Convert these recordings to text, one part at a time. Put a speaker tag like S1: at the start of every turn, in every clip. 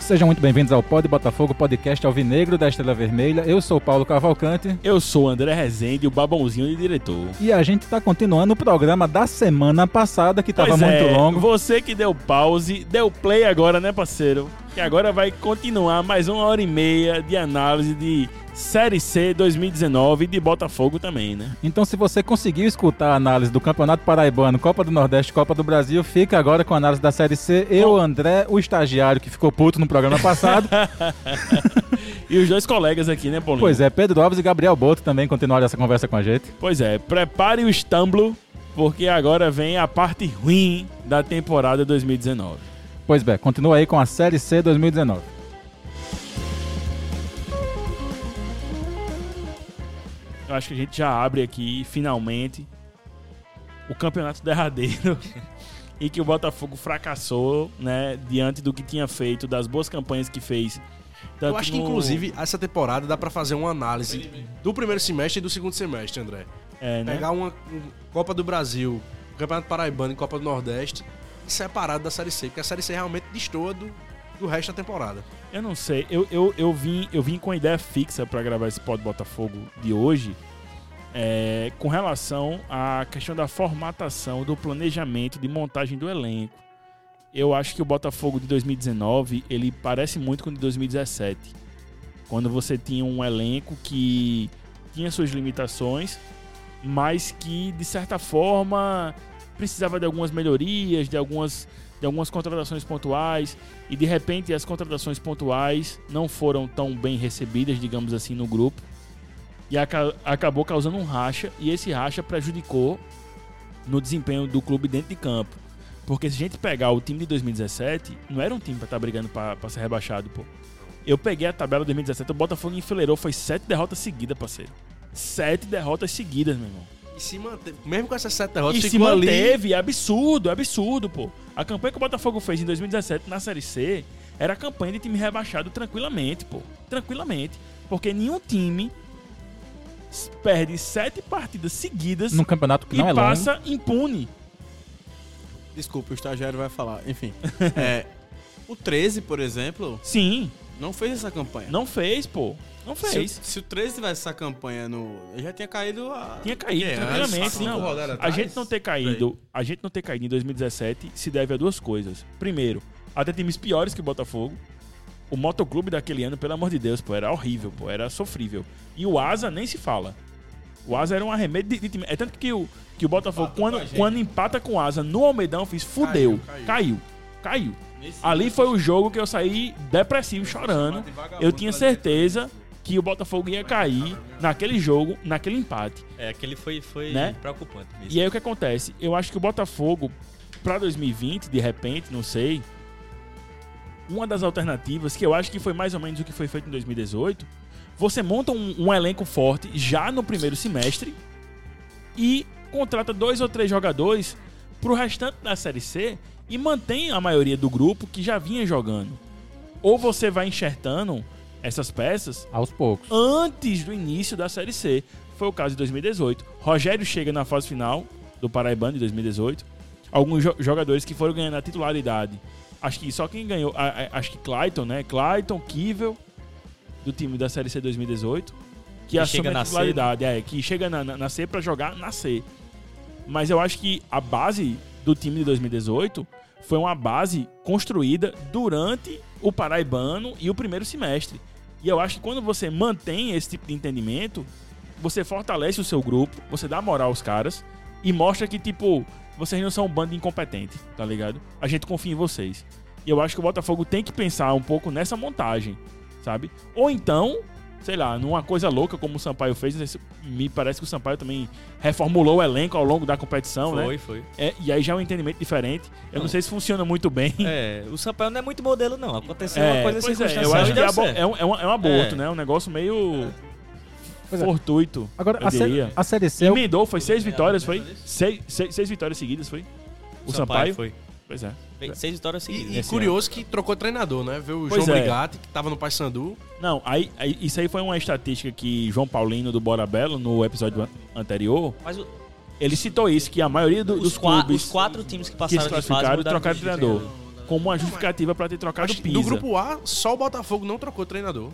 S1: Sejam muito bem-vindos ao Pod Botafogo, podcast alvinegro da Estrela Vermelha. Eu sou o Paulo Cavalcante
S2: Eu sou o André Rezende, o babãozinho de diretor.
S1: e a gente tá continuando o programa da semana passada, que tava
S2: Pois
S1: muito
S2: é,
S1: longo.
S2: Você que deu pause, deu play agora, né, parceiro? Que agora vai continuar mais uma hora e meia de análise de Série C 2019 e de Botafogo também, né?
S1: Então, se você conseguiu escutar a análise do Campeonato Paraibano, Copa do Nordeste, Copa do Brasil, fica agora com a análise da Série C. Eu, André, o estagiário que ficou puto no programa passado.
S2: E os dois colegas aqui, né, Paulinho?
S1: pois é, Pedro Alves e Gabriel Boto também continuaram essa conversa com a gente.
S2: Pois é, prepare o estambulo, porque agora vem a parte ruim da temporada 2019.
S1: Pois bem, continua aí com a Série C 2019.
S2: Eu acho que a gente já abre aqui, finalmente, o campeonato derradeiro e que o Botafogo fracassou, né, diante do que tinha feito, das boas campanhas que fez.
S3: Eu
S2: tanto
S3: acho que,
S2: no-
S3: inclusive, essa temporada dá pra fazer uma análise do primeiro semestre e do segundo semestre, André.
S2: É, né?
S3: Pegar uma um Copa do Brasil, Campeonato Paraibano e Copa do Nordeste separado da Série C, porque a Série C realmente destoa do, do resto da temporada.
S2: Eu não sei, eu, eu, eu, vim, eu vim com a ideia fixa pra gravar esse Pod Botafogo de hoje é, com relação à questão da formatação, do planejamento, de montagem do elenco. Eu acho que o Botafogo de 2019 ele parece muito com o de 2017, quando você tinha um elenco que tinha suas limitações, mas que de certa forma precisava de algumas melhorias, de algumas, de algumas contratações pontuais e de repente as contratações pontuais não foram tão bem recebidas, digamos assim, no grupo. E aca- acabou causando um racha, e esse racha prejudicou no desempenho do clube dentro de campo. Porque se a gente pegar o time de 2017, não era um time pra estar brigando pra pra ser rebaixado, pô. Eu peguei a tabela de 2017, o Botafogo enfileirou, foi sete derrotas seguidas, parceiro. Sete derrotas seguidas, meu irmão.
S3: E se manteve, mesmo com essas sete derrotas,
S2: E se
S3: ficou ali-
S2: manteve, é absurdo, é absurdo, pô. A campanha que o Botafogo fez em 2017 na Série C era a campanha de time rebaixado tranquilamente, pô. Tranquilamente. Porque nenhum time s- perde sete partidas seguidas
S1: Num campeonato que
S2: e
S1: não é longo.
S2: passa impune.
S4: Desculpa, o estagiário vai falar. Enfim. É, o 13, por exemplo,
S2: Sim,
S4: não fez essa campanha.
S2: não fez, pô. Não fez.
S4: fez. Se, o 13 tivesse essa campanha no. ele já tinha caído a.
S2: Tinha caído,
S4: É,
S2: tranquilamente.
S4: as cinco
S2: Não,
S4: rodadas
S2: a
S4: atrás.
S2: gente não ter caído, a gente não ter caído em 2017 se deve a duas coisas. Primeiro, até times piores que o Botafogo. O motoclube daquele ano, pelo amor de Deus, pô, era horrível, pô, era sofrível. E o Asa nem se fala. O Asa era um arremedo de, de time. É tanto que o, que o Botafogo, quando, quando empata com o Asa no Almeidão, fiz fudeu. Caiu.
S4: caiu.
S2: caiu. Ali foi o jogo que eu saí depressivo, chorando. Eu tinha certeza que o Botafogo ia cair naquele jogo, naquele empate.
S5: É, aquele foi, foi
S2: Né?
S5: preocupante mesmo.
S2: E aí o que acontece? Eu acho que o Botafogo, pra 2020, de repente, não sei, uma das alternativas, que eu acho que foi mais ou menos o que foi feito em 2018, você monta um, um elenco forte já no primeiro semestre e contrata dois ou três jogadores pro restante da Série C e mantém a maioria do grupo que já vinha jogando. Ou você vai enxertando essas peças
S1: Aos poucos.
S2: antes do início da Série C. Foi o caso de 2018. Rogério chega na fase final do Paraibano de 2018. Alguns jo- jogadores que foram ganhando a titularidade. Acho que só quem ganhou. a- a- acho que Clayton, né? Clayton, Kivel, do time da Série C 2018. Que,
S5: Que
S2: assume
S5: chega
S2: a
S5: na C,
S2: titularidade. É, que chega na, na, na C pra jogar na C. Mas eu acho que a base do time de 2018 foi uma base construída durante o Paraibano e o primeiro semestre. E eu acho que quando você mantém esse tipo de entendimento, você fortalece o seu grupo, você dá moral aos caras e mostra que, tipo, vocês não são um bando incompetente, tá ligado? A gente confia em vocês. E eu acho que o Botafogo tem que pensar um pouco nessa montagem, sabe? Ou então, sei lá, numa coisa louca como o Sampaio fez, não sei se- me parece que o Sampaio também reformulou o elenco ao longo da competição, né?
S5: Foi, foi.
S2: É, e aí já é um entendimento diferente. Eu não, sei se funciona muito bem.
S5: É, o Sampaio não é muito modelo, não. Aconteceu
S2: É,
S5: uma coisa
S2: pois é,
S5: circunstancial
S2: eu
S3: então
S2: acho
S5: e
S2: que
S5: deu
S2: é, abo-
S5: certo.
S2: é um, é um- é um aborto,
S5: É.
S2: né? Um negócio meio
S1: Pois é.
S2: fortuito.
S1: Agora,
S2: eu
S1: a, sé
S2: diria.
S1: a Série C... é eu-
S2: Emendou, foi
S5: É,
S2: seis vitórias, foi? Seis, seis, seis vitórias seguidas, foi? O Sampaio?
S5: foi.
S2: Pois é.
S5: Fez Seis vitórias seguidas. né?
S3: E, e
S2: Esse
S3: curioso que trocou treinador, né? Viu o
S2: Pois
S3: João
S2: é.
S3: Brigatti, que tava no Paysandu.
S2: Não, aí, aí- isso aí foi uma estatística que João Paulino do Bora Belo, no episódio an- anterior,
S5: Mas o-
S2: ele citou isso, que a maioria do-
S5: os,
S2: dos
S5: qua-
S2: clubes
S5: os quatro times que
S2: que se
S5: passaram de fase
S2: classificaram
S5: mudaram
S2: trocaram de treinador. como uma justificativa pra ter trocado
S3: Acho
S2: o
S3: que
S2: Pisa.
S3: do grupo A, só o Botafogo não trocou treinador.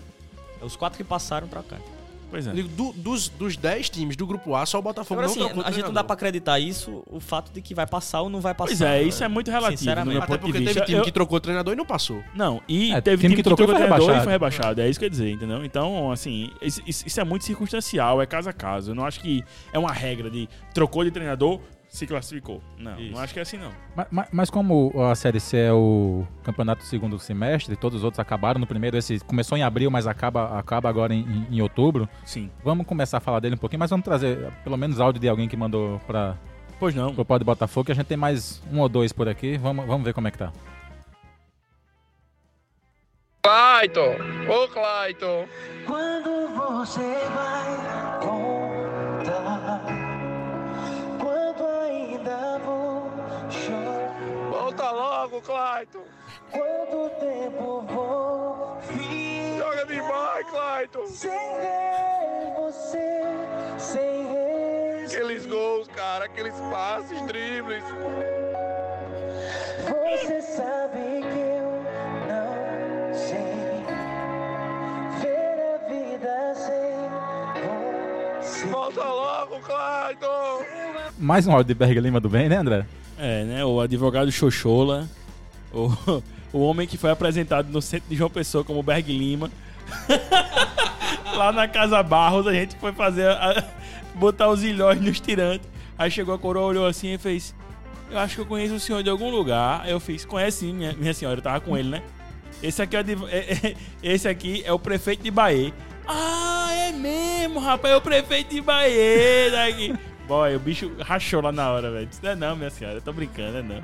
S5: É, Os quatro que passaram trocaram.
S2: Pois é.
S3: Eu digo, do- dos, dos 10 times do grupo A, só o Botafogo
S5: Agora
S3: não
S5: assim,
S3: trocou
S5: a gente não
S3: treinador.
S5: dá pra acreditar isso, o fato de que vai passar ou não vai passar.
S2: Pois é, isso é muito relativo,
S5: né? Sinceramente.
S2: no meu
S3: Até
S2: ponto de
S3: porque
S2: vista.
S3: teve time
S2: Eu-
S3: que trocou treinador e não passou.
S2: Não, e
S1: É,
S2: teve
S1: time
S2: time
S1: que
S2: que,
S1: trocou
S2: trocou
S1: e foi
S2: treinador e
S1: rebaixado.
S2: foi rebaixado. É isso que eu ia dizer, entendeu? Então, assim, isso, isso- isso é muito circunstancial, é caso a caso. Eu não acho que é uma regra de trocou de treinador, se classificou. Não,
S5: Isso.
S2: não acho que é assim, não.
S1: Ma- ma- Mas, como a Série C é o campeonato do segundo semestre, todos os outros acabaram no primeiro, esse começou em abril, mas acaba, acaba agora em, em- em outubro.
S2: Sim.
S1: Vamos começar a falar dele um pouquinho, mas vamos trazer eh, pelo menos áudio de alguém que mandou para
S2: Pois não.
S1: o Pod Botafogo, que a gente tem mais um ou dois por aqui. Vamos, vamos ver como é que tá.
S6: Clayton, ô Clayton.
S7: Quando você vai voltar? Quando ainda vou chorar?
S6: Volta logo, Clayton.
S7: Quanto tempo vou ficar
S6: Joga demais, Clayton.
S7: sem ver você? Sem ver
S6: Aqueles gols, cara, aqueles passes, dribles.
S7: você sabe que eu não sei ver a vida sem você.
S6: Volta logo, Clayton.
S1: Mais um áudio de Berg Lima do Bem, né, André?
S2: É, né? O advogado Xoxola, o, o homem que foi apresentado no centro de João Pessoa como Berg Lima. Lá na Casa Barros, a gente foi fazer. a- botar os ilhóis nos tirantes. Aí chegou a coroa, olhou assim e fez: Eu acho que eu conheço o senhor de algum lugar. Aí eu fiz: Conhece sim, minha, minha senhora, eu tava com ele, né? Esse aqui é, o adv- é- é- esse aqui é o prefeito de Bahia. Ah, é mesmo, rapaz, é o prefeito de Bahia. Daqui. Boy, o bicho rachou lá na hora, velho. Disse, Não é não, minha senhora, eu tô brincando, é não.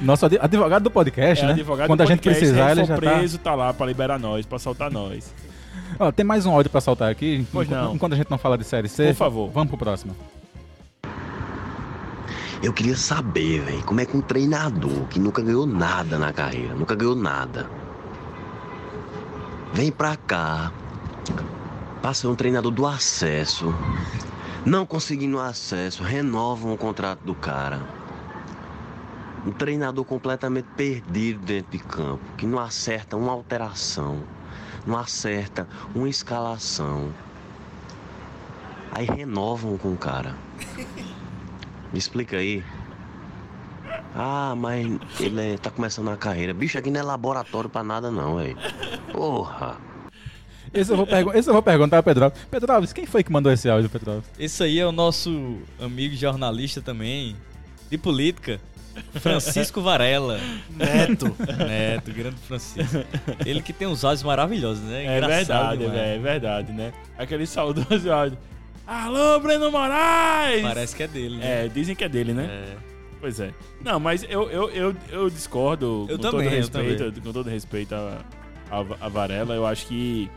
S1: Nosso adi- advogado do podcast,
S2: É
S1: né?
S2: advogado
S1: Quando
S2: do
S1: a gente
S2: podcast,
S1: precisar,
S2: se
S1: ele
S2: for
S1: já tá...
S2: preso, tá lá pra liberar nós, pra soltar nós.
S1: Ó, tem mais um áudio pra soltar aqui.
S2: Pois
S1: enquanto,
S2: não.
S1: enquanto a gente não fala de Série C.
S2: Por favor.
S1: Vamos pro próximo.
S8: Eu queria saber, velho, como é que um treinador que nunca ganhou nada na carreira, nunca ganhou nada, vem pra cá pra ser um treinador do acesso, não conseguindo acesso, renovam o contrato do cara. Um treinador completamente perdido dentro de campo, que não acerta uma alteração, não acerta uma escalação. Aí renovam com o cara. Me explica aí. Ah, mas ele é- tá começando a carreira. Bicho, aqui não é laboratório pra nada não, velho. Porra.
S1: Esse eu vou, pergun- esse eu vou perguntar ao Pedro Alves. Pedro Alves, quem foi que mandou esse áudio, Pedro Alves?
S5: Esse aí é o nosso amigo jornalista também, de política, Francisco Varela. Neto. Neto, grande Francisco. Ele que tem uns áudios maravilhosos, né?
S2: É
S5: Engraçado
S2: verdade,
S5: demais.
S2: velho, é verdade, né? Aquele saudoso áudio. Alô, Breno Moraes!
S5: Parece que é dele, né?
S2: É, dizem que é dele, né?
S5: É.
S2: Pois é. Não, mas eu, eu, eu, eu discordo
S5: Eu
S2: com,
S5: também,
S2: todo
S5: eu
S2: respeito, com todo respeito a, a, a Varela. Eu acho que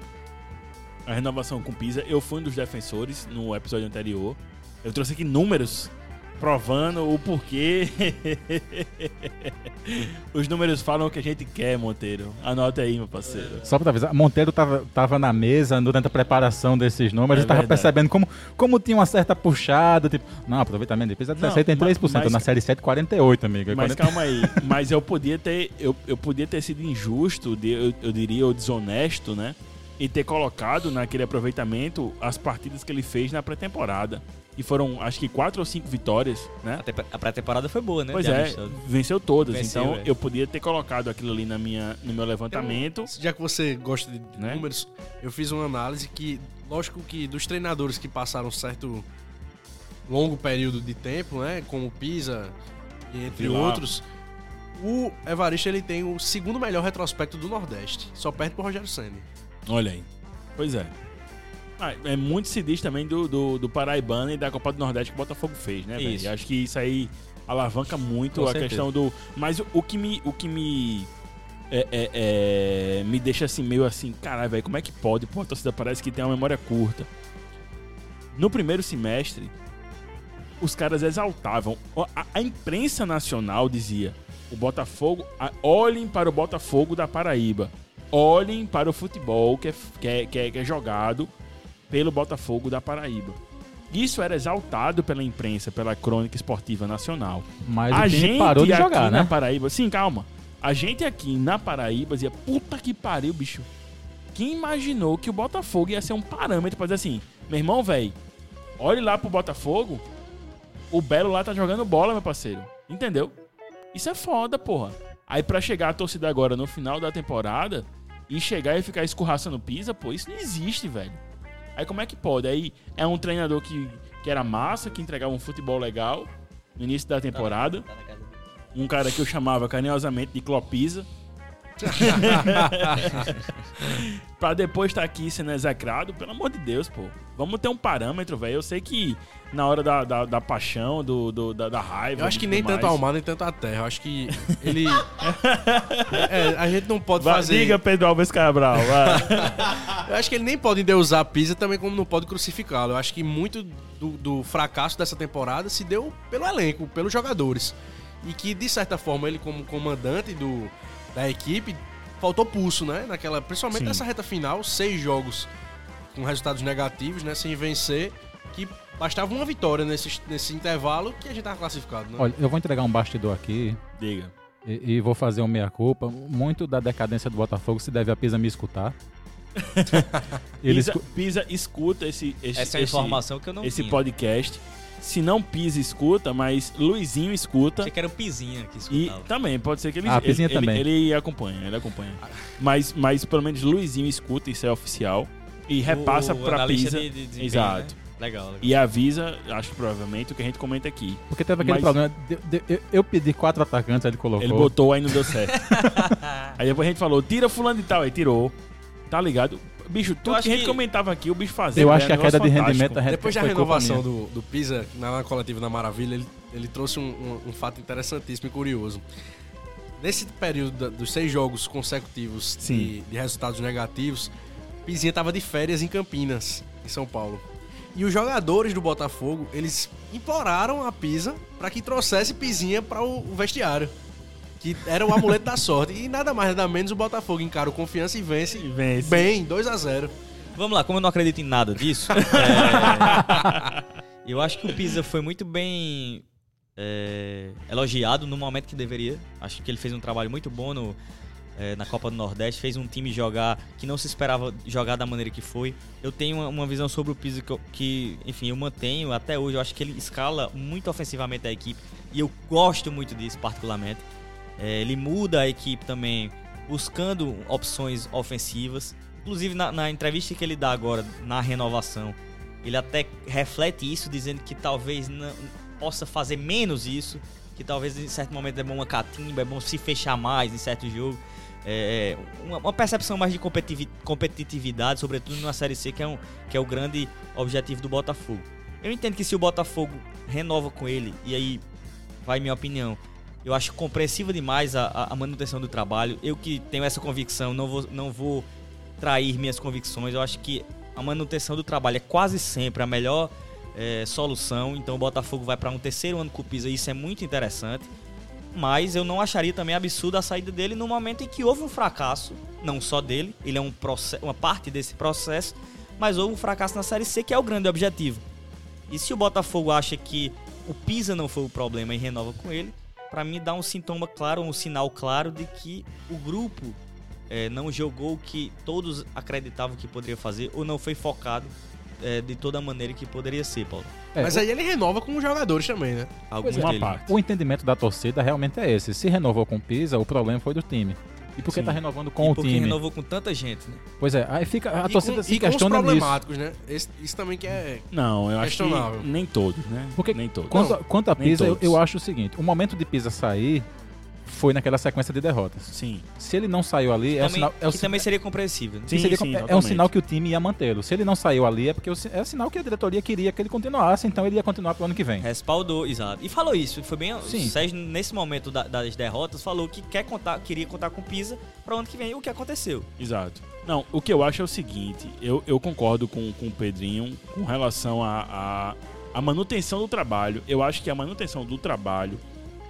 S2: a renovação com o Pisa, eu fui um dos defensores no episódio anterior. Eu trouxe aqui números provando o porquê. Os números falam o que a gente quer, Monteiro. Anota aí, meu parceiro.
S1: Só pra avisar, Monteiro tava, tava na mesa durante a preparação desses números
S2: É
S1: e tava
S2: verdade.
S1: percebendo como, como tinha uma certa puxada, tipo, não, aproveitamento de pizza
S2: Não,
S1: 17 tem
S2: mas-
S1: 3%,
S2: mas-
S1: na série 7 48, amiga.
S2: Mas
S1: 40.
S2: calma aí, mas eu podia ter, eu, eu podia ter sido injusto, de- eu, eu diria, ou desonesto, né? E ter colocado naquele aproveitamento as partidas que ele fez na pré-temporada. E foram, acho que, quatro ou cinco vitórias, né?
S5: A te- A pré-temporada foi boa, né?
S2: Pois
S5: de
S2: é,
S5: Amistad.
S2: venceu todas.
S5: Venceu,
S2: então
S5: é.
S2: eu podia ter colocado aquilo ali na minha, no meu levantamento.
S3: Já que você gosta de
S2: Né?
S3: números, eu fiz uma análise que, lógico que dos treinadores que passaram certo longo período de tempo, né, como o Pisa e entre
S2: Vila.
S3: outros, o Evaristo ele tem o segundo melhor retrospecto do Nordeste, só perde pro Rogério Ceni.
S2: Olha aí. Pois é. Ah, é muito se diz também do, do, do Paraibana e da Copa do Nordeste que o Botafogo fez, né, velho?
S5: Isso.
S2: E Acho que isso aí alavanca muito
S5: Com
S2: a
S5: certeza.
S2: questão do. Mas o, o que me. O que me. é- é- é, me deixa assim, meio assim, caralho, velho, como é que pode? Pô, a torcida parece que tem uma memória curta. No primeiro semestre, os caras exaltavam. Ó, A, a imprensa nacional dizia: o Botafogo, a- olhem para o Botafogo da Paraíba. Olhem para o futebol que é, f- que é- que é- que é jogado pelo Botafogo da Paraíba. Isso era exaltado pela imprensa, pela crônica esportiva nacional.
S1: Mas
S2: a
S1: o time
S2: gente
S1: parou de
S2: aqui
S1: jogar,
S2: na
S1: né?
S2: Paraíba, sim, calma. A gente aqui na Paraíba dizia, puta que pariu, bicho. Quem imaginou que o Botafogo ia ser um parâmetro pra dizer assim, meu irmão, velho, olhe lá pro Botafogo, o Belo lá tá jogando bola, meu parceiro. Entendeu? Isso é foda, porra. Aí pra chegar a torcida agora no final da temporada e chegar e ficar escorraçando pisa, pô, isso não existe, velho. Aí como é que pode? Aí é um treinador que, que era massa, que entregava um futebol legal no início da temporada.
S5: é
S2: Um cara que eu chamava carinhosamente de Clopisa. pra depois estar aqui sendo execrado, pelo amor de Deus, pô. Vamos ter um parâmetro, velho. Eu sei que na hora da, da, da paixão, do, do- da, da raiva.
S3: Eu acho que
S2: e
S3: nem
S2: tudo
S3: tanto
S2: mais.
S3: ao mar, nem tanto à terra. Eu acho que ele. É, a gente não pode
S2: Vai,
S3: fazer.
S2: Diga, Pedro Alves Cabral. vai.
S3: Eu acho que ele nem pode endeusar a Pisa também, como não pode crucificá-lo. Eu acho que muito do, do fracasso dessa temporada se deu pelo elenco, pelos jogadores. E que, de certa forma, ele, como comandante do, da equipe, faltou pulso, né? Naquela, principalmente
S2: Sim.
S3: nessa reta final, seis jogos com resultados negativos, né? Sem vencer, que bastava uma vitória nesse, nesse intervalo que a gente tava classificado, né?
S1: Olha, eu vou entregar um bastidor aqui
S2: Diga.
S1: e, e vou fazer um meia-culpa. Muito da decadência do Botafogo se deve a Pisa me escutar. Ele
S2: Pisa,
S1: escu-
S2: Pisa escuta esse, esse,
S5: Essa é a
S2: esse-
S5: informação que eu não
S2: esse
S5: tinha.
S2: podcast. Se não Pisa escuta, mas Luizinho escuta.
S5: Achei que era o Pizinha que
S2: E
S5: escutava.
S2: também, pode ser que ele,
S1: Ah, a
S2: ele,
S1: Pizinha
S2: ele-
S1: também.
S2: ele acompanha, ele acompanha. Mas, mas pelo menos Luizinho escuta, isso é oficial. E repassa
S5: O- o
S2: pra
S5: analista
S2: Pisa.
S5: de- de desempenho,
S2: Exato.
S5: né? Legal, legal.
S2: E avisa, acho que provavelmente, o que a gente comenta aqui.
S1: Porque teve aquele
S2: Mas-
S1: problema. de- de- eu, eu pedi quatro atacantes, aí ele colocou.
S2: Ele botou, aí não deu certo. aí depois a gente falou, tira fulano de tal, aí tirou. Tá ligado? Bicho, tudo
S5: acho
S2: que a gente
S5: que-
S2: comentava aqui, o bicho fazia.
S1: eu
S2: né?
S1: acho que a
S2: Um negócio
S1: queda de
S2: fantástico.
S1: rendimento é
S3: Depois da
S1: foi culpa
S3: renovação
S1: minha.
S3: do, do Pisa, na, na coletiva da Maravilha, ele, ele trouxe um, um- um fato interessantíssimo e curioso. Nesse período da- dos seis jogos consecutivos de, de resultados negativos, Pizinha estava de férias em Campinas, em São Paulo. E os jogadores do Botafogo, eles imploraram a Pisa para que trouxesse Pizinha para o, o vestiário. Que era o amuleto da sorte. E nada mais, nada menos, o Botafogo encara o confiança e vence,
S2: E vence.
S3: bem, 2 a 0
S5: Vamos lá, como eu não acredito em nada disso, é, eu acho que o Pisa foi muito bem é, elogiado no momento que deveria. Acho que ele fez um trabalho muito bom no, é, na Copa do Nordeste, fez um time jogar que não se esperava jogar da maneira que foi. Eu tenho uma, uma visão sobre o Pisa que, eu- que, enfim, eu mantenho até hoje. Eu acho que ele escala muito ofensivamente a equipe e eu gosto muito disso, particularmente. É, ele muda a equipe também, buscando opções ofensivas. Inclusive, na, na entrevista que ele dá agora, na renovação, ele até reflete isso, dizendo que talvez não- possa fazer menos isso, que talvez em certo momento é bom uma catimba, é bom se fechar mais em certo jogo. É, é, uma, uma percepção mais de competivi- competitividade, sobretudo na Série C, que é, um, que é o grande objetivo do Botafogo. Eu entendo que se o Botafogo renova com ele, e aí vai minha opinião, eu acho compreensiva demais a- a, a manutenção do trabalho. Eu que tenho essa convicção, não vou, não vou trair minhas convicções. Eu acho que a manutenção do trabalho é quase sempre a melhor eh, solução. Então o Botafogo vai para um terceiro ano com o Pisa, isso é muito interessante. Mas eu não acharia também absurda a saída dele no momento em que houve um fracasso, não só dele, ele é um proce- uma parte desse processo, mas houve um fracasso na Série C, que é o grande objetivo. E se o Botafogo acha que o Pisa não foi o problema e renova com ele, pra mim dá um sintoma claro, um sinal claro de que o grupo eh, não jogou o que todos acreditavam que poderia fazer ou não foi focado eh, de toda a maneira que poderia ser, Paulo.
S1: É,
S3: Mas aí ele renova com os jogadores também, né?
S5: Alguns
S2: Uma
S5: deles.
S2: parte.
S1: O entendimento da torcida realmente é esse. Se renovou com o Pisa, o problema foi do time. E por que
S2: Sim.
S1: tá renovando
S5: e
S1: com o
S5: porque
S1: time?
S5: renovou com tanta gente, né?
S1: Pois é, aí fica. A
S3: E
S1: torcida
S3: com-
S1: se
S3: e com os
S1: questiona nisso.
S3: problemáticos, né? Esse- isso também que é.
S2: Não, eu acho
S3: Questionável.
S2: que nem todos, né?
S1: Porque
S2: nem todos.
S1: Quanto, a- quanto a
S2: nem
S1: Pisa, eu,
S2: todos.
S1: eu acho o seguinte: o momento de Pisa sair foi naquela sequência de derrotas.
S2: Sim.
S1: Se ele não saiu ali, é um
S5: também,
S1: sinal. É um
S5: que
S1: sin-
S5: também seria compreensível. Né?
S2: Sim,
S1: seria- é-
S2: sim,
S1: é um
S2: totalmente.
S1: sinal que o time ia mantê-lo. Se ele não saiu ali, é porque o si- é um sinal que a diretoria queria que ele continuasse, então ele ia continuar pro ano que
S5: É,
S1: vem.
S5: Respaldou, exato. E falou isso, foi bem.
S1: Sim.
S5: O Sérgio, nesse momento da- das derrotas, falou que quer contar, queria contar com o Pisa pra ano que vem, o que aconteceu.
S2: Exato. Não, o que eu acho é o seguinte, eu, eu concordo com, com o Pedrinho com relação à a, manutenção do trabalho. Eu acho que a manutenção do trabalho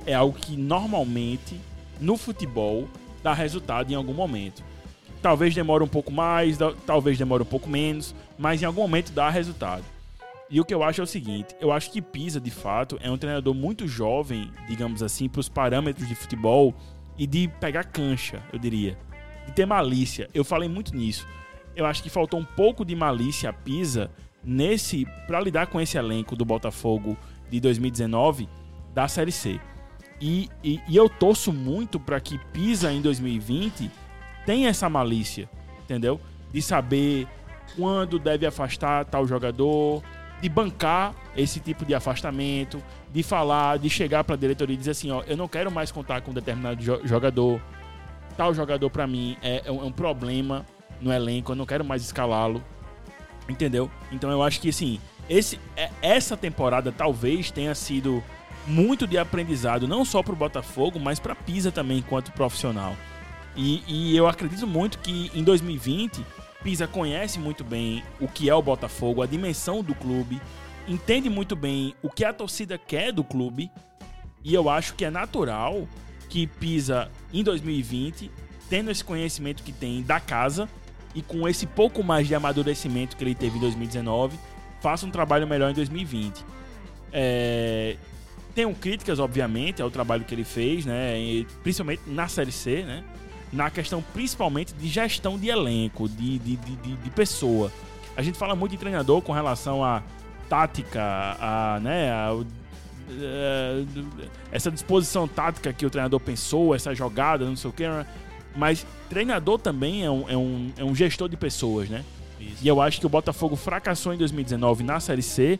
S2: é algo que normalmente no futebol dá resultado em algum momento. Talvez demore um pouco mais, da- talvez demore um pouco menos, mas em algum momento dá resultado. E o que eu acho é o seguinte, eu acho que Pisa, de fato, é um treinador muito jovem, digamos assim, para os parâmetros de futebol e de pegar cancha, eu diria. De ter malícia. Eu falei muito nisso. Eu acho que faltou um pouco de malícia a Pisa nesse para lidar com esse elenco do Botafogo de 2019 da Série C. E, e, e eu torço muito para que Pisa em 2020 tenha essa malícia, entendeu? De saber quando deve afastar tal jogador, de bancar esse tipo de afastamento, de falar, de chegar para a diretoria e dizer assim, ó, eu não quero mais contar com determinado jo- jogador, tal jogador para mim é, é um, é um problema no elenco, eu não quero mais escalá-lo, entendeu? Então eu acho que assim, esse, é- essa temporada talvez tenha sido muito de aprendizado, não só para o Botafogo, mas para Pisa também enquanto profissional. E, e eu acredito muito que em 2020 Pisa conhece muito bem o que é o Botafogo, a dimensão do clube, entende muito bem o que a torcida quer do clube, e eu acho que é natural que Pisa, em 2020, tendo esse conhecimento que tem da casa e com esse pouco mais de amadurecimento que ele teve em 2019, faça um trabalho melhor em 2020. É, Tenho críticas, obviamente, ao trabalho que ele fez, né? e principalmente na Série C, né? Na questão principalmente de gestão de elenco, de, de, de, de- de pessoa. A gente fala muito de treinador com relação à tática, a, né, ao- eh, essa disposição tática que o treinador pensou, essa jogada, não sei o que. Mas treinador também é um, é um, é um gestor de pessoas, né? E eu acho que o Botafogo fracassou em 2019 na Série C,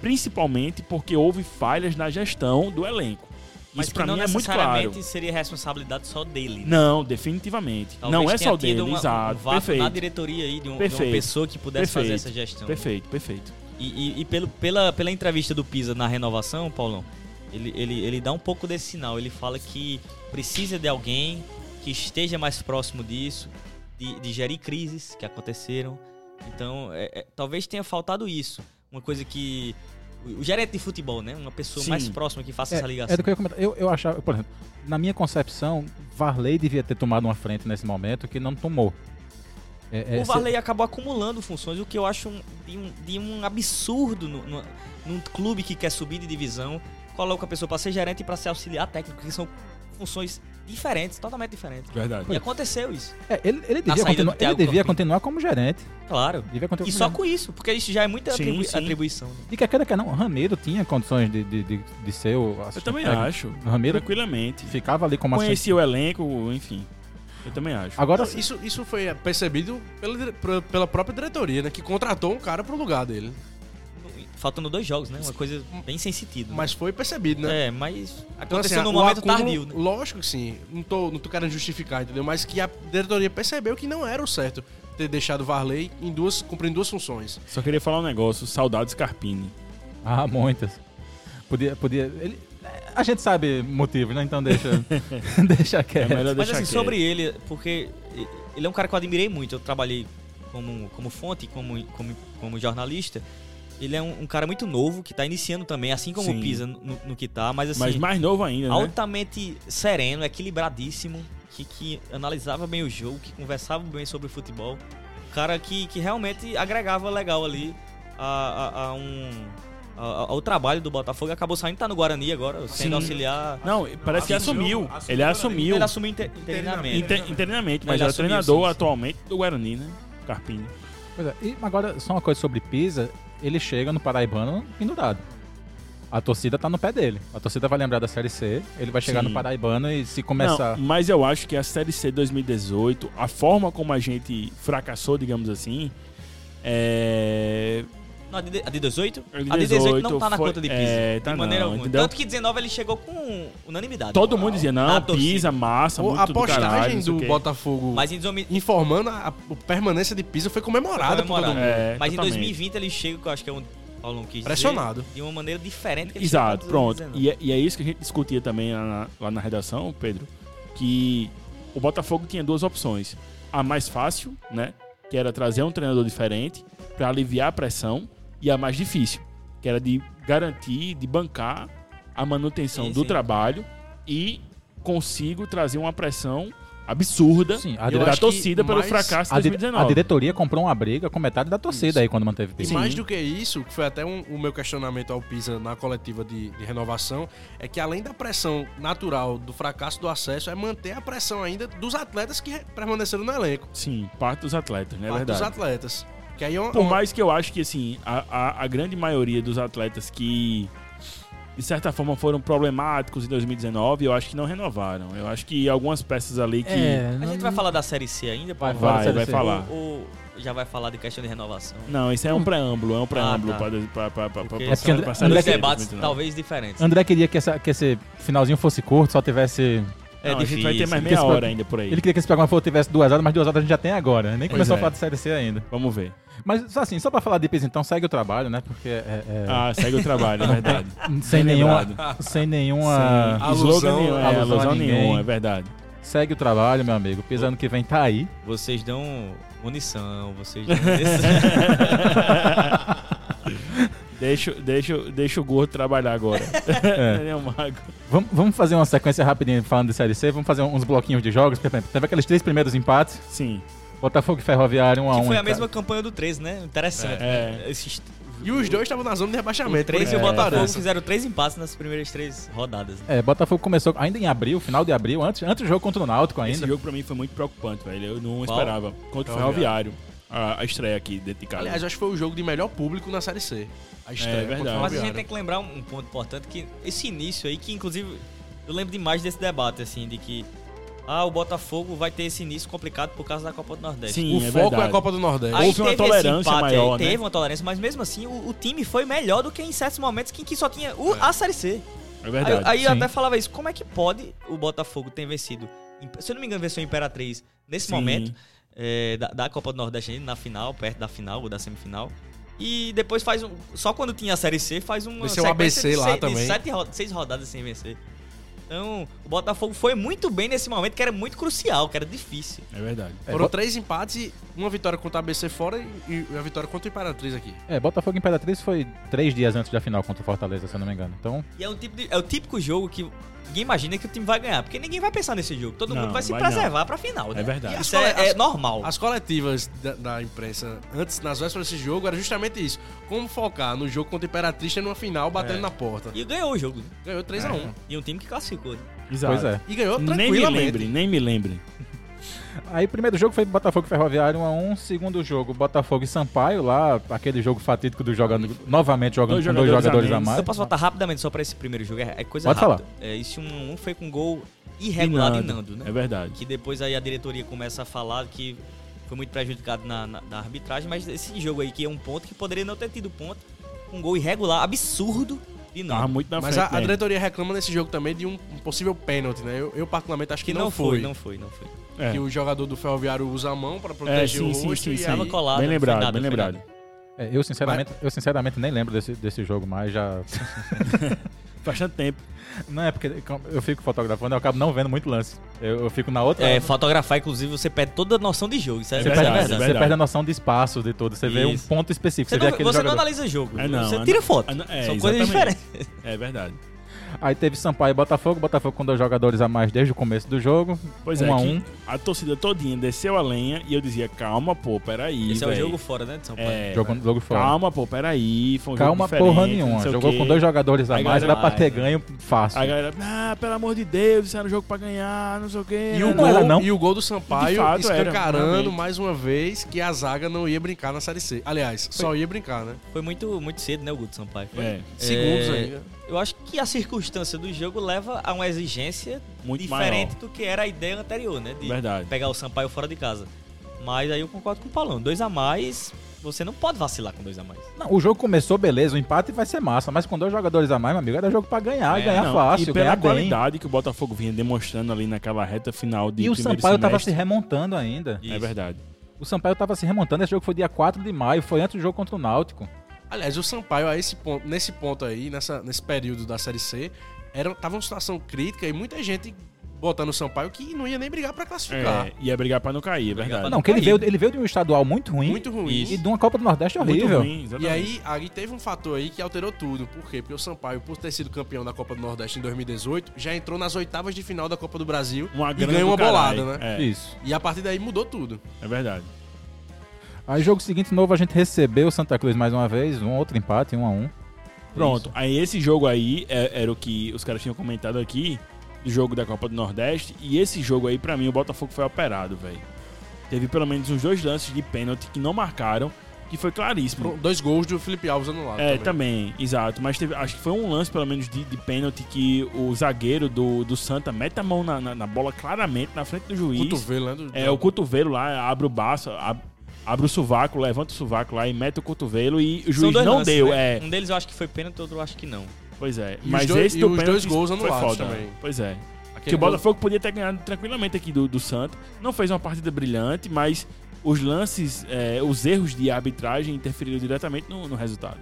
S2: principalmente porque houve falhas na gestão do elenco.
S5: Mas
S2: Isso
S5: que
S2: pra
S5: não
S2: mim é muito
S5: necessariamente
S2: claro.
S5: seria responsabilidade só dele. né?
S2: Não, definitivamente.
S5: Talvez
S2: não é
S5: tenha
S2: só
S5: tido
S2: dele,
S5: uma-
S2: exato.
S5: Um vácuo na
S2: perfeito.
S5: diretoria aí de, um- de
S2: Perfeito.
S5: uma pessoa que pudesse fazer
S2: Perfeito.
S5: essa gestão.
S2: Perfeito, perfeito.
S5: E, e- e pelo, pela, pela entrevista do Pisa na renovação, Paulão, ele, ele, ele dá um pouco desse sinal. Ele fala que precisa de alguém que esteja mais próximo disso, de, de gerir crises que aconteceram. Então, é- é, talvez tenha faltado isso. Uma coisa que. O o gerente de futebol, né? Uma pessoa
S2: Sim.
S5: mais próxima que faça
S1: É,
S5: essa ligação.
S1: é do que eu ia comentar. Eu, eu achava, por exemplo, na minha concepção, Varley devia ter tomado uma frente nesse momento que não tomou. É, é,
S5: o
S1: se-
S5: Varley acabou acumulando funções, o que eu acho um- de um, de um absurdo no, no- num clube que quer subir de divisão. Coloca a pessoa pra ser gerente e pra ser auxiliar técnico, que são funções diferentes, totalmente diferentes.
S2: Verdade.
S5: E aconteceu isso,
S1: é, ele, ele devia,
S5: saída do
S1: continuar, ele
S5: Thiago
S1: devia
S5: Campinho.
S1: continuar como gerente.
S5: claro.
S1: Devia continuar
S5: E
S1: como
S5: só
S1: gerente.
S5: com isso, porque isso já é muita
S2: Sim,
S5: atribui-
S2: sim.
S5: atribuição. né?
S1: De que é aquela que não, Ramiro tinha condições de, de, de, de ser o
S2: Eu
S1: assistente
S2: também
S1: técnico.
S2: acho.
S1: Ramiro
S2: Tranquilamente.
S1: ficava ali como assistente.
S2: Conheci o elenco, enfim. Eu também acho.
S1: Agora,
S3: Não, isso, isso foi é, percebido pela, dire- pra- pela própria diretoria, né? Que contratou um cara pro lugar dele.
S5: Faltando dois jogos, né? Uma coisa bem sem sentido. né?
S3: Mas foi percebido, né?
S5: É, mas
S3: Então,
S5: aconteceu
S3: assim,
S5: num
S3: o
S5: momento
S3: acúmulo-
S5: tardio, né?
S3: Lógico que sim. Não tô, não tô querendo justificar, entendeu? Mas que a diretoria percebeu que não era o certo ter deixado o Varley em duas, cumprindo duas funções.
S2: Só queria falar um negócio. Saudades Carpini.
S1: Ah, muitas. Podia, podia. ele- a gente sabe motivos, né? Então deixa, deixa
S2: É
S1: quieto.
S2: melhor
S5: Mas
S2: deixar
S5: assim,
S2: quieto.
S5: sobre ele, porque ele é um cara que eu admirei muito. Eu trabalhei como, como fonte, como, como, como jornalista. Ele é um, um cara muito novo, que tá iniciando também, assim como
S2: Sim.
S5: o Pisa no, no que tá, mas assim,
S2: Mas mais novo ainda, né?
S5: altamente sereno, equilibradíssimo, que, que analisava bem o jogo, que conversava bem sobre o futebol. Um cara que, que realmente agregava legal ali a, a- a um. a- a- ao trabalho do Botafogo E acabou saindo, tá no Guarani agora, sendo
S2: Sim.
S5: auxiliar.
S2: Não, parece que assumiu.
S4: assumiu.
S2: Ele assumiu.
S5: Ele assumiu inter, interinamente.
S2: Inter- Internamente, mas
S5: Ele
S2: é
S5: assumiu,
S2: treinador
S5: sim, sim.
S2: atualmente do Guarani, né? Carpini.
S1: Pois é, E agora, só uma coisa sobre Pisa, ele chega no Paraibano pendurado. A torcida tá no pé dele. A torcida vai lembrar da Série C, ele vai chegar
S2: Sim.
S1: no Paraibano e se começar.
S2: Não, mas eu acho que a Série C 2018, a forma como a gente fracassou, digamos assim, é...
S5: Não, a de, a de 18?
S2: A de
S5: a de 18
S2: 18
S5: não tá na
S2: foi-
S5: conta de Pisa.
S2: é, tá
S5: de maneira
S2: não,
S5: alguma.
S2: entendeu?
S5: Tanto que 19 ele chegou com unanimidade.
S2: todo mundo dizia, não,
S5: Na torcida.
S2: Pisa, massa,
S3: O-
S2: Tá muito
S3: a
S2: do
S3: postagem
S2: caralho, não sei
S3: do
S2: o quê.
S3: Botafogo
S5: Mas em, 2000
S3: informando a, a permanência de Pisa foi comemorada por todo
S5: comemorado.
S3: mundo.
S2: É,
S5: mas em
S2: totalmente.
S5: 2020 ele chega, que eu acho que é um Paulão quis dizer,
S3: Pressionado.
S5: de uma maneira diferente que ele
S2: Exato,
S5: chegou em
S2: pronto.
S5: 2019.
S2: E é, e é isso que a gente discutia também lá na, lá na redação, Pedro, que o Botafogo tinha duas opções. A mais fácil, né, que era trazer um treinador diferente para aliviar a pressão, e a mais difícil, que era de garantir, de bancar a manutenção
S5: Sim,
S2: do
S5: sim.
S2: trabalho e consigo trazer uma pressão absurda
S1: Sim, a
S2: da
S1: dire-
S2: torcida
S3: que
S2: pelo
S3: mais-
S2: fracasso de
S1: A, dire-
S2: 2019.
S1: a diretoria comprou uma briga com metade da torcida aí quando manteve o
S3: E
S1: Pires.
S3: mais do que isso, que foi até um- o meu questionamento ao Pisa na coletiva de, de renovação, é que além da pressão natural do fracasso do acesso, é manter a pressão ainda dos atletas que re- permaneceram no elenco.
S2: Sim, parte dos atletas, né? É
S3: parte
S2: verdade.
S3: Dos atletas. Que aí é uma,
S2: Por
S3: uma-
S2: mais que eu acho que, assim, a, a- a grande maioria dos atletas que, de certa forma, foram problemáticos em 2019, eu acho que não renovaram. Eu acho que algumas peças ali que...
S5: A gente vai falar da Série C ainda?
S1: É, Vai,
S5: Paulo?
S1: fala da
S2: é- vai,
S1: Série
S2: vai
S1: C.
S2: falar.
S5: Ou já vai falar de questão de renovação?
S2: Não, isso é um preâmbulo, é um preâmbulo
S3: Ah,
S5: tá.
S2: para pra, pra, pra,
S5: Porque
S2: pra-
S1: são-
S2: pra
S1: é
S2: Série
S1: porque
S5: Os
S2: C de
S5: debates
S2: 2019.
S5: talvez diferentes.
S1: André queria que, essa- que esse finalzinho fosse curto, só tivesse.
S5: É
S2: Não, a gente vai ter
S5: difícil.
S2: mais
S1: Porque
S2: meia
S1: esse
S2: hora
S1: pro-
S2: ainda por aí.
S1: Ele queria que esse programa fosse, tivesse duas horas, mas duas horas a gente já tem agora. né? Nem
S2: Pois
S1: começou
S2: é.
S1: a falar de Série C ainda.
S2: Vamos ver.
S1: Mas, só assim, só pra falar de Pires, então, segue o trabalho, né? Porque é- é-
S2: Ah, segue o trabalho, é verdade.
S1: sem,
S2: bem
S1: nenhuma,
S2: lembrado.
S1: sem nenhuma.
S3: Sim.
S2: Slogan
S3: Alusão,
S2: nenhum, é,
S1: alusão a
S2: alusão
S1: ninguém.
S2: nenhuma, é verdade.
S1: Segue o trabalho, meu amigo. Pires ano que vem tá aí.
S5: Vocês dão munição, vocês dão munição.
S2: Deixa, deixa, deixa o gordo trabalhar agora. Ele é um mago.
S1: Vamos, vamos fazer uma sequência rapidinha falando de Série C. Vamos fazer uns bloquinhos de jogos. Por exemplo, teve aqueles três primeiros empates.
S2: Sim.
S1: Botafogo e Ferroviário, 1 a 1
S5: que foi a
S1: em ca-
S5: mesma campanha do 13, né? Interessante.
S2: então. É.
S5: né? Esses
S3: E os dois estavam na zona de rebaixamento.
S5: o 13
S3: por
S5: e é, o
S3: isso que
S5: Botafogo
S2: um
S3: parece.
S5: fizeram três empates nas primeiras três rodadas. né?
S1: É, Botafogo começou ainda em abril, final de abril, antes, antes do jogo contra o Náutico ainda.
S2: Esse jogo pra mim foi muito preocupante, velho. Eu não
S5: Qual?
S2: esperava. Contra o Ferroviário. A, a estreia aqui dentro de casa.
S3: Aliás, eu acho que foi o jogo de melhor público na Série C. A
S2: É
S3: estreia.
S2: verdade.
S3: contra o
S5: Mas a gente
S3: Ferroviário.
S5: tem que lembrar um ponto importante que esse início aí, que inclusive eu lembro demais desse debate, assim, de que ah, o Botafogo vai ter esse início complicado por causa da Copa do Nordeste.
S2: Sim,
S3: O
S2: é
S3: foco é
S2: verdade.
S3: a Copa do Nordeste.
S5: Aí
S2: Houve uma
S5: teve esse
S2: tolerância
S5: empate aí,
S2: maior, né?
S5: Teve uma tolerância, mas mesmo assim o, o time foi melhor do que em certos momentos que, que só tinha o, a Série C.
S2: É
S5: Aí,
S2: verdade.
S5: aí eu
S1: sim.
S5: até falava isso, como é que pode o Botafogo ter vencido, se eu não me engano, venceu a Imperatriz nesse
S2: Sim.
S5: momento, é, da, da Copa do Nordeste, ainda na final, perto da final ou da semifinal. E depois faz um. Só quando tinha a Série C, faz uma
S3: Venceu o
S5: sequência
S3: ABC
S5: de,
S3: lá
S5: seis- de
S3: também.
S5: sete ro- seis rodadas sem vencer. Então, o Botafogo foi muito bem nesse momento, que era muito crucial, que era difícil.
S2: É verdade.
S3: Foram três empates, e uma vitória contra a ABC fora e e a vitória contra o Imperatriz aqui.
S1: É, Botafogo e Imperatriz foi três dias antes da final contra o Fortaleza, se eu não me engano. Então,
S5: E é, um tipo de- é o típico jogo que ninguém imagina que o time vai ganhar, porque ninguém vai pensar nesse jogo. Todo
S2: Não,
S5: mundo vai se
S2: vai
S5: preservar pra final, né?
S2: É verdade.
S5: E Isso é, é normal.
S3: As coletivas da, da imprensa antes, nas vésperas desse jogo, era justamente isso. Como focar no jogo contra a Imperatriz tendo uma final
S2: É.
S3: batendo na porta.
S5: E ganhou o jogo. né?
S3: Ganhou 3x1.
S5: E um time que classificou. né?
S2: Exato.
S1: pois é.
S3: E ganhou
S2: É. Nem me
S3: tranquilamente.
S2: lembre, nem me lembre.
S1: Aí, primeiro jogo foi Botafogo e Ferroviário 1x1. Segundo jogo, Botafogo e Sampaio, lá, aquele jogo fatídico do jogando, novamente jogando
S2: Dois
S1: com dois
S2: jogadores
S1: jogadores
S2: a
S1: a mais.
S5: Eu posso voltar rapidamente só pra esse primeiro jogo, é é coisa
S1: Pode
S5: rápida. É, esse 1 1 foi com gol irregular de Nando, né?
S2: É verdade.
S5: Que depois aí a diretoria começa a falar que foi muito prejudicado na, na- na arbitragem, mas esse jogo aí que é um ponto que poderia não ter tido ponto, um gol irregular, absurdo de
S2: Tava
S5: Nando.
S2: muito na
S3: Mas a,
S2: frente.
S3: a
S2: né?
S3: diretoria reclama nesse jogo também de um, um possível pênalti, né? Eu, eu particularmente acho que,
S5: que
S3: não, foi.
S5: não foi, não foi.
S2: É.
S3: Que o jogador do Ferroviário usa a mão pra proteger
S2: sim,
S3: o
S2: sim,
S3: rosto
S2: sim,
S3: e
S2: sim.
S3: aí-
S5: Tava colado.
S2: Bem
S5: não foi
S2: lembrado,
S5: nada,
S2: bem
S5: não foi
S2: lembrado.
S5: nada.
S1: É, eu, sinceramente, eu sinceramente nem lembro desse, desse jogo mais. Já...
S2: Bastante tempo.
S1: Não é porque eu fico fotografando, eu acabo não vendo muito lance. Eu, eu fico na outra.
S5: É, fotografar, inclusive, você perde toda a noção de jogo. Isso é,
S1: você,
S5: verdade.
S1: perde,
S2: é
S1: você
S2: verdade.
S1: perde a noção de espaço de tudo. Você vê um
S5: Isso.
S1: ponto específico.
S5: Você,
S1: vê
S5: não,
S1: aquele
S5: você não
S1: jogador.
S5: analisa jogo.
S2: É, não,
S5: você
S2: é
S5: tira
S2: não.
S5: foto.
S2: É, não- é,
S5: São coisas
S2: exatamente.
S5: diferentes.
S2: É verdade.
S1: Aí teve Sampaio e Botafogo. Botafogo com dois jogadores a mais desde o começo do jogo.
S2: Pois
S1: um
S2: é,
S1: a
S2: que
S1: um.
S2: a torcida todinha desceu a lenha e eu dizia, calma, pô, peraí.
S5: Esse é o
S2: véi.
S5: jogo fora, né, de São Paulo?
S2: É,
S1: Jogando jogo fora.
S2: Calma, pô, peraí. Foi um jogo
S1: Calma
S2: diferente,
S1: porra
S2: não
S1: nenhuma.
S2: sei o
S1: Jogou
S2: quê.
S1: com dois jogadores a
S2: Aí
S1: mais,
S2: galera-
S1: era pra ter ganho fácil.
S2: A galera, ah, pelo amor de Deus, isso era um jogo pra ganhar, não sei o quê.
S3: E o,
S1: Não
S3: gol,
S1: era, não?
S3: e o gol do
S2: De
S3: Sampaio
S2: fato, era,
S3: escancarando
S2: realmente.
S3: mais uma vez que a zaga não ia brincar na Série C. Aliás, só ia brincar, né?
S5: Foi muito, muito cedo, né, o Guto Sampaio? Foi
S2: É,
S3: Segundos
S5: É,
S3: ainda.
S5: Eu acho que a circunstância do jogo leva a uma exigência
S2: Muito
S5: diferente do que era a ideia anterior, né? De
S2: verdade.
S5: pegar o Sampaio fora de casa. Mas aí eu concordo com o Paulão. Dois a mais, você não pode vacilar com dois a mais.
S1: Não, o jogo começou beleza, o empate vai ser massa, mas com dois jogadores a mais, meu amigo, era jogo pra ganhar,
S5: É,
S1: ganhar
S2: Não,
S1: fácil,
S2: e pela
S1: ganhar bem.
S2: qualidade que o Botafogo vinha demonstrando ali naquela reta final de
S1: E o
S2: primeiro
S1: Sampaio tava se
S2: semestre.
S1: remontando ainda.
S2: É verdade.
S1: O Sampaio tava se remontando, esse jogo foi dia 4 de maio, foi antes do jogo contra o Náutico.
S3: Aliás, o Sampaio, a esse ponto, nesse ponto aí, nessa, nesse período da Série C, era, tava uma situação crítica e muita gente botando o Sampaio que não ia nem brigar pra classificar.
S2: É, ia brigar pra não cair, é verdade.
S5: pra
S1: Não, que ele veio, ele veio de um estadual muito ruim.
S3: Muito ruim.
S1: E de uma Copa do Nordeste
S2: Muito
S1: horrível.
S2: ruim,
S3: E
S2: exatamente.
S3: aí, aí teve um fator aí que alterou tudo. Por quê? Porque o Sampaio, por ter sido campeão da Copa do Nordeste em 2018, já entrou nas oitavas de final da Copa do Brasil
S2: uma
S3: e
S2: grana
S3: ganhou
S2: do
S3: uma
S2: caralho.
S3: bolada, né?
S2: É,
S1: Isso.
S3: E a partir daí mudou tudo.
S2: é verdade.
S1: Aí jogo seguinte novo a gente recebeu o Santa Cruz mais uma vez, um outro empate, um a um.
S2: Pronto. Aí esse jogo aí é- era o que os caras tinham comentado aqui, do jogo da Copa do Nordeste. E esse jogo aí, pra mim, o Botafogo foi operado, velho. Teve pelo menos uns dois lances de pênalti que não marcaram, que foi claríssimo.
S3: Pro- Dois gols do Felipe Alves anulado.
S2: É, também, exato. Mas teve- acho que foi um lance, pelo menos, de, de pênalti que o zagueiro do, do Santa mete a mão na, na- na bola claramente na frente do juiz.
S3: Cotovelo, né? do-
S2: É, o cotovelo lá, abre o baço, ab- abre o sovaco, levanta o sovaco lá e mete o cotovelo e o
S5: São
S2: juiz
S5: dois
S2: não
S5: lances,
S2: deu.
S5: né?
S2: É,
S5: Um deles eu acho que foi pênalti, outro eu acho que não.
S2: pois é.
S3: E os
S2: Mas
S3: dois-
S2: esse
S3: e
S2: do
S3: os
S2: pênalti
S3: dois gols
S2: foi
S3: anulados
S2: foda.
S3: também.
S2: Pois é.
S3: Aquele
S2: Que o
S3: gol-
S2: Botafogo podia ter ganhado tranquilamente aqui do, do Santa. Não fez uma partida brilhante, mas os lances, é, os erros de arbitragem interferiram diretamente no, no resultado.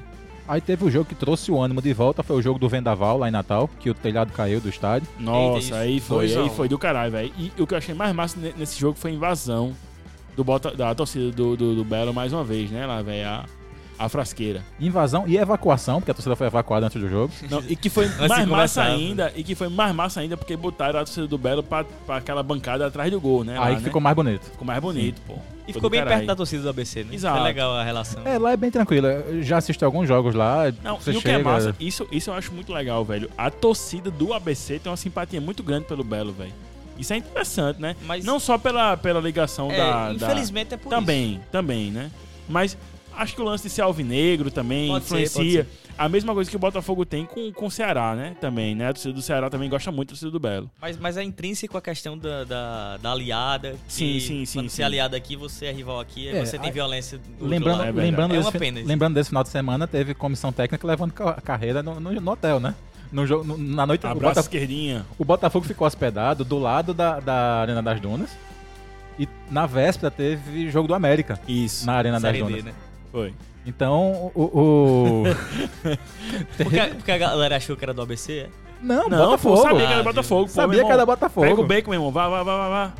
S1: Aí teve o jogo que trouxe o ânimo de volta, foi o jogo do Vendaval lá em Natal, que o telhado caiu do estádio.
S2: Nossa, aí foi,
S3: Dois a
S2: aí
S3: um.
S2: foi do caralho, velho. E o que eu achei mais massa ne- nesse jogo foi a invasão do Bota, da torcida do, do, do Belo mais uma vez, né, lá, velho? A, a frasqueira.
S1: Invasão e evacuação, porque a torcida foi evacuada antes do jogo.
S2: Não, e que foi
S5: de
S2: mais massa
S5: começar,
S2: ainda, e que foi mais massa ainda porque botaram a torcida do Belo pra, pra aquela bancada atrás do gol, né? lá,
S1: aí
S2: né?
S1: que ficou mais bonito.
S2: Ficou mais bonito, pô.
S5: E ficou bem perto da
S2: torcida.
S5: torcida do ABC, né?
S2: Exato.
S5: Foi legal a relação.
S1: É, lá é bem tranquilo. Eu já assisti alguns jogos lá.
S2: Não,
S1: você
S2: e o que
S1: chega, né?
S2: é massa, isso, isso eu acho muito legal, velho. A torcida do ABC tem uma simpatia muito grande pelo Belo, velho. Isso é interessante, né?
S5: Mas-
S2: Não só pela, pela ligação
S5: É,
S2: da, da-
S5: infelizmente é por
S2: Tá
S5: isso.
S2: Também, também, né? Mas acho que o lance de ser alvinegro também
S5: Pode ser,
S2: influencia. A mesma coisa que o Botafogo tem com, com o Ceará, né? Também, né? A torcida do Ceará também gosta muito da torcida do Belo.
S5: Mas, mas é intrínseco a questão da, da, da aliada. que
S2: Sim, sim, sim,
S5: Quando
S2: sim.
S5: você é aliado aqui, você é rival aqui, aí
S1: É,
S5: você tem
S1: aí-
S5: violência. do outro
S1: Lembrando,
S5: lado.
S2: é verdade.
S1: lembrando,
S5: É uma
S1: desse, fi-
S5: pena isso.
S1: lembrando desse final de semana, teve comissão técnica levando ca- carreira no, no- no hotel, né? No jogo, no- na noite, o,
S2: Abraço
S1: Bota-
S2: esquerdinha.
S1: o Botafogo ficou hospedado do lado da, da Arena das Dunas. E na véspera teve jogo do América
S2: Isso.
S1: na Arena das
S5: Série D,
S1: Dunas.
S5: né?
S2: Foi.
S1: Então, o. o-
S5: Porque, a- porque a galera achou que era do ABC, é?
S1: Não,
S2: Não,
S1: Botafogo.
S2: pô, sabia que era
S5: Ah,
S2: Botafogo, pô, meu
S1: Sabia
S2: irmão.
S1: que era Botafogo.
S2: Pega o bacon, meu irmão. Vá, vá, vá, vá, vá.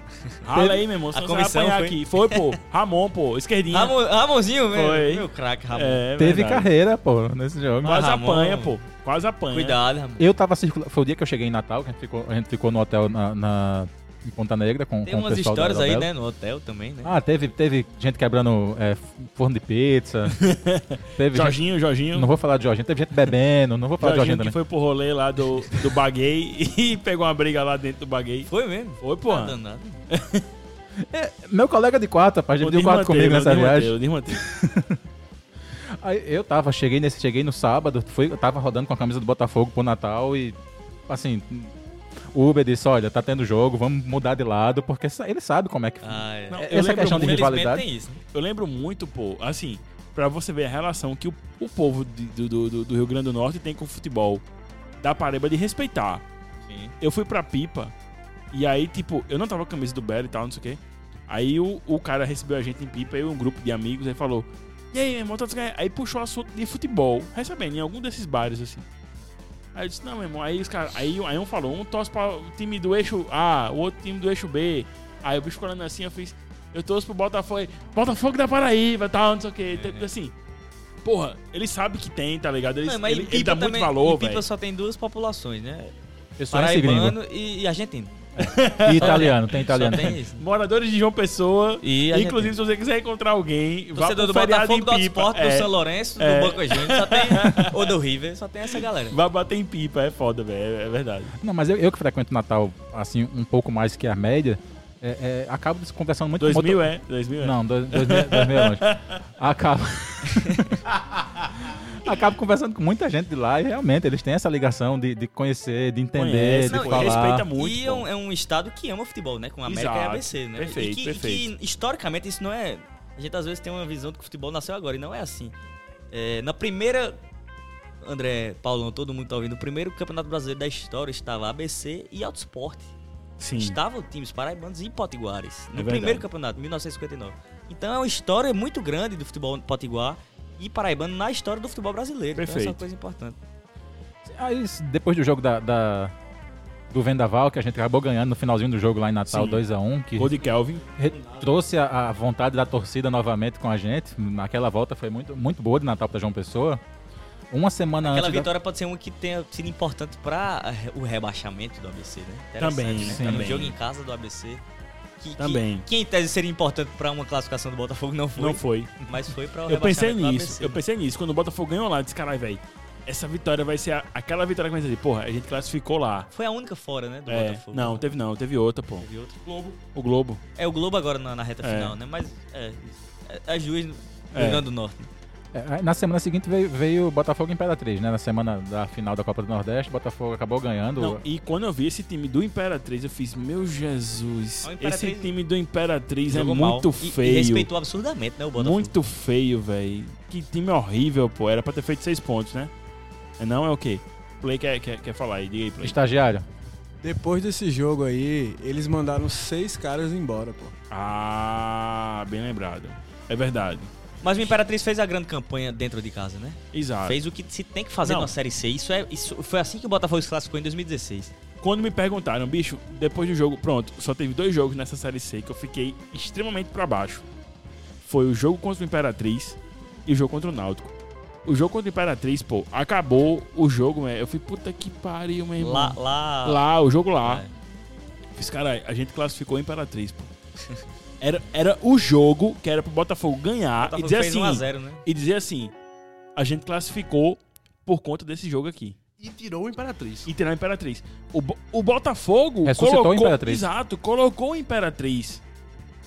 S2: Rala aí, meu irmão. senão
S5: A
S2: você vai
S5: comissão
S2: apanhar
S5: foi-
S2: aqui. Foi, pô. Ramon, pô. Esquerdinha.
S5: Ramon, Ramonzinho,
S2: Foi.
S5: velho. Meu craque, Ramon.
S2: É,
S1: Teve
S2: verdade.
S1: carreira, pô, nesse jogo.
S2: Quase
S5: Ah, Ramon.
S2: apanha, pô. Quase apanha.
S5: Cuidado, Ramon.
S1: Eu tava circulando. Foi o dia que eu cheguei em Natal, que a gente ficou, a gente ficou no hotel na, na- em Ponta Negra com,
S5: Tem
S1: com o
S5: umas
S1: pessoal da
S5: histórias aí,
S1: Aerobelo.
S5: né? No hotel também, né?
S1: Ah, teve, teve gente quebrando é, forno de pizza. teve gente-
S2: Jorginho, Jorginho.
S1: Não vou falar de Jorginho. Teve gente bebendo. Não vou falar
S2: Jorginho
S1: de
S2: que
S1: Jorginho também.
S2: foi pro rolê lá do, do Baguei e pegou uma briga lá dentro do Baguei.
S5: Foi mesmo?
S2: Foi, pô.
S5: Tá danado.
S1: Meu colega de quarto, rapaz, dividiu o quarto
S2: né,
S1: comigo nessa viagem. Aí eu tava, cheguei nesse, cheguei no sábado, fui, eu tava rodando com a camisa do Botafogo pro Natal e assim, o Uber disse, olha, tá tendo jogo, vamos mudar de lado, porque sa- ele sabe como é que
S5: Ah, é.
S2: Não,
S1: é-
S2: eu
S1: essa
S2: lembro
S1: questão de
S2: muito,
S5: Infelizmente
S1: rivalidade.
S5: tem isso, né?
S2: Eu lembro muito, pô, assim, pra você ver a relação que o, o povo de- do, do- do- do Rio Grande do Norte tem com o futebol da Paraíba de respeitar.
S5: Sim.
S2: Eu fui pra Pipa e aí, tipo, eu não tava com a camisa do Belo e tal, não sei o quê. Aí o, o cara recebeu a gente em Pipa, eu e um grupo de amigos, aí falou: E aí, meu irmão, tá desgan-?" Aí puxou o assunto de futebol, recebendo em algum desses bares, assim. Aí eu disse: Não, meu irmão, aí os caras. Aí, aí um falou: Um torce pra o time do eixo A, o outro time do eixo B. Aí eu bicho olhando assim, eu fiz: Eu torço pro Botafogo, aí, Botafogo da Paraíba, tal, não sei o quê.
S5: É.
S2: Tipo Assim. Porra, ele sabe que tem, tá ligado? Ele,
S5: Não, mas
S2: ele,
S5: em
S2: ele
S5: Pipa
S2: dá muito
S5: também-
S2: valor,
S5: em Pipa
S2: velho.
S5: só tem duas populações, né?
S1: Eu sou esse gringo.
S5: Paraibano e, e argentino.
S1: E italiano, tem
S5: Só
S1: italiano.
S5: tem isso.
S2: Moradores de João Pessoa.
S5: E a gente-
S2: inclusive, se você quiser encontrar alguém, vá pro
S5: Torcedor do
S2: feriado
S5: Botafogo,
S2: em
S5: do Autosport,
S2: Pipa.
S5: do
S2: é,
S5: São Lourenço,
S2: É.
S5: do Banco Júnior, só tem... ou do River, só tem essa galera.
S2: Vá bater em Pipa, é foda, velho. É verdade.
S1: Não, mas eu, eu que frequento Natal, assim, um pouco mais que a média, é, é, acabo conversando muito com
S2: 2000
S1: motor-
S2: é? 2000 é?
S1: Não, dois- 2000 2000 é longe. Acabo... acabo conversando com muita gente de lá e realmente eles têm essa ligação de, de conhecer, de entender,
S2: Conhece,
S1: de
S2: não, e
S1: falar.
S2: respeita muito.
S5: e é
S2: pô.
S5: um, é um estado que ama futebol, né? Com a América e
S2: Exato.
S5: a ABC, né?
S2: Perfeito,
S5: e que, E
S2: perfeito.
S5: que, historicamente, isso não é... A gente, às vezes, tem uma visão de que o futebol nasceu agora, e não é assim. É, na primeira... André, Paulão, todo mundo tá ouvindo. O primeiro Campeonato Brasileiro da história estava ABC e Alto Esporte.
S2: Sim. É
S5: Estavam times paraibanos e potiguares. No
S2: verdade.
S5: primeiro campeonato, 1959. Então é uma história muito grande do futebol potiguar e paraibano na história do futebol brasileiro. Então essa é
S2: Perfeito.
S5: uma coisa importante.
S1: Aí, s- depois do jogo da, da, do Vendaval, que a gente acabou ganhando no finalzinho do jogo lá em Natal,
S2: Sim.
S1: 2x1, que
S2: Gol de Kelvin.
S1: re- trouxe a, a vontade da torcida novamente com a gente. Naquela volta foi muito, muito boa de Natal pra João Pessoa. Uma semana
S5: Aquela
S1: antes. da-
S5: vitória pode ser uma que tenha sido importante pra eh, o rebaixamento do ABC, né? Interessante,
S2: Também,
S5: né?
S2: sim.
S5: Tá no
S2: Também.
S5: jogo em casa do ABC. Que, que-
S2: Também.
S5: Que, em tese seria importante pra uma classificação do Botafogo, não foi.
S2: Não foi.
S5: Mas foi pra o
S2: Eu pensei
S5: rebaixamento do
S2: nisso.
S5: ABC.
S2: Eu pensei nisso. Quando o Botafogo ganhou lá, eu disse, caralho, velho, essa vitória vai ser a- aquela vitória que vai dizer, porra, a gente classificou lá.
S5: Foi a única fora, né? Do
S2: É,
S5: Botafogo.
S2: não, teve não, teve outra, pô.
S5: Teve outro.
S2: O Globo.
S5: É o Globo agora na, na reta
S2: É.
S5: final, né? Mas é, é, as duas do
S2: É.
S5: Rio Grande do Norte. né?
S1: É, aí na semana seguinte veio, veio o Botafogo e Imperatriz, né? Na semana da final da Copa do Nordeste, o Botafogo acabou ganhando.
S2: Não, e quando eu vi esse time do Imperatriz, eu fiz, meu Jesus,
S5: O Imperatriz
S2: esse time do Imperatriz é
S5: Jogou mal.
S2: muito
S5: E-
S2: feio.
S5: E, respeitou absurdamente, né? O Botafogo.
S2: Muito feio, velho. Que time horrível, pô. Era pra ter feito seis pontos, né? É Não é o quê? Play quer, quer, quer falar aí, diga aí, Play.
S1: Estagiário.
S4: Depois desse jogo aí, eles mandaram seis caras embora, pô.
S2: Ah, bem lembrado. É verdade.
S5: Mas o Imperatriz fez a grande campanha dentro de casa, né?
S2: Exato.
S5: Fez o que se tem que fazer
S2: Ah. Não.
S5: numa Série C. Isso é, isso foi assim que o Botafogo se classificou em 2016.
S2: Quando me perguntaram, bicho, depois do jogo, pronto, só teve dois jogos nessa série C que eu fiquei extremamente pra baixo. Foi o jogo contra o Imperatriz e o jogo contra o Náutico. O jogo contra o Imperatriz, pô, acabou o jogo, né? Eu fui, puta que pariu, meu irmão.
S5: Lá, lá,
S2: Lá, o jogo lá.
S5: É.
S2: Fiz, cara, a gente classificou a Imperatriz, pô. Era, era o jogo que era pro Botafogo ganhar
S5: Botafogo
S2: e dizer
S5: fez
S2: assim.
S5: 1x0, né?
S2: E dizer assim: a gente classificou por conta desse jogo aqui.
S3: E tirou o Imperatriz.
S2: E tirar a Imperatriz. O, Bo- o Botafogo.
S1: Ressuscitou a
S2: colocou,
S1: Imperatriz.
S2: Exato, colocou a Imperatriz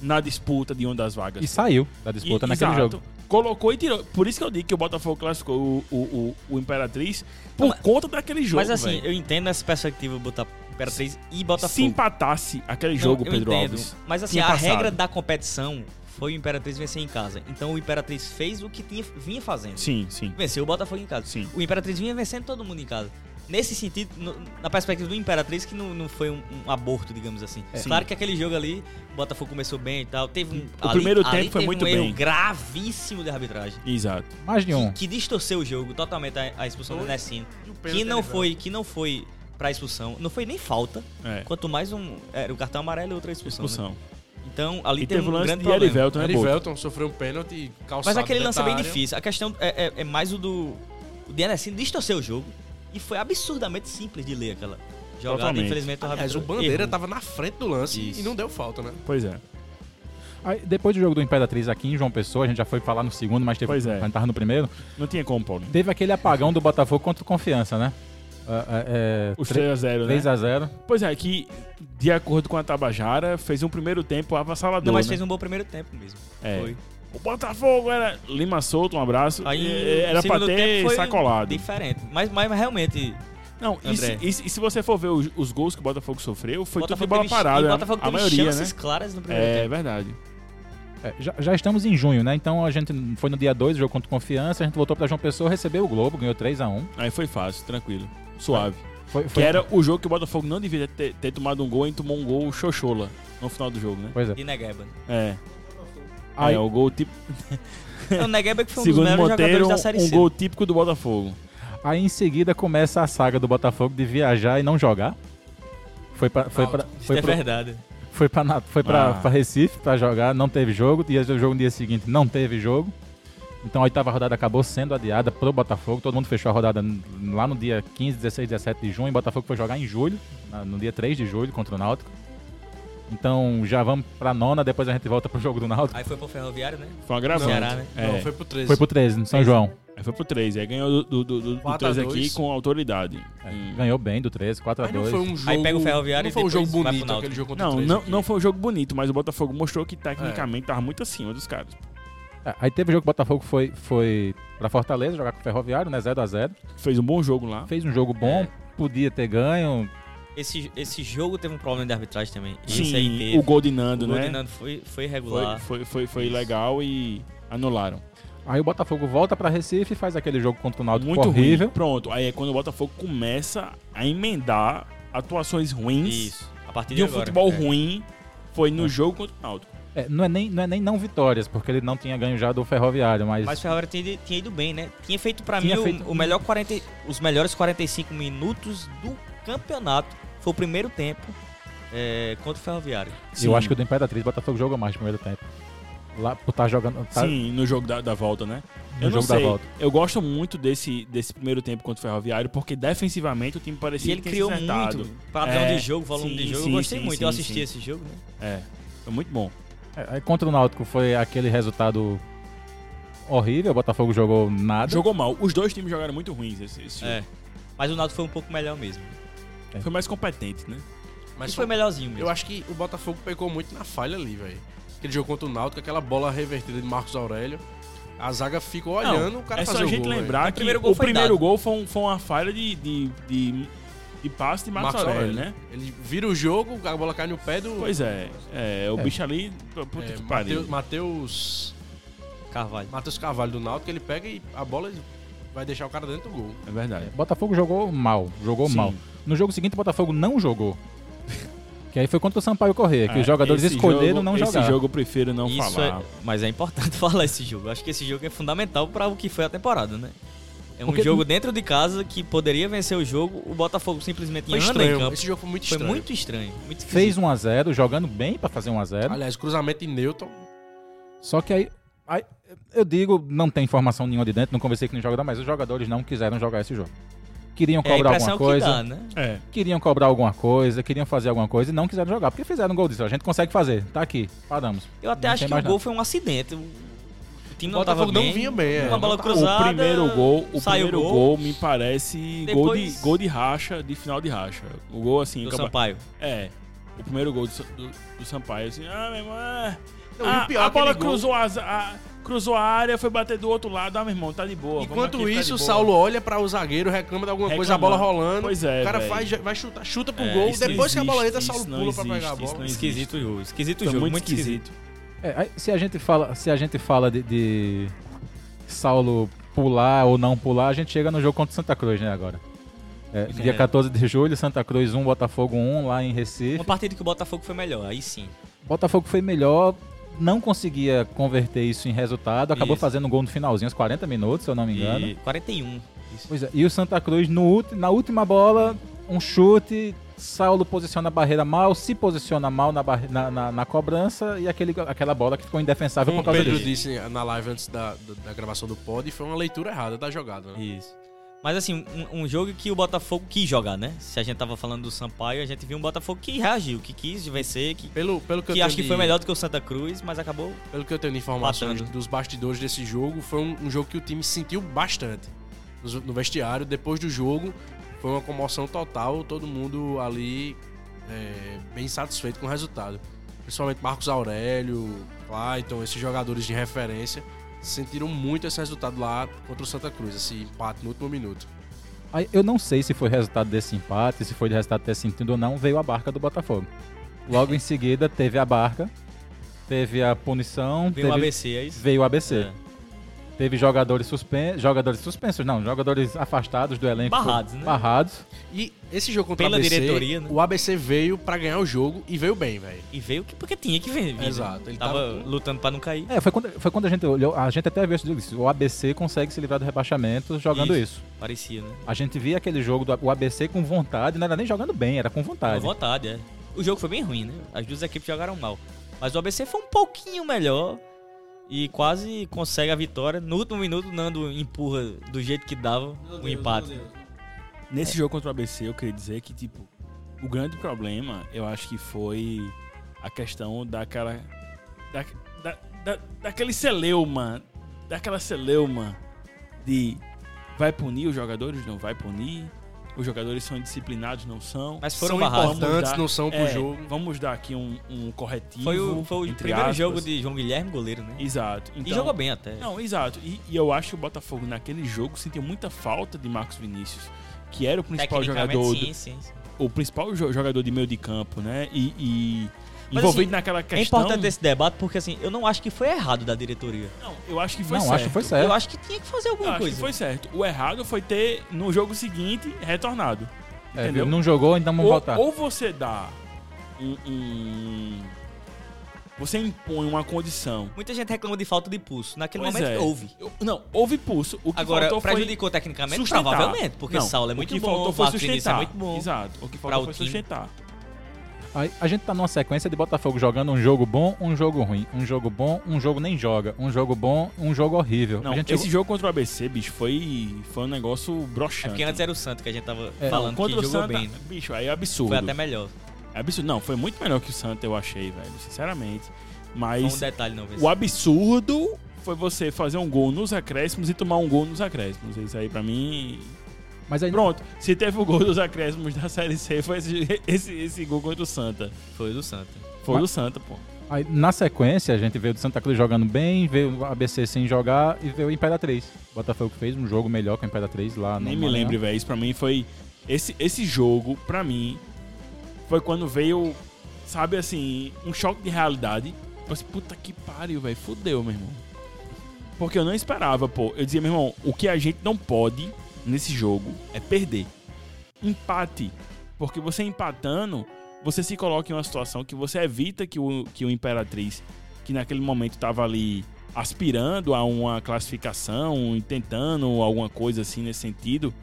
S2: na disputa de uma das vagas.
S1: E saiu da disputa
S2: E-
S1: naquele
S2: exato.
S1: jogo.
S2: Colocou e tirou. Por isso que eu digo que o Botafogo classificou o, o, o, o Imperatriz por
S5: Não, mas-
S2: conta daquele jogo.
S5: Mas assim,
S2: velho.
S5: eu entendo essa perspectiva botar Imperatriz e Botafogo.
S2: se empatasse aquele
S5: Não,
S2: jogo,
S5: eu
S2: Pedro
S5: entendo.
S2: Alves.
S5: Mas assim,
S2: Tinha
S5: a
S2: passado.
S5: regra da competição foi o Imperatriz vencer em casa. Então o Imperatriz fez o que tinha, vinha fazendo.
S2: Sim, sim.
S5: Venceu o Botafogo em casa.
S2: Sim.
S5: O Imperatriz vinha vencendo todo mundo em casa. Nesse sentido, no- na perspectiva do Imperatriz, que não, não foi um, um aborto, digamos assim.
S2: É. Sim.
S5: Claro que aquele jogo ali, o Botafogo começou bem e tal. Teve um,
S2: O
S5: ali-
S2: primeiro
S5: ali
S2: tempo foi
S5: teve
S2: muito
S5: um erro
S2: bem.
S5: gravíssimo de arbitragem.
S2: Exato.
S1: Mais de um.
S5: Que distorceu o jogo totalmente a, a expulsão do Nessino.
S3: E o pênalti
S5: Que não
S3: ali, velho.
S5: foi, que não foi pra expulsão. Não foi nem falta.
S2: É.
S5: Quanto mais um. Era o cartão amarelo e outra expulsão. né?
S2: Expulsão.
S5: Então, ali
S2: E
S5: tem
S2: teve o
S5: um
S2: lance
S5: grande
S2: de
S5: problema.
S2: Erivelton, né, Boto?
S3: Erivelton sofreu um pênalti calçado.
S5: Mas aquele lance é bem
S3: dentro da área.
S5: difícil. A questão é, é- é mais o do. O DNS distorceu o jogo. E foi absurdamente simples de ler aquela jogada.
S2: Totalmente.
S5: Infelizmente, o
S3: Aliás, o
S5: árbitro
S3: Bandeira tá
S5: errou.
S3: tava na frente do lance
S5: Isso.
S3: e não deu falta, né?
S2: Pois é.
S1: Aí, depois do jogo do Imperatriz aqui em João Pessoa, a gente já foi falar no segundo, mas teve,
S2: Pois é.
S1: a gente tava no primeiro.
S2: Não tinha como, Paulo.
S1: Teve aquele apagão do Botafogo contra o Confiança, né? É, é, é,
S2: Os
S1: tre-
S2: 3x0, né?
S1: 3 a 0
S2: Pois é, que, de acordo com a Tabajara, fez um primeiro tempo avassalador.
S5: Não, mas
S2: né?
S5: fez um bom primeiro tempo mesmo.
S2: É.
S5: Foi.
S2: O Botafogo era. Lima solto, um abraço.
S5: Aí,
S2: Eh, era pra
S5: segundo
S2: ter
S5: tempo, foi
S2: sacolado.
S5: Diferente. Mas, mas realmente.
S2: Não, e se,
S5: André.
S2: e se- e se você for ver os, os gols que o Botafogo sofreu, foi tudo de
S5: Botafogo
S2: bola
S5: teve-
S2: parada.
S5: E
S2: né?
S5: Botafogo
S2: a
S5: teve
S2: maioria, né?
S5: chances claras no primeiro
S2: É
S5: tempo.
S2: verdade.
S1: É, já, já estamos em junho, né? Então a gente foi no dia 2, jogo contra o Confiança, a gente voltou pra João Pessoa, recebeu o Globo, ganhou 3 a 1
S2: Aí foi fácil, tranquilo. Suave.
S1: Foi, foi-
S2: Que era o jogo que o Botafogo não devia ter, ter tomado um gol e tomou um gol xoxola no final do jogo, né?
S1: Pois é.
S5: De Negeba.
S2: É.
S1: Aí-
S2: é, o gol tipo.
S5: Então, o Negeba que foi um dos
S2: Segundo
S5: melhores
S2: Monteiro,
S5: jogadores da Série
S2: um
S5: C.
S2: gol típico do Botafogo.
S1: Aí em seguida começa a saga do Botafogo de viajar e não jogar. Foi pra, foi pra,
S5: Isso
S1: foi
S5: é
S1: pro-
S5: verdade.
S1: foi pra, Na- foi pra,
S2: Ah.
S1: pra Recife pra jogar, não teve jogo. Dia do jogo no dia seguinte não teve jogo. Então a oitava rodada acabou sendo adiada pro Botafogo. Todo mundo fechou a rodada n- lá no dia 15, 16, 17 de junho. O Botafogo foi jogar em julho, na- no dia 3 de julho contra o Náutico. Então já vamos pra nona, depois a gente volta pro jogo do Náutico.
S5: Aí foi pro Ferroviário, né?
S2: Foi uma gravante.
S5: Ceará, né?
S2: É.
S3: Não, foi pro 13.
S1: Foi pro 13, no São João.
S2: Aí foi pro 13. Aí ganhou do, do, do, do- do
S3: Quatro a
S2: 13 aqui
S3: dois.
S2: com autoridade. Hum.
S1: Ganhou bem do 13, 4 a
S3: Mas não
S1: 2
S3: foi um jogo...
S5: Aí pega o Ferroviário
S3: não
S5: e
S3: foi um jogo
S5: depois vai pro
S3: bonito
S5: Náutico.
S3: aquele jogo contra o
S2: Não,
S3: 13
S2: não,
S3: aqui. É.
S2: não foi um jogo bonito, mas o Botafogo mostrou que tecnicamente tava muito acima dos caras.
S1: É, Aí teve o jogo que o Botafogo foi, foi pra Fortaleza jogar com o Ferroviário, né? 0x0.
S2: Fez um bom jogo lá.
S1: Fez um jogo bom,
S3: É.
S1: podia ter ganho.
S5: Esse, esse jogo teve um problema de arbitragem também. Esse aí
S2: Sim,
S5: teve.
S2: o gol de Nando,
S5: O gol
S2: né?
S5: de Nando foi, foi
S2: foi,
S5: irregular.
S2: foi, foi, foi legal e anularam.
S1: Aí o Botafogo volta pra Recife e faz aquele jogo contra o Náutico
S2: muito
S1: horrível.
S2: ruim. Pronto. Aí é quando o Botafogo começa a emendar atuações ruins
S5: Isso. A partir de
S2: e um
S5: agora.
S2: futebol
S5: É.
S2: ruim. Foi no jogo contra o Náutico.
S1: É, não, é nem, não é nem não vitórias, porque ele não tinha ganho já do Ferroviário, mas...
S5: Mas o Ferroviário tinha, ido- tinha ido bem, né? Tinha feito pra
S1: Tinha
S5: mim o-
S1: feito-
S5: o, melhor 40, os melhores 45 minutos do campeonato. Foi o primeiro tempo é, contra o Ferroviário.
S1: Eu acho que o do Imperatriz, o Botafogo jogou mais no primeiro tempo. Lá, por estar jogando. tá-
S2: Sim, no jogo da, da volta, né?
S1: No
S2: eu não
S1: jogo da
S2: sei.
S1: volta.
S2: Eu gosto muito desse, desse primeiro tempo contra o Ferroviário, porque defensivamente o time parecia
S5: E ele
S2: que tinha
S5: criou
S2: se acertado.
S5: muito padrão
S2: É,
S5: de jogo, volume
S2: sim,
S5: de jogo.
S2: sim,
S5: eu gostei
S2: sim,
S5: muito,
S2: sim,
S5: eu assisti
S2: sim.
S5: esse jogo, né?
S2: É, foi muito bom.
S1: É, aí contra o Náutico foi aquele resultado horrível. O Botafogo jogou nada.
S2: Jogou mal. Os dois times jogaram muito ruins esse, esse jogo.
S5: É. Mas o Náutico foi um pouco melhor mesmo.
S2: Foi mais competente, né?
S5: Mas
S3: Mas
S5: foi
S3: só-
S5: melhorzinho mesmo.
S3: Eu acho que o Botafogo pecou muito na falha ali, velho. Aquele jogo contra o Náutico, aquela bola revertida de Marcos Aurélio. A zaga ficou olhando, o cara
S2: é só
S3: fazer
S2: a
S3: o
S2: gente
S3: gol, né? velho.
S2: lembrar
S5: O
S2: que
S5: primeiro gol
S2: o
S5: foi
S2: primeiro
S5: dado.
S2: gol foi, um- foi uma falha de, de, de, de passe de Marcos, Aurélio, né?
S3: Ele vira o jogo, a bola cai no pé do
S2: Pois é, é o bicho ali, puta
S3: é,
S2: que pariu.
S3: Mateu- Mateus
S5: Carvalho.
S3: Matheus Carvalho do Náutico, ele pega e a bola vai deixar o cara dentro do gol.
S2: É verdade.
S1: O Botafogo jogou mal. Jogou
S2: Sim.
S1: mal. No jogo seguinte, o Botafogo não jogou. que aí foi contra o Sampaio Corrêa, É que os jogadores
S2: É, Esse
S1: escolheram
S2: jogo-
S1: não jogar.
S2: Esse jogo eu prefiro não
S5: Isso
S2: falar.
S5: é- mas é importante falar esse jogo. Eu Acho que esse jogo é fundamental para o que foi a temporada, né? É um
S1: Porque-
S5: jogo dentro de casa que poderia vencer o jogo, o Botafogo simplesmente
S3: Foi
S5: anda em
S3: estranho.
S5: campo.
S3: Esse jogo foi muito
S5: Foi
S3: estranho.
S5: muito estranho, muito
S1: Fez
S5: esquisito.
S1: 1x0, jogando bem pra fazer 1x0.
S3: Aliás, cruzamento em Newton.
S1: Só que aí, aí, eu digo, não tem informação nenhuma de dentro, não conversei com nenhum jogador, mas os jogadores não quiseram jogar esse jogo. Queriam
S5: é a
S1: cobrar
S5: impressão
S1: alguma coisa,
S5: que dá, né?
S2: É.
S1: queriam cobrar alguma coisa, queriam fazer alguma coisa e não quiseram jogar, porque fizeram um gol disso. A gente consegue fazer, tá aqui, paramos.
S5: Eu até
S1: Não
S5: acho
S1: tem
S5: que o
S1: mais
S5: gol
S1: nada.
S5: foi um acidente. O o time
S3: É. O
S5: não tava
S3: Botafogo não
S5: bem.
S3: vinha bem, é.
S5: Uma bola cruzada.
S2: O primeiro gol, o
S5: saiu
S2: primeiro
S5: gol.
S2: gol. me parece gol, de,
S5: Depois-
S2: gol de racha, de final de racha. O gol assim,
S5: do
S2: acaba-
S5: Sampaio.
S2: é. O primeiro gol do, Sa- do, do Sampaio assim, ah, meu irmão. é.
S3: Não, e
S2: Ah,
S3: o pior,
S2: a bola
S3: aquele gol-
S2: cruzou a, za- a- cruzou a área, foi bater do outro lado, ah, meu irmão, tá de boa. vamos
S3: Enquanto
S2: aqui, tá de
S3: isso, o
S2: boa.
S3: Saulo olha para o zagueiro, reclama de alguma coisa, a bola
S2: Reclamando.
S3: rolando.
S2: Pois é,
S3: o cara
S2: velho.
S3: faz, vai chutar, chuta pro
S5: É,
S3: um gol.
S2: isso não
S3: Depois que a bola
S2: existe,
S3: entra, Saulo
S2: isso não
S3: pula pra pegar a
S2: existe, isso
S3: bola.
S2: não existe.
S5: Esquisito o jogo, esquisito o
S2: Foi
S5: jogo,
S2: muito
S5: muito esquisito.
S1: É, aí, se a gente fala, se a gente fala de, de Saulo pular ou não pular, a gente chega no jogo contra o Santa Cruz, né, agora. É, dia 14 de julho, Santa Cruz 1, Botafogo 1, lá em Recife.
S5: Uma partida que o Botafogo foi melhor, aí sim.
S1: Botafogo foi melhor, não conseguia converter isso em resultado, acabou
S5: Isso.
S1: fazendo um gol no finalzinho, aos 40 minutos, se eu não me engano.
S5: E 41. Isso.
S1: Pois é, e o Santa Cruz, no ulti- na última bola, um chute, Saulo posiciona a barreira mal, se posiciona mal na, barre- na, na- na cobrança, e aquele, aquela bola que ficou indefensável
S3: Como
S1: por
S3: o
S1: causa
S3: Pedro
S1: disso.
S3: disse na live antes da, da, da gravação do pod, foi uma leitura errada da jogada. Né?
S5: Isso. Mas assim, um, um jogo que o Botafogo quis jogar, né? Se a gente tava falando do Sampaio, a gente viu um Botafogo que reagiu, que quis vencer, que,
S3: Pelo, pelo que, eu
S5: que
S3: tenho
S5: acho que
S3: de-
S5: foi melhor do que o Santa Cruz, mas acabou.
S3: Pelo que eu tenho de informações
S5: Empatando.
S3: dos bastidores desse jogo, foi um, um jogo que o time sentiu bastante nos- no, vestiário. Depois do jogo, foi uma comoção total, todo mundo ali é, bem satisfeito com o resultado. Principalmente Marcos Aurélio, Clayton, esses jogadores de referência, sentiram muito esse resultado lá contra o Santa Cruz, esse empate no último minuto.
S1: Aí, eu não sei se foi resultado desse empate, se foi resultado desse sentido ou não, veio a barca do Botafogo. Logo em seguida, teve a barca, teve a punição,
S5: Veio um
S1: teve-
S5: ABC, é isso?
S1: veio o ABC.
S5: É.
S1: Teve jogadores suspensos, jogadores suspensos não, jogadores afastados do elenco.
S5: Barrados, né?
S1: Barrados.
S3: E esse jogo contra
S5: Pela
S3: o ABC,
S5: diretoria, né?
S3: o ABC veio pra ganhar o jogo e veio bem, velho.
S5: E veio que, porque tinha que ver. né?
S3: Exato, ele
S5: Tava
S3: tava com-
S5: lutando pra não cair.
S1: É, foi quando, foi quando a gente olhou, a gente até viu isso, disse, o ABC consegue se livrar do rebaixamento jogando isso.
S5: Parecia, né?
S1: A gente via aquele jogo do o ABC com vontade, não era nem jogando bem, era com
S5: À
S1: vontade.
S5: vontade, é. O jogo foi bem ruim, né? As duas equipes jogaram mal. Mas o ABC foi um pouquinho melhor e quase consegue a vitória. No último minuto, o Nando empurra do jeito que dava o empate.
S2: Nesse jogo contra o ABC, eu queria dizer que, tipo, o grande problema, eu acho que foi a questão daquela. Da, da, da- daquele celeuma. Daquela celeuma de vai punir os jogadores, não vai punir. Os jogadores são indisciplinados, não são.
S5: Mas
S3: São
S5: foram barrados.
S3: importantes,
S2: Vamos dar-
S3: não são pro jogo.
S2: Vamos dar aqui um, um corretivo.
S5: Foi o, foi o
S2: entre
S5: primeiro
S2: aspas.
S5: jogo de João Guilherme, goleiro, né?
S2: Exato.
S5: e jogou bem até.
S2: Então, Não, exato. E, e eu acho que o Botafogo naquele jogo sentiu muita falta de Marcos Vinícius, que era o principal
S5: Tecnicamente,
S2: jogador,
S5: sim, sim, sim.
S2: do- o principal jo- jogador de meio de campo, né? E, e
S5: Mas,
S2: envolvido
S5: assim,
S2: naquela
S5: É
S2: questão.
S5: importante esse debate porque, assim, eu não acho que foi errado da diretoria.
S2: Não, eu acho que foi
S1: não,
S2: certo.
S1: acho que foi
S5: Eu
S1: certo.
S5: acho que tinha que fazer
S2: Eu
S5: alguma
S2: acho
S5: coisa.
S2: que foi certo. O errado foi ter no jogo seguinte retornado.
S1: É,
S2: entendeu?
S1: não jogou, então vamos
S2: ou,
S1: voltar.
S2: ou você dá um, um- Você impõe uma condição.
S5: Muita gente reclama de falta de pulso. Naquele
S2: Pois
S5: momento
S2: é.
S5: houve.
S2: Eu- não, houve pulso. O que
S5: Agora,
S2: faltou foi
S5: prejudicou tecnicamente?
S2: sustentar.
S5: Provavelmente, porque
S2: Não,
S5: Saulo é
S2: o
S5: muito
S2: que
S5: bom,
S2: faltou
S5: o
S2: foi
S5: Marcos Vinícius é
S2: sustentar.
S5: muito bom.
S2: Exato. O que
S5: Pra
S2: faltou foi
S5: o time.
S2: sustentar.
S1: Aí, a gente tá numa sequência de Botafogo jogando um jogo bom, um jogo ruim, um jogo bom, um jogo nem joga, um jogo bom, um jogo horrível.
S2: Não,
S1: a gente
S2: esse jogo contra o ABC, bicho, foi, foi um negócio
S5: É
S2: broxante.
S5: porque antes era o Santo que a gente tava
S1: É,
S5: falando que
S2: contra
S5: jogou
S2: o Santa,
S5: bem. né?
S2: bicho, aí é absurdo.
S5: Foi até melhor.
S2: É absurdo. Não, foi muito melhor que o Santa, eu achei, velho, sinceramente.
S5: Foi um
S2: Mas
S5: detalhe não venceu.
S2: o absurdo foi você fazer um gol nos acréscimos e tomar um gol nos acréscimos. Isso aí, pra mim...
S1: Mas aí,
S2: Pronto, se teve o gol dos acréscimos da Série C, foi esse, esse, esse gol contra o Santa.
S5: Foi do Santa.
S2: Foi do Santa, pô.
S1: aí, na sequência, a gente veio do Santa Cruz jogando bem, veio o ABC sem jogar e veio o Imperatriz. O Botafogo fez um jogo melhor que o Imperatriz lá no
S2: Nem me
S1: Maranhão.
S2: lembro, velho. Isso pra mim foi. Esse, esse jogo, pra mim, foi quando veio, sabe assim, um choque de realidade. Eu pensei, puta que pariu, velho. Fudeu, meu irmão. Porque eu não esperava, pô. Eu dizia, meu irmão, o que a gente não pode nesse jogo é perder. Empate. Porque você empatando, você se coloca em uma situação que você evita que o, que o Imperatriz, que naquele momento tava ali aspirando a uma classificação, e tentando alguma coisa assim nesse sentido,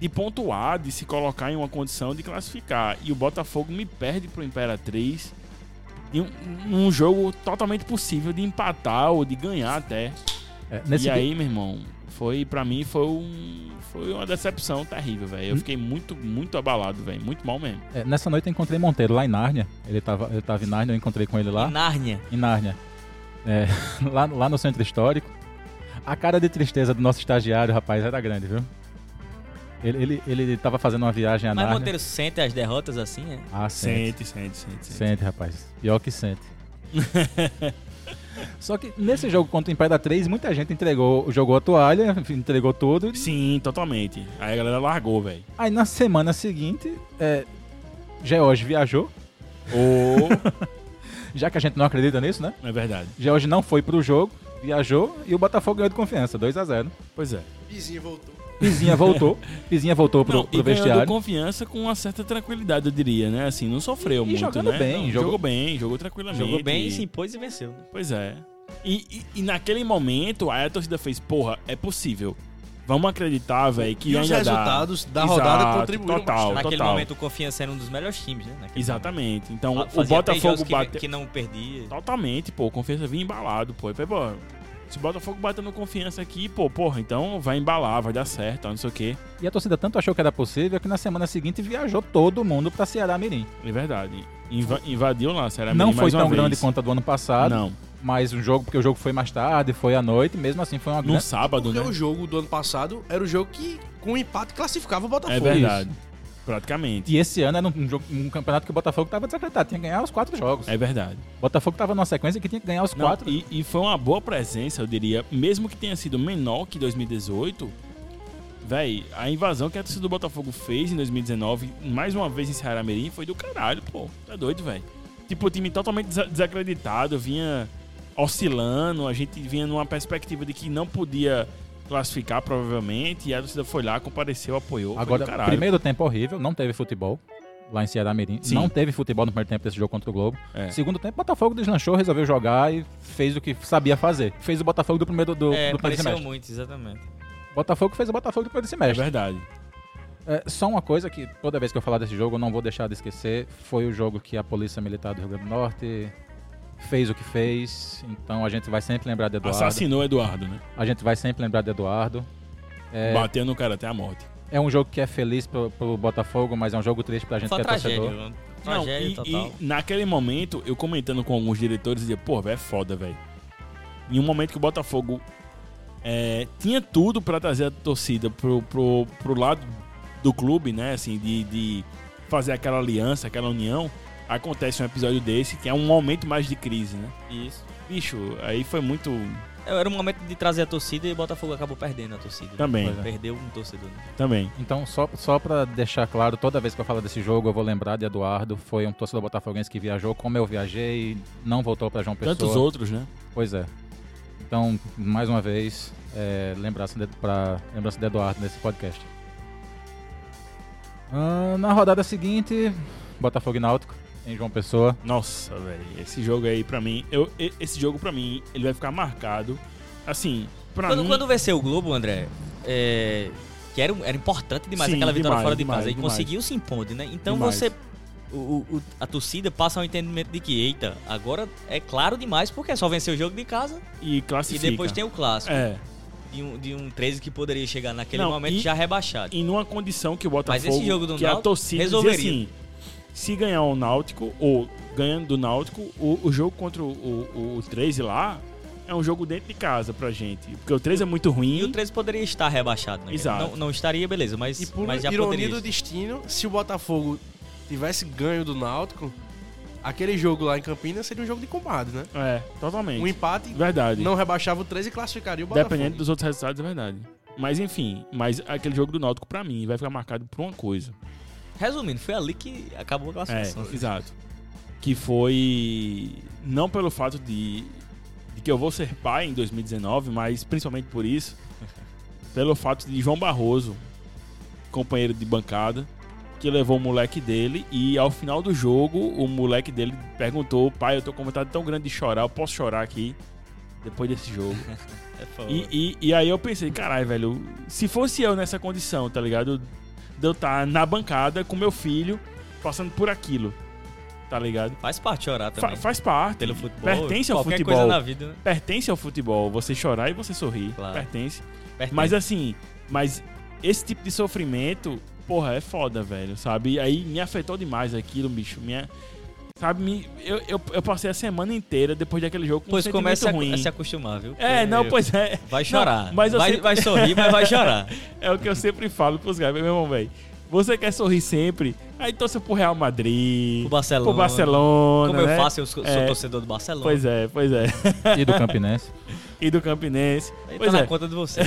S2: de pontuar, de se colocar em uma condição de classificar. E o Botafogo me perde pro Imperatriz em um, num jogo totalmente possível de empatar ou de ganhar até.
S1: É, nesse
S2: e
S1: dia-
S2: aí, meu irmão, foi para mim foi um foi uma decepção terrível, velho. Eu
S1: Hum?
S2: fiquei muito muito abalado, velho, muito mal mesmo.
S1: é, nessa noite eu encontrei Monteiro lá em Nárnia. Ele tava, ele tava em Nárnia, eu encontrei com ele
S2: Tá?
S1: lá.
S5: E Nárnia.
S1: em Nárnia. É, lá, lá no centro histórico. A cara de tristeza do nosso estagiário, rapaz, era grande, viu? Ele, ele, ele tava fazendo uma viagem a
S5: Mas
S1: Nárnia.
S5: Monteiro sente as derrotas assim, né?
S1: Ah, sente.
S2: sente, sente,
S1: Sente, rapaz. Pior que sente. Só que nesse jogo contra o Imperatriz, muita gente entregou, jogou a toalha, entregou tudo.
S2: Sim, totalmente. Aí a galera largou, velho.
S1: Aí na semana seguinte, é, George viajou,
S2: Ou
S1: já que a gente não acredita nisso, né?
S2: É verdade.
S1: George não foi pro jogo, viajou e o Botafogo ganhou de confiança, 2 a 0
S2: Pois é.
S3: Pizinho voltou.
S1: Pizinha voltou. Pizinha voltou pro,
S2: Não,
S1: pro
S2: e ganhou
S1: vestiário.
S2: confiança com uma certa tranquilidade, eu diria, né? Assim, não sofreu
S1: E- e
S2: muito,
S1: jogando
S2: né?
S1: bem,
S2: Não,
S1: jogou-
S2: jogou bem, jogou tranquilamente.
S5: Jogou bem,
S2: E-
S5: se impôs e venceu.
S2: Pois é. E, e- e naquele momento, aí a torcida fez, porra, é possível. Vamos acreditar, velho, que
S3: E os
S2: ainda
S3: resultados
S2: dá.
S3: da rodada
S2: Exato,
S3: contribuíram
S2: total,
S5: Naquele
S2: total.
S5: momento, o Confiança era um dos melhores times, né? Naquele
S2: Exatamente. Então,
S5: momento.
S2: o
S5: Fazia três jogos
S2: Botafogo
S5: que,
S2: bateu...
S5: que não perdia.
S2: Totalmente, pô. O Confiança vinha embalado, pô. E foi, pô, se o Botafogo bater no Confiança aqui, pô, porra, então vai embalar, vai dar certo, não sei o quê.
S1: E a torcida tanto achou que era possível que na semana seguinte viajou todo mundo pra Ceará Mirim.
S2: É verdade. Inva- invadiu lá, será
S1: não foi
S2: mais uma
S1: tão grande
S2: vez.
S1: quanto a do ano passado,
S2: Não.
S1: mas o um jogo, porque o jogo foi mais tarde, foi à noite, mesmo assim foi uma
S2: No
S1: grande.
S2: sábado,
S3: Porque
S2: né?
S3: o jogo do ano passado era o jogo que, com o empate, classificava o
S2: É
S3: Botafogo.
S2: verdade. Praticamente.
S1: E esse ano era um, jogo- um campeonato que o Botafogo tava desacreditado, tinha que ganhar os quatro jogos.
S2: É verdade.
S1: O Botafogo tava numa sequência que tinha que ganhar os
S2: Não,
S1: quatro.
S2: E, e foi uma boa presença, eu diria. Mesmo que tenha sido menor que 2018, véi, a invasão que a torcida do Botafogo fez em 2019, mais uma vez em Ceará Mirim, foi do caralho, pô. Tá doido, véi. Tipo, o time totalmente desa- desacreditado, vinha oscilando, a gente vinha numa perspectiva de que não podia classificar, provavelmente, e a torcida foi lá, compareceu, apoiou. foi
S1: Agora,
S2: do caralho.
S1: primeiro tempo horrível, não teve futebol lá em Ceará Mirim.
S2: Sim.
S1: Não teve futebol no primeiro tempo desse jogo contra o Globo.
S2: É.
S1: Segundo tempo, o Botafogo deslanchou, resolveu jogar e fez o que sabia fazer. Fez o Botafogo do primeiro do,
S5: é,
S1: do primeiro
S5: pareceu
S1: semestre.
S5: muito, exatamente.
S1: Botafogo fez o Botafogo do primeiro
S2: É
S1: semestre.
S2: verdade.
S1: É, só uma coisa que toda vez que eu falar desse jogo eu não vou deixar de esquecer, foi o jogo que a Polícia Militar do Rio Grande do Norte fez o que fez, então a gente vai sempre lembrar de Eduardo.
S2: Assassinou Eduardo, né?
S1: A gente vai sempre lembrar de Eduardo. É,
S2: Bateu no cara até a morte.
S1: é um jogo que é feliz pro, pro Botafogo, mas é um jogo triste pra gente
S5: Foi
S1: que
S5: uma
S1: é
S5: tragédia.
S1: torcedor.
S5: Uma
S2: Não,
S5: tragédia
S2: e,
S5: total.
S2: e naquele momento, eu comentando com alguns diretores, dizia, pô, velho, é foda, velho. Em um momento que o Botafogo é, tinha tudo pra trazer a torcida pro, pro, pro lado do clube, né? Assim, de, de fazer aquela aliança, aquela união, acontece um episódio desse, que é um momento mais de crise, né?
S5: Isso.
S2: Bicho, aí foi muito.
S5: Era um momento de trazer a torcida e o Botafogo acabou perdendo a torcida.
S2: Também.
S5: Pois é. Perdeu um torcedor. né?
S2: Também.
S1: Então, só, só pra deixar claro, toda vez que eu falar desse jogo eu vou lembrar de Eduardo, foi um torcedor botafoguense que viajou, como eu viajei, não voltou pra João Pessoa.
S2: Tantos outros, né?
S1: Pois é. Então, mais uma vez, é, lembrança, de, pra, lembrança de Eduardo nesse podcast. Ah, na rodada seguinte, Botafogo e Náutico, em João Pessoa.
S2: Nossa, velho, esse jogo aí pra mim, eu, e- esse jogo pra mim, ele vai ficar marcado. Assim, pra
S5: Quando,
S2: mim,
S5: quando venceu o Globo, André, é, que era, um- era importante demais
S2: Sim,
S5: aquela vitória
S2: demais,
S5: fora de
S2: demais,
S5: casa.
S2: demais.
S5: E conseguiu se impondo, né? Então
S2: Demais.
S5: você. o- o- o- a torcida passa ao entendimento de que, eita, agora é claro demais, porque é só vencer o jogo de casa
S2: e
S5: e
S2: classifica.
S5: depois tem o clássico.
S2: é,
S5: De, um, de um 13 que poderia chegar naquele
S2: Não,
S5: momento
S2: e-
S5: já rebaixado.
S2: e numa condição que o
S5: Mas
S2: Botafogo,
S5: esse jogo do
S2: que a
S5: Náutico
S2: torcida dizia
S5: resolveria.
S2: assim, se ganhar o Náutico ou ganhando do Náutico, o, o jogo contra o, o, o 13 lá é um jogo dentro de casa pra gente, porque o 13 é muito ruim.
S5: E o 13 poderia estar rebaixado, né?
S2: Exato.
S5: Não, não estaria, beleza, mas,
S3: E por
S5: mas já
S3: ironia
S5: poderia.
S3: do destino, se o Botafogo tivesse ganho do Náutico, aquele jogo lá em Campinas seria um jogo de combate, né?
S2: É, totalmente.
S3: Um empate
S2: Verdade.
S3: não rebaixava o 13 e classificaria o Botafogo.
S2: Dependendo dos outros resultados, é verdade. Mas enfim, mas aquele jogo do Náutico pra mim vai ficar marcado por uma coisa.
S5: Resumindo, foi ali que acabou a
S2: É,
S5: classificação.
S2: exato. Que foi não pelo fato de, de que eu vou ser pai em 2019, mas principalmente por isso, pelo fato de João Barroso, companheiro de bancada, que levou o moleque dele e ao final do jogo o moleque dele perguntou: "Pai, eu tô com vontade tão grande de chorar, eu posso chorar aqui depois desse jogo?"
S5: É foda.
S2: E, e- e aí eu pensei, caralho, velho, se fosse eu nessa condição, tá ligado? De eu estar na bancada com meu filho, passando por aquilo, tá ligado?
S5: Faz parte chorar
S2: Fa-
S5: também.
S2: faz parte.
S5: Pelo futebol.
S2: Pertence ao
S5: qualquer
S2: futebol.
S5: coisa na vida, né?
S2: Pertence ao futebol, você chorar e você sorrir.
S5: Claro.
S2: Pertence.
S5: Pertence.
S2: Mas assim, mas esse tipo de sofrimento, porra, é foda, velho, sabe? E Aí me afetou demais aquilo, bicho. Minha, sabe, me, eu, eu, eu passei a semana inteira depois daquele jogo com
S5: Pois
S2: um
S5: começa
S2: sentimento
S5: a,
S2: ruim.
S5: a se acostumar, viu?
S2: É, não,
S5: Porque
S2: pois é.
S5: Vai
S2: Não,
S5: chorar.
S2: mas eu
S5: vai,
S2: sempre-
S5: vai sorrir, mas vai chorar.
S2: É o que eu sempre falo pros caras, meu irmão, velho. Você quer sorrir sempre? Aí torce pro Real Madrid.
S5: Pro Barcelona.
S2: Pro Barcelona.
S5: Como eu
S2: né?
S5: faço, eu sou, sou
S2: É,
S5: torcedor do Barcelona.
S2: Pois é, pois é.
S1: E do Campinense.
S2: E do Campinense.
S5: Aí
S2: pois
S5: tá
S2: é.
S5: na conta de você.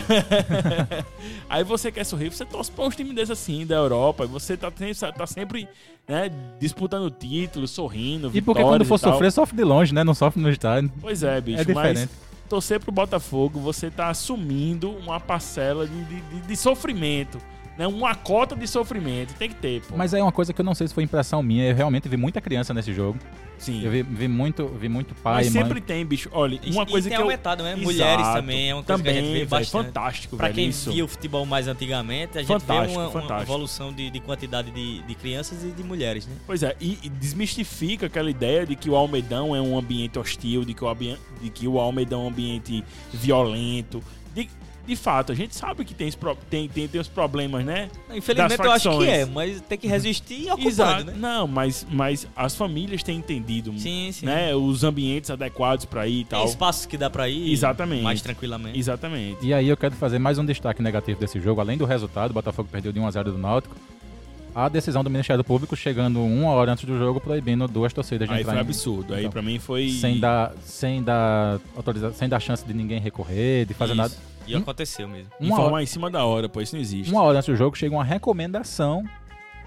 S2: Aí você quer sorrir, você torce pra uns times desses assim, da Europa. e Você tá, tem- tá sempre, né, disputando título, sorrindo,
S1: E porque
S2: vitórias
S1: quando for
S2: e tal.
S1: sofrer, sofre de longe, né? Não sofre no estádio.
S2: Pois é, bicho.
S1: É diferente.
S2: Mas torcer pro Botafogo, você tá assumindo uma parcela de, de- de- de sofrimento. Né? Uma cota de sofrimento. Tem que ter, pô.
S1: Mas é uma coisa que eu não sei se foi impressão minha. Eu realmente vi muita criança nesse jogo.
S2: Sim.
S1: Eu vi, vi muito, vi muito pai,
S2: Mas
S1: mãe.
S2: sempre tem, bicho. Olha,
S5: E-
S2: uma
S5: e
S2: coisa
S5: tem
S2: que eu...
S5: aumentado, né? Mulheres
S2: Exato.
S5: também, é uma coisa que a gente vê
S2: velho,
S5: bastante.
S2: Fantástico,
S5: Pra
S2: velho,
S5: quem
S2: isso.
S5: via o futebol mais antigamente, a gente
S2: Fantástico,
S5: vê uma, uma
S2: fantástico.
S5: evolução de, de quantidade de, de crianças e de mulheres, né?
S2: Pois é, e, e desmistifica aquela ideia de que o Almedão é um ambiente hostil, de que o, ambi- de que o Almedão é um ambiente violento. De, de fato, a gente sabe que tem, esse pro- tem, tem, tem os problemas, né?
S5: Infelizmente
S2: Das
S5: eu acho que
S2: facções.
S5: é, mas tem que resistir e ocupando, né?
S2: Não, mas, mas as famílias têm entendido
S5: Sim, sim.
S2: né, os ambientes adequados pra ir e
S5: Tem né?
S2: tal.
S5: espaços que dá pra ir
S2: Exatamente.
S5: mais tranquilamente.
S2: Exatamente.
S1: E aí eu quero fazer mais um destaque negativo desse jogo, além do resultado, o Botafogo perdeu de 1 a 0 do Náutico. A decisão do Ministério Público chegando uma hora antes do jogo proibindo duas torcidas de
S2: Aí
S1: entrar
S2: foi um
S1: em-
S2: absurdo. Aí
S1: Então,
S2: pra mim foi...
S1: sem dar sem dar autoriza... sem dar chance de ninguém recorrer, de fazer
S5: Isso.
S1: nada.
S5: E aconteceu mesmo.
S2: Uma
S1: Uma hora,
S2: em cima da hora, pô. Isso não existe.
S1: uma hora antes do jogo chega uma recomendação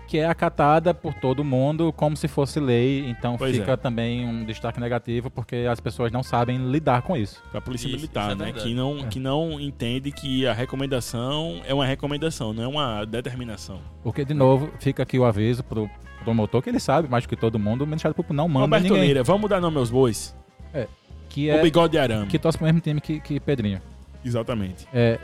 S1: que é acatada por todo mundo como se fosse lei, então
S2: Pois
S1: fica
S2: é.
S1: também um destaque negativo porque as pessoas não sabem lidar com isso.
S2: Pra polícia
S5: Isso,
S2: militar,
S5: isso é
S2: né?
S5: verdade.
S2: Que não, que não entende que a recomendação é uma recomendação, não é uma determinação.
S1: Porque, de novo, fica aqui o aviso pro promotor, que ele sabe mais do que todo mundo, o Ministério Público não manda
S2: Roberto
S1: ninguém.
S2: Lira, vamos dar nome aos bois?
S1: Que
S2: O
S1: é
S2: bigode de arame.
S1: que torce pro mesmo time que, que Pedrinho.
S2: Exatamente.
S1: É,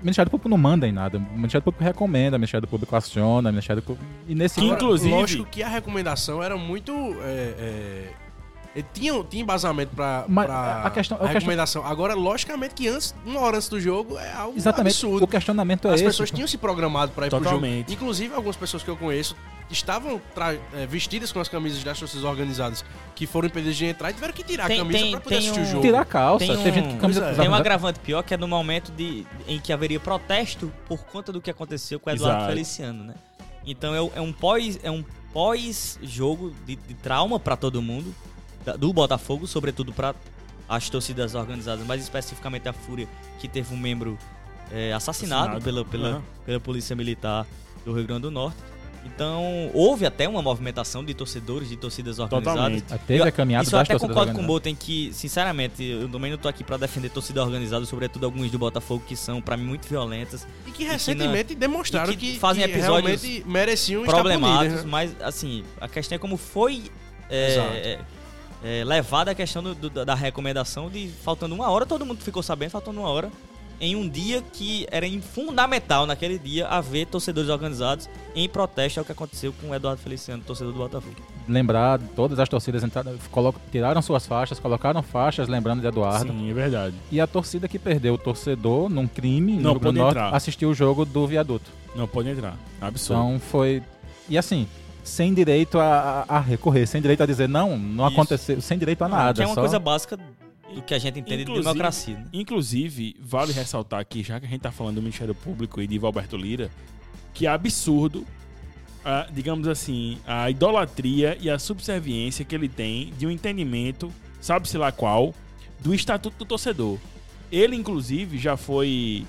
S1: o Ministério Público não manda em nada. O Ministério Público recomenda, o Ministério Público aciona, o Ministério Público... E nesse...
S2: Que inclusive-
S3: Lógico que a recomendação era muito. é, é, é, tinha, tinha embasamento pra,
S1: Mas
S3: pra
S1: a questão- a questão-
S3: recomendação. Agora, logicamente que antes, uma hora antes do jogo é algo
S1: Exatamente. O
S2: um
S3: absurdo.
S1: questionamento é
S3: As
S1: esse.
S3: pessoas tinham se programado pra ir pro
S2: Totalmente.
S3: jogo. Inclusive, algumas pessoas que eu conheço estavam tra- é, vestidas com as camisas das forças organizadas que foram impedidas de entrar e tiveram que tirar
S5: Tem-
S3: a camisa
S5: tem-
S3: pra poder
S5: tem
S3: assistir
S5: um-
S3: o jogo.
S1: tipo, Tirar a calça.
S5: Tem
S1: Teve
S5: um-
S1: gente com camisa...
S3: Pois é.
S5: Tem um
S1: usava-
S5: agravante pior que é no momento de, em que haveria protesto por conta do que aconteceu com o Eduardo
S2: Exato.
S5: Feliciano, né? Então é, um- é um pós é um pós jogo de, de trauma pra todo mundo da- do Botafogo, sobretudo pra as torcidas organizadas, mais especificamente a Fúria, que teve um membro é, assassinado,
S2: Assassinado.
S5: pela pela,
S2: Aham.
S5: pela polícia militar do Rio Grande do Norte. Então houve até uma movimentação de torcedores de torcidas organizadas.
S2: Totalmente.
S1: Teve
S5: Eu-
S1: a caminhada
S5: Isso eu
S1: das
S5: até
S1: torcidas
S5: concordo com o
S1: organizadas.
S5: Boten que, sinceramente, eu também não tô aqui pra defender torcida organizada, sobretudo alguns do Botafogo que são, pra mim, muito violentas,
S3: E que recentemente demonstraram
S5: e que
S3: que,
S5: fazem
S3: que
S5: episódios
S3: né? realmente mereciam estar punidas.
S5: problemáticos,
S3: né?
S5: mas, assim, a questão é como foi é,
S3: Exato.
S5: é, é, levada a questão do- do- da recomendação de faltando uma hora, todo mundo ficou sabendo, faltando uma hora, em um dia que era in- fundamental naquele dia haver torcedores organizados em protesto ao que aconteceu com o Eduardo Feliciano, torcedor do Botafogo.
S1: Lembrar, todas as torcidas entraram, colo- tiraram suas faixas, colocaram faixas lembrando de Eduardo.
S2: Sim, é verdade.
S1: E a torcida que perdeu o torcedor num crime
S2: Não
S1: no Rio Grande
S2: pôde
S1: do Norte
S2: entrar.
S1: assistiu o jogo do viaduto.
S2: Não pode entrar. Absurdo.
S1: Então foi. E assim, sem direito a, a- a recorrer, sem direito a dizer não, não
S2: Isso. Ah,
S1: aconteceu, sem direito a nada.
S5: que é uma
S1: só-
S5: coisa básica do que a gente entende de
S2: Inclusive-
S5: democracia. Né?
S2: Inclusive, vale ressaltar aqui, já que a gente tá falando do Ministério Público e de Valberto Lira, que é absurdo, a, digamos assim, a idolatria e a subserviência que ele tem de um entendimento, sabe-se lá qual, do Estatuto do Torcedor. Ele, inclusive, já foi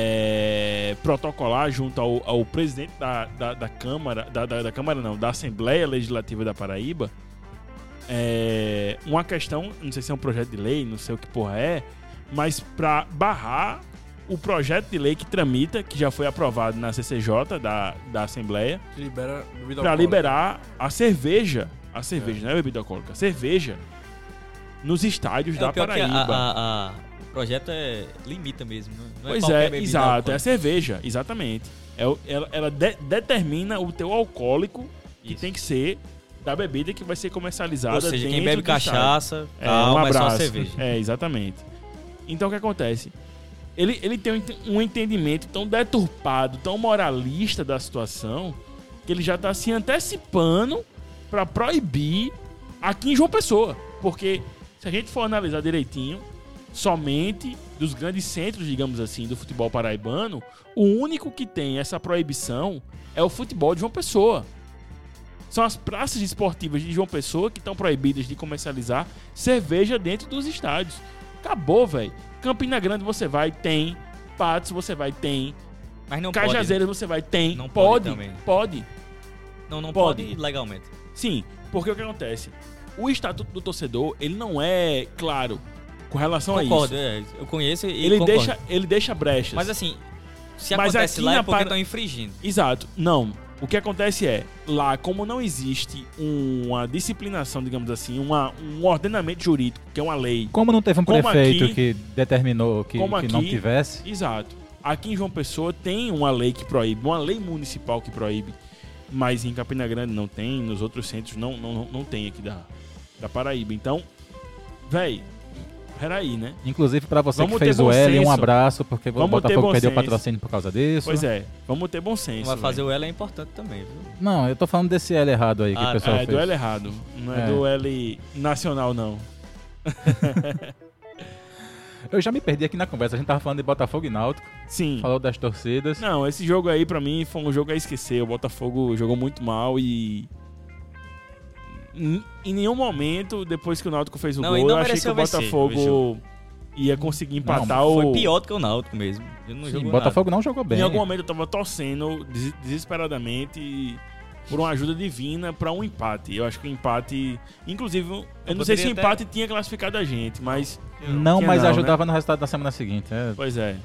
S2: é, protocolar junto ao, ao presidente da, da, da Câmara, da, da- da Câmara não, da Assembleia Legislativa da Paraíba, é, uma questão, não sei se é um projeto de lei, não sei o que porra é, mas pra barrar o projeto de lei que tramita, que já foi aprovado na CCJ da, da Assembleia,
S3: Que libera bebida
S2: pra
S3: alcoólica.
S2: liberar a cerveja, a cerveja, não é bebida alcoólica, a cerveja nos estádios
S5: É,
S2: da
S5: o pior é que
S2: Paraíba.
S5: a- a- a- o projeto é limita mesmo, né? não é
S2: Pois
S5: qualquer
S2: é,
S5: bebida
S2: exato, é a
S5: alcoólica.
S2: cerveja, exatamente. É o- ela ela de- determina o teu alcoólico que tem que ser da bebida que vai ser comercializada.
S5: Ou seja, quem
S2: dentro
S5: bebe
S2: do estádio.
S5: cachaça,
S2: É, um
S5: calma, é só
S2: abraço.
S5: cerveja.
S2: É, exatamente. Então o que acontece? Ele, ele tem um ent- um entendimento tão deturpado, tão moralista da situação, que ele já tá se antecipando pra proibir aqui em João Pessoa. Porque se a gente for analisar direitinho, somente dos grandes centros, digamos assim, do futebol paraibano, o único que tem essa proibição é o futebol de João Pessoa. São as praças esportivas de João Pessoa que estão proibidas de comercializar cerveja dentro dos estádios. Acabou, velho. Campina Grande você vai, tem. Patos você vai, tem.
S5: Mas não né?
S2: Cajazeiras você vai, tem.
S5: Não pode
S2: pode,
S5: também.
S2: pode.
S5: pode. né? Não, não
S2: pode.
S5: pode. legalmente.
S2: Sim, porque o que acontece? O estatuto do torcedor, ele não é claro com relação
S5: concordo,
S2: a isso.
S5: é, eu conheço e
S2: Ele
S5: concordo.
S2: deixa, ele deixa brechas.
S5: Mas assim, se
S2: Mas
S5: acontece
S2: aqui
S5: lá
S2: na
S5: é porque
S2: Para-
S5: estão infringindo.
S2: Exato. Não. O que acontece é, lá, como não existe uma disciplinação, digamos assim, uma, um ordenamento jurídico, que é uma lei
S1: Como não teve um
S2: Como
S1: prefeito
S2: aqui-
S1: que determinou que,
S2: como
S1: que não
S2: aqui-
S1: tivesse,
S2: Exato. Aqui em João Pessoa tem uma lei que proíbe, uma lei municipal que proíbe, mas em Campina Grande não tem, nos outros centros não, não, não- não tem aqui da, da Paraíba. Então, véi, peraí, né?
S1: inclusive pra você
S2: Vamos
S1: que fez
S2: ter
S1: o
S2: bom
S1: L, um
S2: senso.
S1: abraço, porque
S2: Vamos
S1: o
S2: ter bom
S1: Botafogo perdeu o
S2: senso.
S1: patrocínio por causa disso.
S2: Pois é, vamos ter bom senso.
S5: vai fazer
S2: véi.
S5: o L é importante também, viu?
S1: Não, eu tô falando desse L errado aí que
S5: Ah,
S1: o pessoal
S2: É,
S1: fez.
S2: do L errado, não é,
S1: É.
S2: do L nacional, não.
S1: Eu já me perdi aqui na conversa, a gente tava falando de Botafogo e Náutico,
S2: Sim.
S1: falou das torcidas.
S2: Não, esse jogo aí pra mim foi um jogo a esquecer. O Botafogo jogou muito mal e. Em em nenhum momento, depois que o Náutico fez o
S5: Não, e
S2: gol,
S5: não
S2: eu achei que
S5: mereceu
S2: o
S5: vencer o
S2: Botafogo ia conseguir empatar É o.
S5: Foi pior do que o Náutico mesmo. Ele não
S1: Sim,
S5: jogou
S1: Botafogo não jogou bem.
S2: Em algum momento eu tava torcendo des- desesperadamente por uma ajuda divina pra um empate. Eu acho que o empate. Inclusive, eu, não sei se o
S5: poderia até-
S2: empate tinha classificado a gente, mas.
S1: Não,
S2: Tinha
S1: mas
S2: não, né?
S1: ajudava no resultado da semana seguinte. é.
S2: Pois é.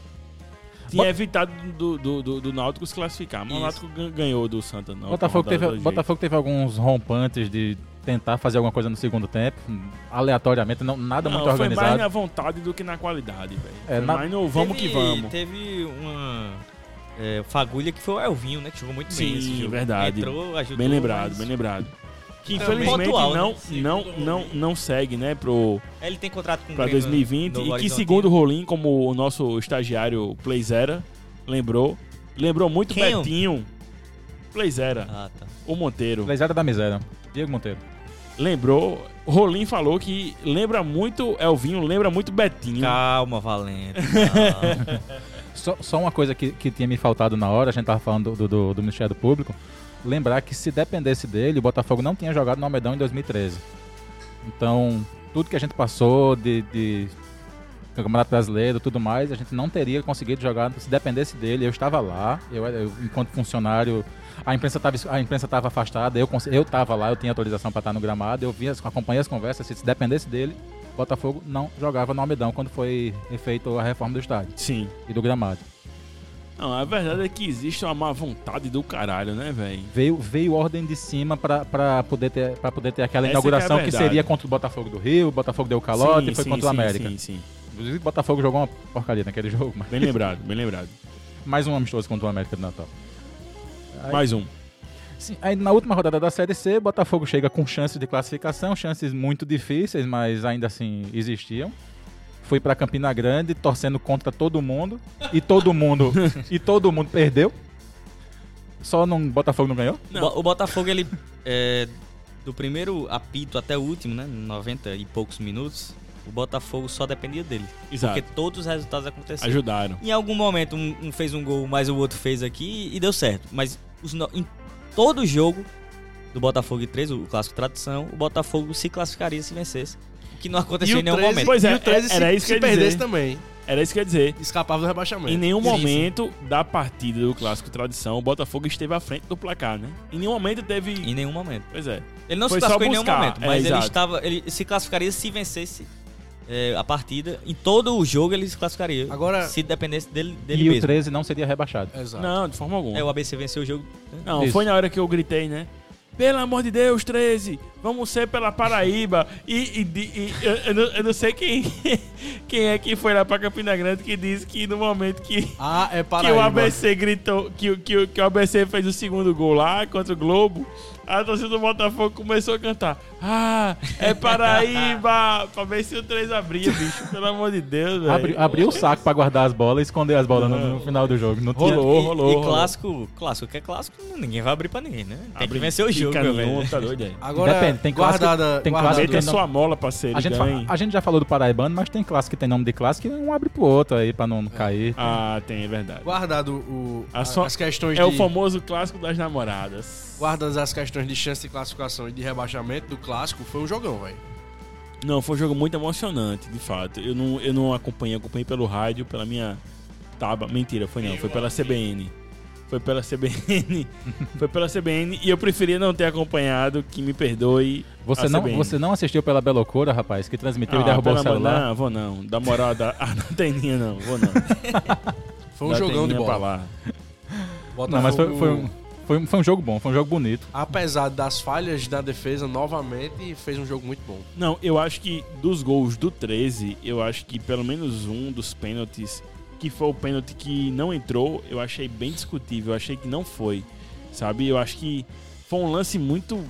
S2: Tinha evitado do, do, do, do Náutico se classificar, mas o
S5: Isso.
S2: Náutico gan- ganhou do Santa. Não,
S1: Botafogo,
S2: Rodada
S1: teve,
S2: do jeito.
S1: Botafogo teve alguns rompantes de tentar fazer alguma coisa no segundo tempo, aleatoriamente, não, nada muito
S2: foi mais
S1: organizado.
S2: na vontade do que na qualidade, velho.
S1: É,
S2: Foi
S1: na-
S2: mais no vamos
S5: Teve-
S2: que vamos.
S5: Teve uma é, fagulha que foi o Elvinho, né? Que jogou muito
S2: Sim,
S5: bem nesse jogo.
S2: verdade.
S5: Entrou, ajudou.
S2: Bem lembrado,
S5: mas-
S2: bem lembrado. Que
S5: Também.
S2: infelizmente
S5: Pontual, né?
S2: não,
S5: Sim,
S2: não,
S5: pontual.
S2: não, não segue, né, pro,
S5: Ele tem contrato com o
S2: pra
S5: Grêmio né,
S2: 2020. E
S5: Novo
S2: que,
S5: Horizontino.
S2: segundo o Rolim, como o nosso estagiário Playzera lembrou, lembrou muito
S5: Quem? é um?
S2: Betinho. Playzera,
S5: Ah, tá.
S2: o Monteiro.
S1: Lesada da miséria. Diego Monteiro.
S2: Lembrou, Rolim falou que lembra muito Elvinho, lembra muito Betinho.
S5: Calma, Valente. calma.
S1: Só, só uma coisa que, que tinha me faltado na hora, a gente tava falando do, do, do Ministério Público, lembrar que se dependesse dele, o Botafogo não tinha jogado no Almedão em 2013. Então, tudo que a gente passou de, de Campeonato Brasileiro tudo mais, a gente não teria conseguido jogar se dependesse dele. Eu estava lá, eu, era- eu, enquanto funcionário, a imprensa estava a imprensa tava afastada, eu cons- eu estava lá, eu tinha autorização para estar no gramado, eu vi, as- acompanhei as conversas, se dependesse dele, o Botafogo não jogava no Almedão quando foi feita a reforma do estádio
S2: Sim.
S1: e do gramado.
S2: Não, a verdade é que existe uma má vontade do caralho, né, velho?
S1: Veio, veio ordem de cima pra, pra, poder, ter, pra poder ter aquela
S2: Essa que é a
S1: inauguração que,
S2: verdade.
S1: seria contra o Botafogo do Rio, o Botafogo deu calote e foi contra o América.
S2: Sim, sim.
S1: Inclusive, o Botafogo jogou uma porcaria naquele jogo, mas
S2: Bem lembrado, bem lembrado.
S1: mais um amistoso contra o América do Natal. Aí-
S2: Mais um.
S1: Sim, aí na última rodada da Série C, Botafogo chega com chances de classificação, chances muito difíceis, mas ainda assim existiam. Foi pra Campina Grande torcendo contra todo mundo e todo mundo e todo mundo perdeu. Só não Botafogo não ganhou.
S5: O Bo- O Botafogo, ele. é, do primeiro apito até o último, né? 90 e poucos minutos, o Botafogo só dependia dele.
S2: Exato.
S5: Porque todos os resultados aconteceram.
S2: Ajudaram.
S5: Em algum momento, um, um fez um gol, mas o outro fez aqui e deu certo. Mas os no- em todo jogo do Botafogo e 13, o clássico tradição, o Botafogo se classificaria se vencesse. O que não aconteceu em nenhum momento.
S2: Pois é,
S3: e o 13
S2: era
S3: se,
S2: isso que
S3: se
S2: eu ia dizer.
S3: perdesse também,
S2: Era isso que eu ia dizer.
S3: escapava do rebaixamento.
S2: Em nenhum
S3: Sim, sim.
S2: momento da partida do Clássico Tradição, o Botafogo esteve à frente do placar, né? Em nenhum momento teve.
S5: Em nenhum momento.
S2: Pois é.
S5: Ele não
S2: Foi
S5: se
S2: só
S5: classificou em nenhum
S2: buscar,
S5: momento,
S2: é,
S5: mas ele
S2: exato.
S5: estava. Ele se classificaria se vencesse é, a partida. Em todo o jogo ele se classificaria.
S3: Agora-
S5: Se dependesse dele,
S1: e
S5: dele
S1: o
S5: mesmo.
S1: 13 não seria rebaixado.
S3: Exato.
S2: Não, de forma alguma.
S5: É, o ABC venceu o jogo.
S2: Não,
S1: Isso.
S2: foi na hora que eu gritei, né? Pelo amor de Deus, 13! Vamos ser pela Paraíba! E, e de- e eu, eu não, eu não sei quem, quem é que foi lá pra Campina Grande que disse que no momento que,
S3: Ah,
S2: que
S3: é Paraíba.
S2: o ABC gritou, que, o- que, o- que o ABC fez o segundo gol lá contra o Globo, a torcida do Botafogo começou a cantar: Ah, é Paraíba! pra ver se o 3 abria, bicho, pelo amor de Deus, velho.
S1: Abri, abriu o saco pra guardar as bolas e esconder as bolas no, no final do jogo. Não tinha-
S2: Rolou,
S5: e,
S2: rolou,
S5: E
S2: rolou.
S5: clássico, clássico que é clássico, ninguém vai abrir pra ninguém, né? Tem que vencer o
S2: Fica
S5: jogo, meu
S2: nenhum,
S5: velho.
S2: Tá doido aí.
S3: Agora,
S1: Depende, tem clássico-
S3: guardada,
S1: tem
S3: guardada-
S1: clássico
S2: Mete a
S1: não-
S2: sua mola, parceiro.
S1: A gente, fa-
S2: ganhe.
S1: a gente já falou do Paraibano, mas tem clássico que tem nome de clássico e um abre pro outro aí pra não não cair.
S2: Ah, tem, é verdade.
S3: guardado o,
S2: A
S3: a-
S2: sua-
S3: as questões
S2: É o
S3: de-
S2: famoso clássico das namoradas.
S3: guardas as questões de chance de classificação e de rebaixamento do clássico, foi um jogão, velho.
S2: Não, foi um jogo muito emocionante, de fato. Eu não, eu não acompanhei, acompanhei pelo rádio, pela minha taba. Mentira, foi não, foi pela CBN. Foi pela CBN. foi pela CBN e eu preferia não ter acompanhado, que me perdoe.
S1: Você
S2: a
S1: não,
S2: CBN.
S1: você não assistiu pela Belocura, rapaz, que transmitiu e
S2: tá ah,
S1: derrubou
S2: pelo
S1: o
S2: amor-
S1: celular?
S2: Não, vou não. Da moral da. Ah, não tem linha, não. Vou não.
S3: Foi um
S2: Dá
S3: jogão de
S2: teninha pra
S3: bola.
S2: lá.
S1: Não, mas foi, foi, um, foi, um- foi um jogo bom, foi um jogo bonito.
S3: Apesar das falhas da defesa, novamente, fez um jogo muito bom.
S2: Não, eu acho que dos gols do 13, eu acho que pelo menos um dos pênaltis, que foi o pênalti que não entrou, eu achei bem discutível, eu achei que não foi. Sabe? Eu acho que foi um lance muito.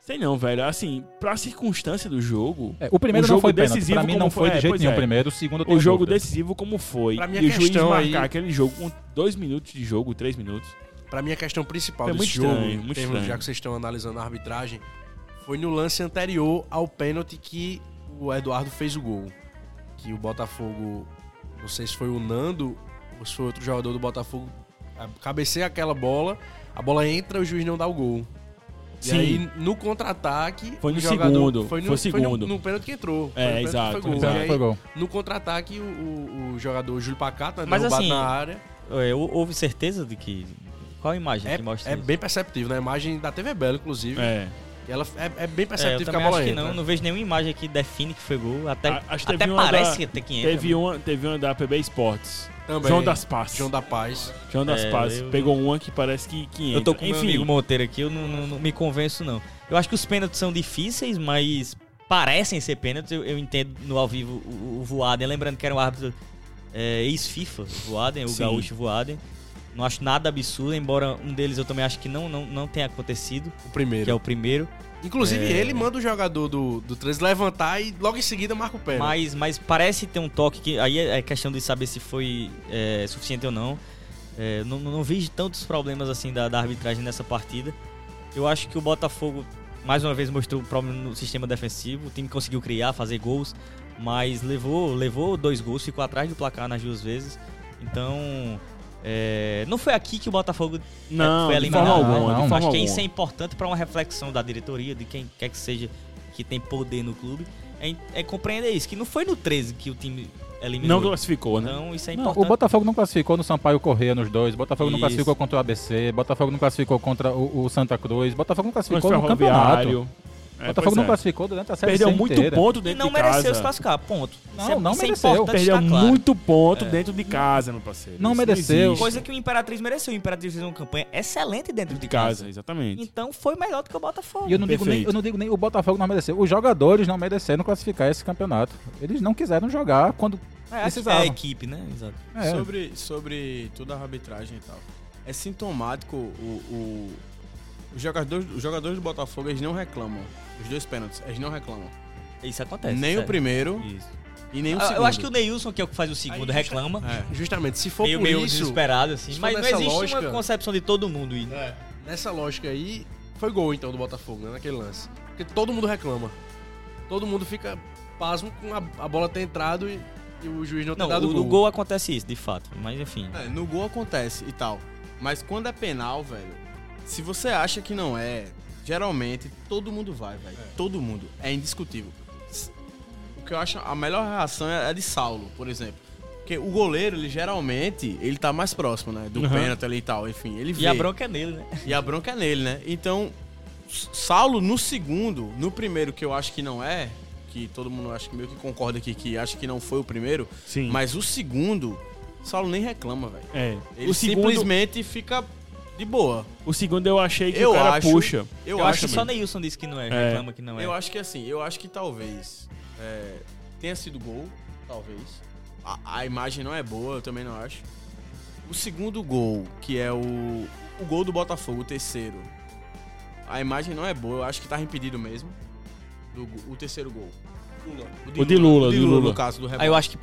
S2: Sei não, velho. Assim, pra circunstância do jogo.
S1: É, o primeiro
S2: O
S1: não
S2: jogo
S1: foi pênalti.
S2: decisivo
S1: Pra mim
S2: como
S1: não
S2: foi-
S1: foi de
S2: é,
S1: jeito
S2: pois
S1: nenhum
S2: é.
S1: o primeiro, o segundo eu tenho
S2: O jogo
S1: dúvida.
S2: decisivo como foi.
S3: Pra minha
S2: E o juiz
S3: questão
S2: marcar
S3: aí-
S2: aquele jogo com dois minutos de jogo, três minutos.
S3: Pra mim, a questão principal
S2: Foi
S3: desse
S2: É muito
S3: jogo,
S2: estranho,
S3: em
S2: muito
S3: termos-
S2: estranho.
S3: já que vocês estão analisando a arbitragem, foi no lance anterior ao pênalti que o Eduardo fez o gol. Que o Botafogo, não sei se foi o Nando ou se foi outro jogador do Botafogo, a- cabeceia aquela bola, a bola entra o juiz não dá o gol. E
S2: Sim.
S3: aí, no contra-ataque...
S2: Foi no
S3: o jogador-
S2: segundo,
S3: Foi no,
S2: foi segundo.
S3: no, no pênalti que entrou. Foi
S2: É,
S3: no pênalti que
S2: exato,
S3: Foi gol.
S2: exato.
S3: E
S1: Foi,
S3: aí,
S1: foi gol.
S3: no contra-ataque, o, o- o jogador Júlio Pacata,
S5: Mas
S3: derrubado
S5: assim,
S3: na área.
S5: É, hou- houve certeza de que. Qual a imagem que mostra
S3: É, é
S5: isso?
S3: bem perceptível, na imagem da TV Bela, inclusive.
S2: É.
S3: Ela é, é bem
S5: É, eu
S3: perceptível que a
S5: também
S3: bola
S5: acho que
S3: entra.
S5: não. Não vejo nenhuma imagem que define que foi gol. Até,
S2: A- acho que
S5: até
S2: teve uma
S5: parece
S2: da-
S5: que tem que entra.
S2: Teve uma, teve uma da PB Esportes.
S3: Também.
S2: João das Paz.
S3: João da Paz.
S2: João das
S5: É,
S2: Pazes
S5: eu-
S2: pegou uma que parece que 500.
S5: Eu tô com o meu
S2: Enfim,
S5: amigo Monteiro aqui, eu não, não- não me convenço, não. Eu acho que os pênaltis são difíceis, mas parecem ser pênaltis. Eu, eu entendo no ao vivo o, o Voaden, lembrando que era um árbitro é, ex-FIFA, o Voaden, o
S2: Sim.
S5: gaúcho Voaden. Não acho nada absurdo, embora um deles eu também acho que não, não, não tenha acontecido,
S3: O
S5: que é
S3: primeiro.
S5: o primeiro.
S3: Inclusive,
S5: É.
S3: ele manda o jogador do, do 13 levantar e logo em seguida marca o pé.
S5: Mas, mas parece ter um toque que aí é é questão de saber se foi é, suficiente ou não. É, não, não vejo tantos problemas assim da, da arbitragem nessa partida. Eu acho que o Botafogo mais uma vez mostrou o problema no sistema defensivo. O time conseguiu criar, fazer gols, mas levou, levou dois gols, ficou atrás do placar nas duas vezes. Então, é, não foi aqui que o Botafogo
S1: É,
S2: Não,
S5: foi
S2: de
S5: eliminado.
S2: forma alguma.
S1: não, não.
S2: de forma
S5: Acho que
S2: alguma.
S5: isso é importante para uma reflexão da diretoria, de quem quer que seja que tem poder no clube, é, é compreender isso, que não foi no 13 que o time eliminou.
S2: Não classificou, né?
S5: Então isso é
S1: Não,
S5: importante.
S1: o Botafogo não classificou no Sampaio Correia nos dois, Botafogo não
S5: Isso.
S1: classificou contra o ABC, Botafogo não classificou contra o, o Santa Cruz, Botafogo não
S2: Mas
S1: classificou no campeonato.
S2: ferroviário. É,
S1: Botafogo
S2: pois
S1: não
S2: é.
S1: classificou durante a série
S2: Perdeu
S1: C
S2: muito
S1: inteira.
S2: ponto
S5: E
S2: dentro
S5: não
S2: de casa.
S5: mereceu se classificar, ponto.
S1: Não,
S5: Isso é-
S1: não
S5: isso é
S1: mereceu.
S5: importante
S2: Perdeu
S5: estar claro. É.
S2: muito ponto dentro de casa, meu parceiro.
S1: Não
S2: Isso
S1: mereceu.
S2: existe.
S5: Coisa que o Imperatriz mereceu. O Imperatriz fez uma campanha excelente dentro de
S2: de
S5: casa.
S2: casa, exatamente.
S5: Então foi melhor do que o Botafogo.
S1: E eu não, digo nem,
S2: Perfeito.
S1: eu não digo nem o Botafogo não mereceu. Os jogadores não mereceram classificar esse campeonato. Eles não quiseram jogar quando
S5: É, acho que é a
S1: precisavam.
S5: equipe, né? Exato.
S1: É,
S9: Sobre, sobre toda a arbitragem e tal. É sintomático o. o os jogadores, os jogadores do Botafogo eles não reclamam. Os dois pênaltis, eles não reclamam.
S5: Isso acontece.
S9: nem
S5: É, sério.
S9: o primeiro
S5: Isso.
S9: e nem o
S5: Ah,
S9: segundo.
S5: Eu acho que o Neilson, que é o que faz o segundo, reclama.
S9: É.
S3: Justamente, se for
S5: Meio,
S3: por
S5: meio
S3: isso,
S5: desesperado, assim.
S3: se for
S5: Mas não
S3: nessa
S5: existe uma
S3: lógica-
S5: concepção de todo mundo. E...
S3: nessa lógica aí, foi gol então do Botafogo, né? Naquele lance. Porque todo mundo reclama. Todo mundo fica pasmo com a, a bola ter entrado e, e o juiz não ter
S5: Não,
S3: dado
S5: o,
S3: gol.
S5: no gol acontece isso, de fato. Mas enfim.
S9: É, no gol acontece e tal. Mas quando é penal, velho, se você acha que não é, geralmente todo mundo vai, velho. Todo mundo. É indiscutível. S- O que eu acho a melhor reação é a de Saulo, por exemplo. Porque o goleiro, ele geralmente, ele tá mais próximo, né? Do
S2: Uhum.
S9: pênalti ali e tal, enfim. Ele vê.
S5: E a bronca é nele, né?
S9: E a bronca é nele, né? Então, S- Saulo no segundo, no primeiro que eu acho que não é, que todo mundo acho que meio que concorda aqui que acho que não foi o primeiro,
S2: Sim.
S9: mas o segundo, Saulo nem reclama, velho.
S2: É.
S9: Ele
S2: o segundo,
S9: simplesmente fica de boa.
S2: o segundo eu achei que
S9: Eu
S2: o cara
S9: acho-
S2: puxa.
S9: Eu,
S5: Eu, acho
S9: acho,
S5: que só
S9: mesmo.
S5: Neilson disse que não é,
S2: É.
S5: reclama que não é.
S9: Eu acho que assim, eu acho que talvez é, tenha sido gol, talvez. A, a imagem não é boa, eu também não acho. O segundo gol, que é o, o gol do Botafogo, o terceiro. A imagem não é boa, eu acho que tava impedido mesmo. Do go- o terceiro gol.
S2: O de Lula,
S9: o de
S2: do
S9: Lula,
S2: Lula.
S9: no caso do
S5: Aí eu
S9: rebote.
S5: acho que.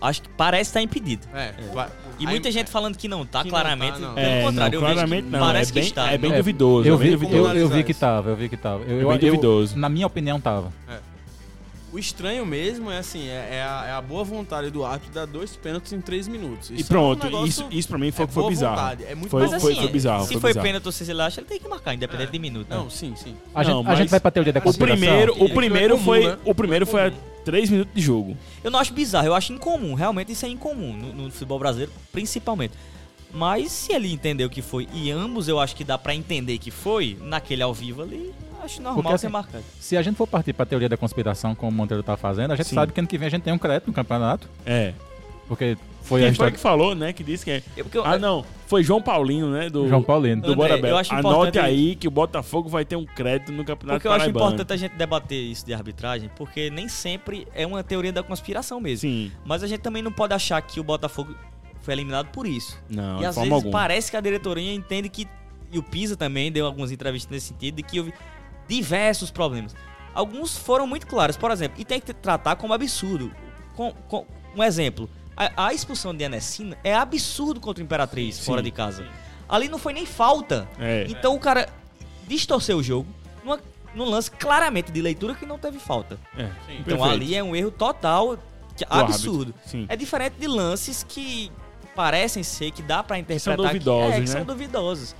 S5: Acho que parece estar impedido.
S9: É, vai-
S5: E
S9: aí-
S5: muita gente falando que não tá,
S9: Que não tá,
S5: claramente.
S9: não.
S5: Pelo
S2: É,
S5: contrário,
S2: não,
S5: eu vejo
S2: claramente
S5: que
S2: não.
S5: parece
S2: é bem,
S5: que está. né?
S2: É bem
S1: É,
S2: duvidoso.
S1: eu
S2: é bem
S1: vi,
S2: duvidoso.
S1: eu, eu vi
S9: isso.
S1: que tava, eu vi que tava. Eu,
S2: É
S1: eu-
S2: bem
S1: eu-
S2: duvidoso.
S1: na minha opinião, tava.
S9: O estranho mesmo é assim, é, é a, é a boa vontade do árbitro dar dois pênaltis em três minutos.
S2: E
S9: Isso é um
S2: pronto,
S9: negócio-
S2: isso, isso pra mim foi,
S9: é
S2: foi
S9: boa
S2: bizarro.
S9: vontade, é muito
S2: foi,
S5: Mas
S9: boa
S2: foi,
S5: assim,
S2: foi bizarro.
S5: se
S2: foi
S5: foi
S2: bizarro.
S5: pênalti ou se ele acha, ele tem que marcar, independente de
S2: é.
S5: minuto. né?
S9: Não, sim, sim.
S1: A,
S2: Não,
S1: gente, a
S2: mas-
S1: gente vai pra teoria da
S2: O
S1: conspiração.
S2: primeiro, o
S3: Isso é
S2: primeiro
S3: comum,
S2: foi,
S3: né?
S2: o primeiro foi a 3 minutos de jogo.
S5: Eu não acho bizarro, eu acho incomum. Realmente isso é incomum no, no futebol brasileiro, principalmente. Mas se ele entendeu que foi, e ambos eu acho que dá pra entender que foi, naquele ao vivo ali, acho normal
S1: Porque,
S5: ser
S1: assim,
S5: marcado.
S1: Se a gente for partir pra teoria da conspiração, como o Monteiro tá fazendo, a gente
S2: Sim.
S1: sabe que ano que vem a gente tem um crédito no campeonato.
S2: É.
S1: Porque foi a
S2: Quem foi
S1: história
S2: que falou, né? Que disse que é.
S5: Eu- porque eu-
S2: Ah, não. Foi João Paulino, né? Do,
S1: do João Paulino.
S2: do
S5: André,
S2: Bora Belo.
S5: eu acho
S2: Anote
S5: importante-
S2: aí que o Botafogo vai ter um crédito no Campeonato
S5: Porque eu acho
S2: Paraibano.
S5: importante a gente debater isso de arbitragem, porque nem sempre é uma teoria da conspiração mesmo.
S2: Sim.
S5: Mas a gente também não pode achar que o Botafogo foi eliminado por isso.
S2: Não,
S5: e
S2: de
S5: às
S2: forma
S5: vezes
S2: alguma.
S5: parece que a diretoria entende que. E o Pisa também deu algumas entrevistas nesse sentido, de que houve diversos problemas. Alguns foram muito claros, por exemplo, e tem que tratar como absurdo. Com, com- um exemplo: a, a expulsão de Anessina é absurdo contra o Imperatriz fora de casa. Ali não foi nem falta.
S2: É.
S5: Então o cara distorceu o jogo numa- num lance claramente de leitura que não teve falta.
S2: É.
S5: Então
S2: Perfeito.
S5: ali é um erro total, que- é
S2: Do árbitro.
S5: absurdo.
S2: Sim.
S5: É diferente de lances que parecem ser, que dá pra interpretar.
S2: duvidosos,
S5: que, é, que são
S2: né?
S5: duvidosos.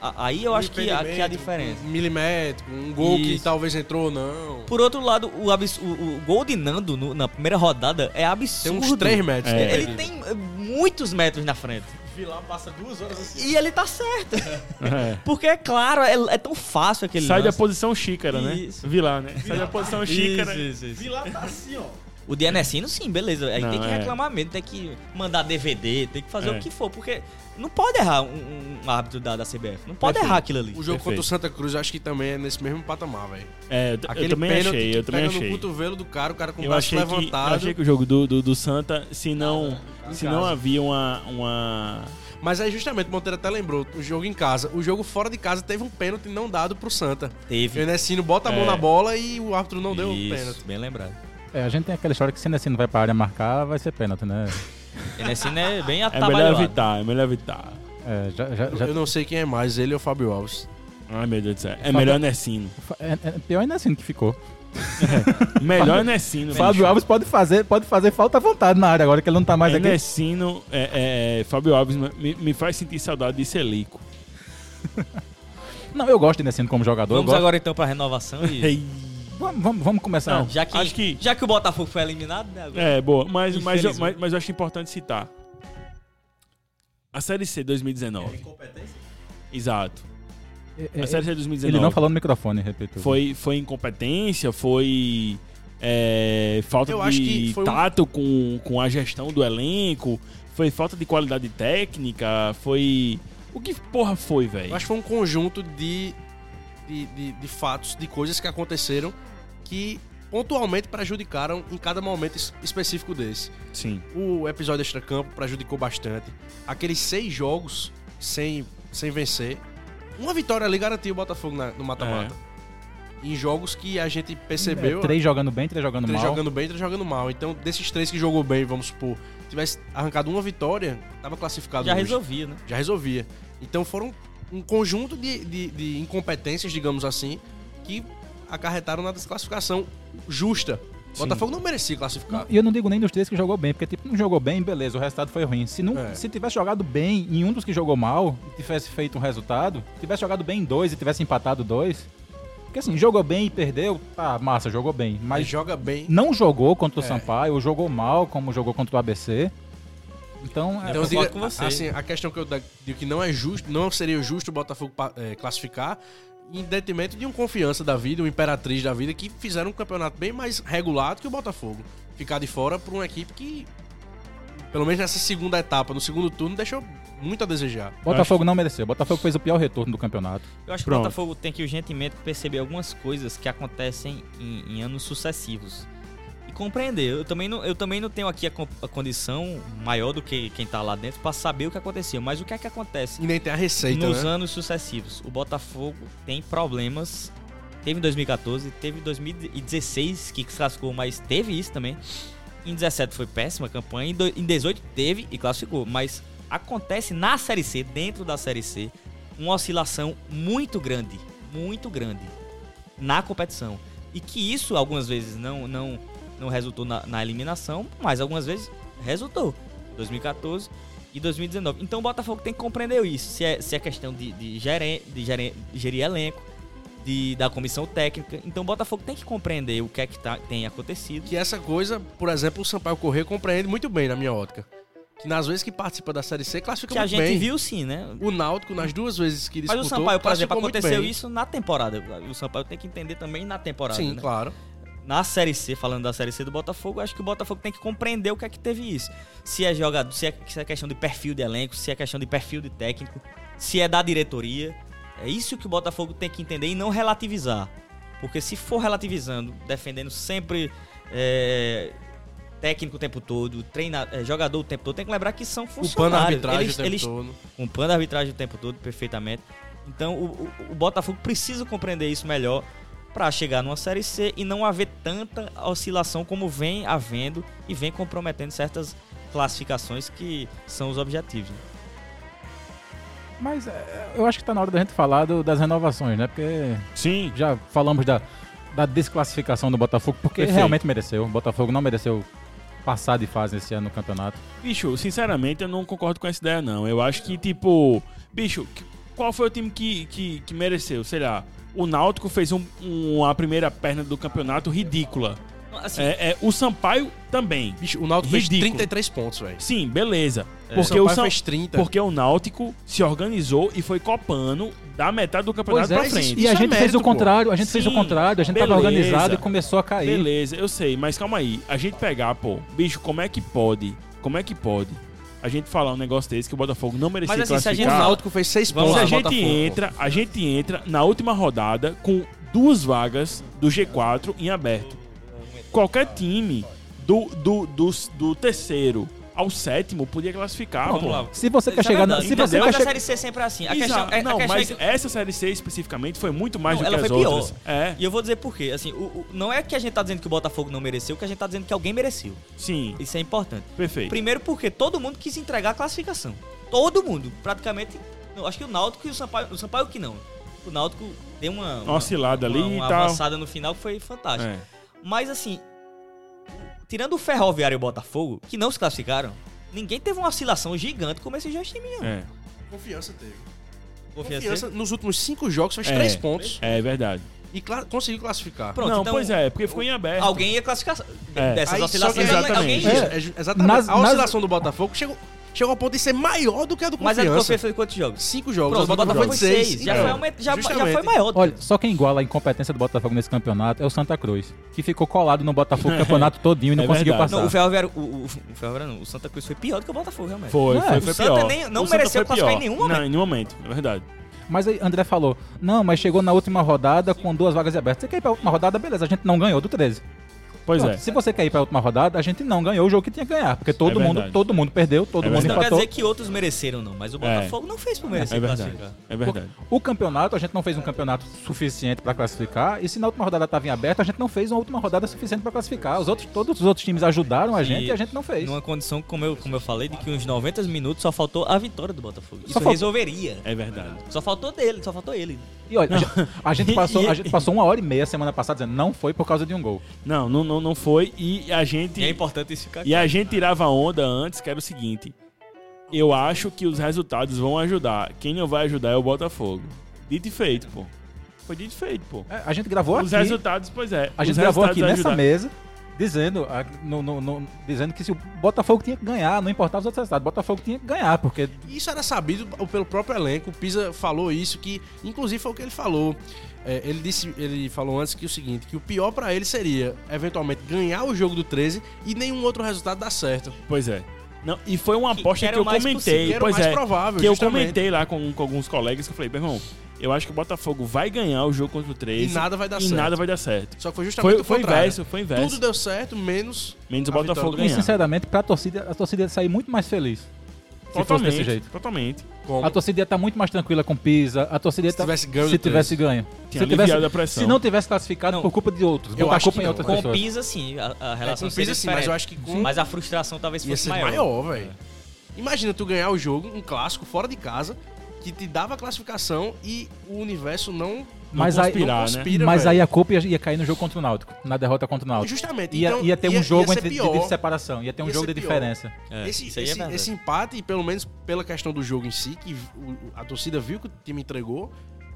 S5: A- Aí eu acho que, a, que é a
S3: Impedimento,
S5: diferença.
S3: Um milimétrico, um gol que
S5: Isso.
S3: talvez entrou, não.
S5: Por outro lado, o, abs- o- o gol de Nando no- na primeira rodada é
S3: Tem
S5: absurdo.
S3: uns 3 metros.
S2: É.
S3: né?
S5: Ele tem eh, muitos metros na frente.
S9: Vilar passa duas horas assim.
S5: E ele tá certo.
S2: É.
S5: Porque, é claro, é, é tão fácil aquele
S2: Sai da
S5: lance.
S2: posição xícara, né?
S5: Isso.
S2: Vilar, né? Sai da posição xícara.
S5: Isso, isso, isso.
S9: Vilar tá assim, ó.
S5: O DNSino, sim, beleza. Aí
S2: Não,
S5: tem que
S2: é.
S5: reclamar mesmo, tem que mandar DVD, tem que fazer
S2: É.
S5: o que for, porque não pode errar um, um árbitro da, da CBF. Não pode errar aquilo ali.
S3: O jogo
S2: Perfeito.
S3: contra o Santa Cruz eu acho que também é nesse mesmo patamar, velho.
S2: É, eu, eu também
S3: pênalti
S2: achei,
S3: que
S2: eu também
S3: pega no
S2: achei.
S3: cotovelo do cara, o cara com o
S2: Eu
S3: braço
S2: achei, que, eu
S3: levantado.
S2: achei que o jogo do, do, do Santa, se não, se não
S3: casa.
S2: havia uma, uma.
S3: Mas aí justamente, Monteiro até lembrou, o jogo em casa. O jogo fora de casa teve um pênalti não dado pro Santa. E o
S5: Teve.
S3: Enesino bota a mão
S2: É.
S3: na bola e o árbitro não deu o pênalti.
S5: Isso, bem lembrado.
S1: É, a gente tem aquela história que se Nessino vai pra área marcar, vai ser pênalti, né?
S5: DNSino é bem
S2: É melhor
S5: atabalhado.
S2: evitar, é melhor evitar.
S1: É, já, já,
S3: Eu-
S1: já-
S3: Eu não sei quem é mais, ele ou Fábio Alves.
S2: Ai, meu Deus do céu. É melhor Nessino.
S1: é, é, pior é Nessino que ficou.
S2: Melhor Nessino.
S1: Fábio
S2: bicho.
S1: Alves pode fazer, pode fazer falta à vontade na área agora que ele não tá mais
S2: É
S1: aqui.
S2: Nessino, é, é, Fábio Alves, me, me faz sentir saudade de Selico.
S1: Não, eu gosto de Nessino como jogador. eu
S5: Vamos
S1: gosto.
S5: agora então pra renovação e.
S2: Ei.
S1: Vamos, vamos, vamos começar.
S2: Não.
S5: Já que,
S2: Acho que-
S5: já que o Botafogo foi eliminado, né? Agora?
S2: É, boa. Mas, mas, eu,
S5: Infelizmente.
S2: mas, mas eu acho importante citar. A Série C 2019. Exato. A Série C de 2019.
S1: É, Ele não falou no microfone, repito.
S2: Foi, foi incompetência, foi é, falta
S4: Eu acho
S2: de
S4: que foi um-
S2: tato com, com a gestão do elenco, foi falta de qualidade técnica, foi. O que porra foi, velho?
S3: Eu acho que foi um conjunto de, de, de, de fatos, de coisas que aconteceram que pontualmente prejudicaram em cada momento es- específico desse.
S2: Sim.
S3: O episódio extra-campo prejudicou bastante. Aqueles seis jogos sem, sem vencer. Uma vitória ali garantiu o Botafogo na- no mata-mata. Em jogos que a gente percebeu.
S1: É, três jogando bem, três jogando
S3: Três
S1: mal.
S3: jogando bem, três jogando mal. Então, desses três que jogou bem, vamos supor, tivesse arrancado uma vitória, tava
S2: É,
S3: classificado
S5: Já
S3: hoje.
S5: resolvia, né?
S3: Já resolvia. Então foram um conjunto de, de- de incompetências, digamos assim, que acarretaram na desclassificação justa. O Botafogo não merecia classificar.
S1: E eu não digo nem dos três que jogou bem, porque tipo, não jogou bem, beleza, o resultado foi ruim. Se, não,
S3: É.
S1: se tivesse jogado bem em um dos que jogou mal, e tivesse feito um resultado, tivesse jogado bem em dois e tivesse empatado dois. Porque assim, jogou bem e perdeu, tá, massa, jogou bem.
S3: Mas
S1: Mas
S3: joga bem.
S1: não jogou contra o
S3: É.
S1: Sampaio, ou jogou mal, como jogou contra o ABC. Então, é,
S5: Eu
S3: diga-
S5: concordo com você.
S3: Assim, a questão que eu da- digo que não é justo, não seria justo o Botafogo pa- eh, classificar em detrimento de um confiança da vida, um imperatriz da vida, que fizeram um campeonato bem mais regulado que o Botafogo. Ficar de fora por uma equipe que, pelo menos nessa segunda etapa, no segundo turno, deixou muito a desejar.
S1: Botafogo não mereceu. Botafogo fez o pior retorno do campeonato.
S5: Eu acho que
S2: Pronto.
S5: o Botafogo tem que urgentemente perceber algumas coisas que acontecem em, em anos sucessivos. E compreender. Eu também não, eu também não tenho aqui a, co- a condição maior do que quem tá lá dentro pra saber o que aconteceu. Mas o que é que acontece
S3: E nem tem a receita,
S5: nos
S3: né?
S5: anos sucessivos? O Botafogo tem problemas. Teve em 2014, teve em 2016 que classificou, mas teve isso também. Em 17 foi péssima a campanha, em do- em 18 teve e classificou, mas acontece na Série C, dentro da Série C, uma oscilação muito grande, muito grande na competição. E que isso algumas vezes não não não resultou na, na eliminação, mas algumas vezes resultou. 2014 e 2019. Então o Botafogo tem que compreender isso. Se é, se é questão de, de, geren- de geren- de gerir elenco, de, da comissão técnica. Então o Botafogo tem que compreender o que é que tá- tem acontecido.
S3: Que essa coisa, por exemplo, o Sampaio Corrêa compreende muito bem, na minha ótica. Que nas vezes que participa da Série C, classifica
S5: Que a
S3: muito
S5: gente
S3: bem.
S5: viu sim, né?
S3: O Náutico, nas duas vezes que
S5: Mas
S3: disputou,
S5: o Sampaio, por exemplo,
S3: classificou muito
S5: aconteceu
S3: bem.
S5: isso na temporada. O Sampaio tem que entender também na temporada.
S3: Sim,
S5: né?
S3: claro.
S5: Na Série C, falando da Série C do Botafogo, eu acho que o Botafogo tem que compreender o que é que teve isso. Se é jogador, se é, se é questão de perfil de elenco, se é questão de perfil de técnico, se é da diretoria. É isso que o Botafogo tem que entender e não relativizar. Porque se for relativizando, defendendo sempre é, técnico o tempo todo, treina, é, jogador o tempo todo, tem que lembrar que são
S3: O pano
S5: funcionários.
S3: arbitragem
S5: eles,
S3: o tempo
S5: eles
S3: todo.
S5: comprando a um arbitragem o tempo todo perfeitamente. Então o, o- o Botafogo precisa compreender isso melhor para chegar numa Série C e não haver tanta oscilação como vem havendo e vem comprometendo certas classificações que são os objetivos. né?
S1: Mas é, eu acho que tá na hora da gente falar do- das renovações, né? Porque
S2: Sim.
S1: já falamos da, da desclassificação do Botafogo, porque
S2: Perfeito.
S1: realmente mereceu. O Botafogo não mereceu passar de fase esse ano no campeonato.
S2: Bicho, sinceramente, eu não concordo com essa ideia, não. Eu acho que, tipo, bicho, que- qual foi o time que, que, que mereceu? Sei lá, o Náutico fez um, um- a primeira perna do campeonato ridícula.
S5: Assim,
S2: É, é, o Sampaio também.
S3: Bicho, o Náutico fez
S2: Ridículo.
S3: 33 pontos, velho.
S2: Sim, beleza.
S3: O
S2: Porque,
S3: Sampaio
S2: o Sam-
S3: fez 30.
S2: porque o Náutico se organizou e foi copando da metade do campeonato pra frente.
S1: e a gente fez o contrário, a gente fez o
S2: Sim,
S1: contrário, a gente tava
S2: beleza.
S1: organizado e começou a cair.
S2: Beleza, eu sei, mas calma aí. A gente pegar, pô, bicho, como é que pode? Como é que pode? A gente falar um negócio desse que o Botafogo não merecia
S5: Mas, assim, se a
S3: O
S5: gente
S2: classificar.
S3: Náutico fez 6
S5: Vamos
S3: pontos.
S2: se a
S3: no
S2: gente
S3: Botafogo.
S2: entra, a gente entra na última rodada com duas vagas do G4 em aberto. Qualquer time do, do, do, do terceiro ao sétimo podia classificar, pô.
S5: vamos lá.
S1: Se você quer
S5: Isso é
S1: chegar, na,
S5: verdade,
S1: se você
S5: entendeu?
S1: quer
S5: Mas a
S1: chegar,
S5: Série C é sempre assim. A
S2: Exato.
S5: questão, é- a
S2: não,
S5: questão é
S2: mas
S5: que-
S2: essa série C especificamente foi muito mais
S5: Não,
S2: do que
S5: ela
S2: as
S5: foi pior.
S2: outras. É,
S5: E eu vou dizer por quê. Assim, o- o- não é que a gente tá dizendo que o Botafogo não mereceu, que a gente tá dizendo que alguém mereceu.
S2: sim,
S5: Isso é importante.
S2: perfeito.
S5: Primeiro porque todo mundo quis entregar a classificação. Todo mundo, praticamente. não, acho que o Náutico e o Sampaio. O Sampaio que não. O Náutico deu uma,
S2: Uma oscilada ali
S5: uma,
S2: e
S5: uma
S2: tal.
S5: avançada no final que foi fantástica.
S2: É.
S5: Mas assim, tirando o Ferroviário e o Botafogo, que não se classificaram, ninguém teve uma oscilação gigante como esses dois times.
S2: É.
S3: Confiança teve.
S5: Confia
S3: Confiança,
S5: ser.
S3: nos últimos 5 jogos fez
S2: É.
S3: 3 pontos
S2: É verdade.
S3: e cla- conseguiu classificar.
S5: Pronto,
S2: não,
S5: então,
S2: pois é, porque ficou em aberto.
S5: Alguém ia classificar.
S2: É.
S5: Dessas
S3: Aí, só que-
S5: oscilações, alguém
S3: Isso,
S5: ia.
S3: é ju- exatamente.
S1: Nas-
S3: a oscilação do Botafogo chegou, chegou ao ponto de ser maior do que a do
S5: Mas é a do
S3: Confiança.
S5: Confiança foi quantos jogos?
S3: Cinco jogos,
S5: Pronto,
S3: a
S5: o Botafogo foi
S3: seis.
S5: seis. Já,
S3: Então,
S5: foi, aumenta- já, já
S3: justamente.
S5: foi maior.
S1: Olha, só quem iguala a incompetência do Botafogo nesse campeonato é o Santa Cruz, que ficou colado no Botafogo o campeonato todinho e não
S2: É
S1: conseguiu
S2: verdade.
S1: passar.
S5: não, o Ferroviário, o, o, o Ferroviário não, o Santa Cruz foi pior do que o Botafogo, realmente.
S2: Foi,
S1: É,
S2: foi,
S1: o
S2: foi
S5: Santa
S2: pior.
S5: nem- não
S2: O Santa
S5: mereceu
S2: foi
S5: classificar em
S2: pior.
S5: nenhum
S2: Não,
S5: momento.
S2: em nenhum momento, é verdade.
S1: Mas aí André falou: não, mas chegou na última rodada com duas vagas abertas. Você quer ir pra última rodada? Beleza, a gente não ganhou do 13.
S2: Pois
S1: Pronto,
S2: é.
S1: Se você quer ir pra última rodada, a gente não ganhou o jogo que tinha que ganhar. Porque todo,
S2: É
S1: mundo,
S2: verdade.
S1: todo mundo perdeu, todo
S2: É
S1: mundo
S5: Isso não quer
S1: empatou.
S5: dizer que outros mereceram, não.
S3: É.
S5: Mas o Botafogo não fez por merecer
S2: É verdade.
S5: classificar.
S2: É verdade.
S1: O campeonato, a gente não fez um campeonato suficiente pra classificar. E se na última rodada tava em aberto, a gente não fez uma última rodada suficiente pra classificar. Os outros, todos os outros times ajudaram a gente e, a gente não fez.
S5: Numa condição, como eu, como eu falei, de que uns 90 minutos só faltou a vitória do Botafogo. Isso
S1: faltou-
S5: resolveria.
S2: É verdade.
S5: Só faltou dele, só faltou ele.
S1: E olha, a gente- a gente, passou,
S2: E-
S1: a gente passou uma hora e meia semana passada dizendo não foi por causa de um gol.
S2: Não, não, não, não foi. E a gente.
S5: E é importante isso ficar
S2: E a gente tirava onda antes, que era o seguinte. Eu acho que os resultados vão ajudar. Quem não vai ajudar é o Botafogo. Dito e feito, pô. Foi dito e feito, pô.
S1: É, A gente gravou
S2: Os
S1: aqui.
S2: resultados, pois é.
S1: A gente
S2: os
S1: gravou
S2: resultados
S1: aqui nessa
S2: ajudaram.
S1: mesa dizendo, ah, no- no- no- dizendo que se o Botafogo tinha que ganhar, não importava os outros resultados, o Botafogo tinha que ganhar, porque
S3: E Isso era sabido pelo próprio elenco. O Pisa falou isso, que inclusive foi o que ele falou. É, ele disse, ele falou antes que o seguinte, que o pior pra ele seria eventualmente ganhar o jogo do 13 e nenhum outro resultado dar certo.
S2: Pois é. Não, e foi uma
S5: Que
S2: aposta que,
S5: era
S2: eu
S5: o mais
S2: comentei.
S5: possível,
S3: era o
S2: pois
S3: mais
S2: é.
S3: provável,
S2: Que eu
S3: justamente.
S2: comentei lá com, com alguns colegas que eu falei, meu irmão, eu acho que o Botafogo vai ganhar o jogo contra o 3.
S3: E nada vai dar
S2: e
S3: certo.
S2: nada vai dar certo.
S3: Só que foi justamente
S2: Foi,
S3: o
S2: foi
S3: contrário.
S2: inverso, foi inverso.
S3: Tudo deu certo, menos
S2: Menos o
S3: a vitória
S2: Botafogo
S3: do
S1: E
S2: ganhar.
S1: sinceramente, pra torcida, a torcida ia sair muito mais feliz. Se fosse desse jeito.
S2: Totalmente.
S1: A torcida ia estar muito mais tranquila com o Pisa. A torcida ia
S3: Se
S1: tá-
S3: tivesse ganho
S1: Se
S3: do três.
S1: tivesse ganho.
S2: Tinha
S1: se, tivesse-
S2: aliviado a pressão.
S1: se não tivesse classificado
S5: Não.
S1: por culpa de outros.
S3: Eu
S1: botar a
S3: acho que
S1: culpa em
S3: não,
S1: outras
S5: Com o
S1: pessoas.
S5: Pisa, sim, a, a
S3: é, com
S5: relação
S3: o
S5: seria
S3: Pisa sim, mas eu
S5: diferente.
S3: acho que com
S5: Mas a frustração talvez
S3: ia
S5: fosse
S3: ser
S5: maior.
S3: maior, velho.
S2: É.
S3: Imagina tu ganhar o jogo, um clássico fora de casa, que te dava a classificação e o universo não
S1: Mas aí-
S2: conspirar, né?
S3: conspira,
S1: Mas
S3: velho.
S1: aí a culpa ia, ia cair no jogo contra o Náutico. Na derrota contra o Náutico.
S3: Justamente.
S1: Ia,
S3: então,
S1: ia ter um jogo
S3: ia ser
S1: entre, de,
S3: pior.
S1: de separação. Ia ter um
S3: Ia
S1: jogo
S3: ser
S1: de
S3: pior.
S1: diferença.
S5: É,
S3: esse,
S5: isso aí é
S3: esse,
S5: verdade.
S3: esse empate, pelo menos pela questão do jogo em si, que o- o- a torcida viu que o time entregou,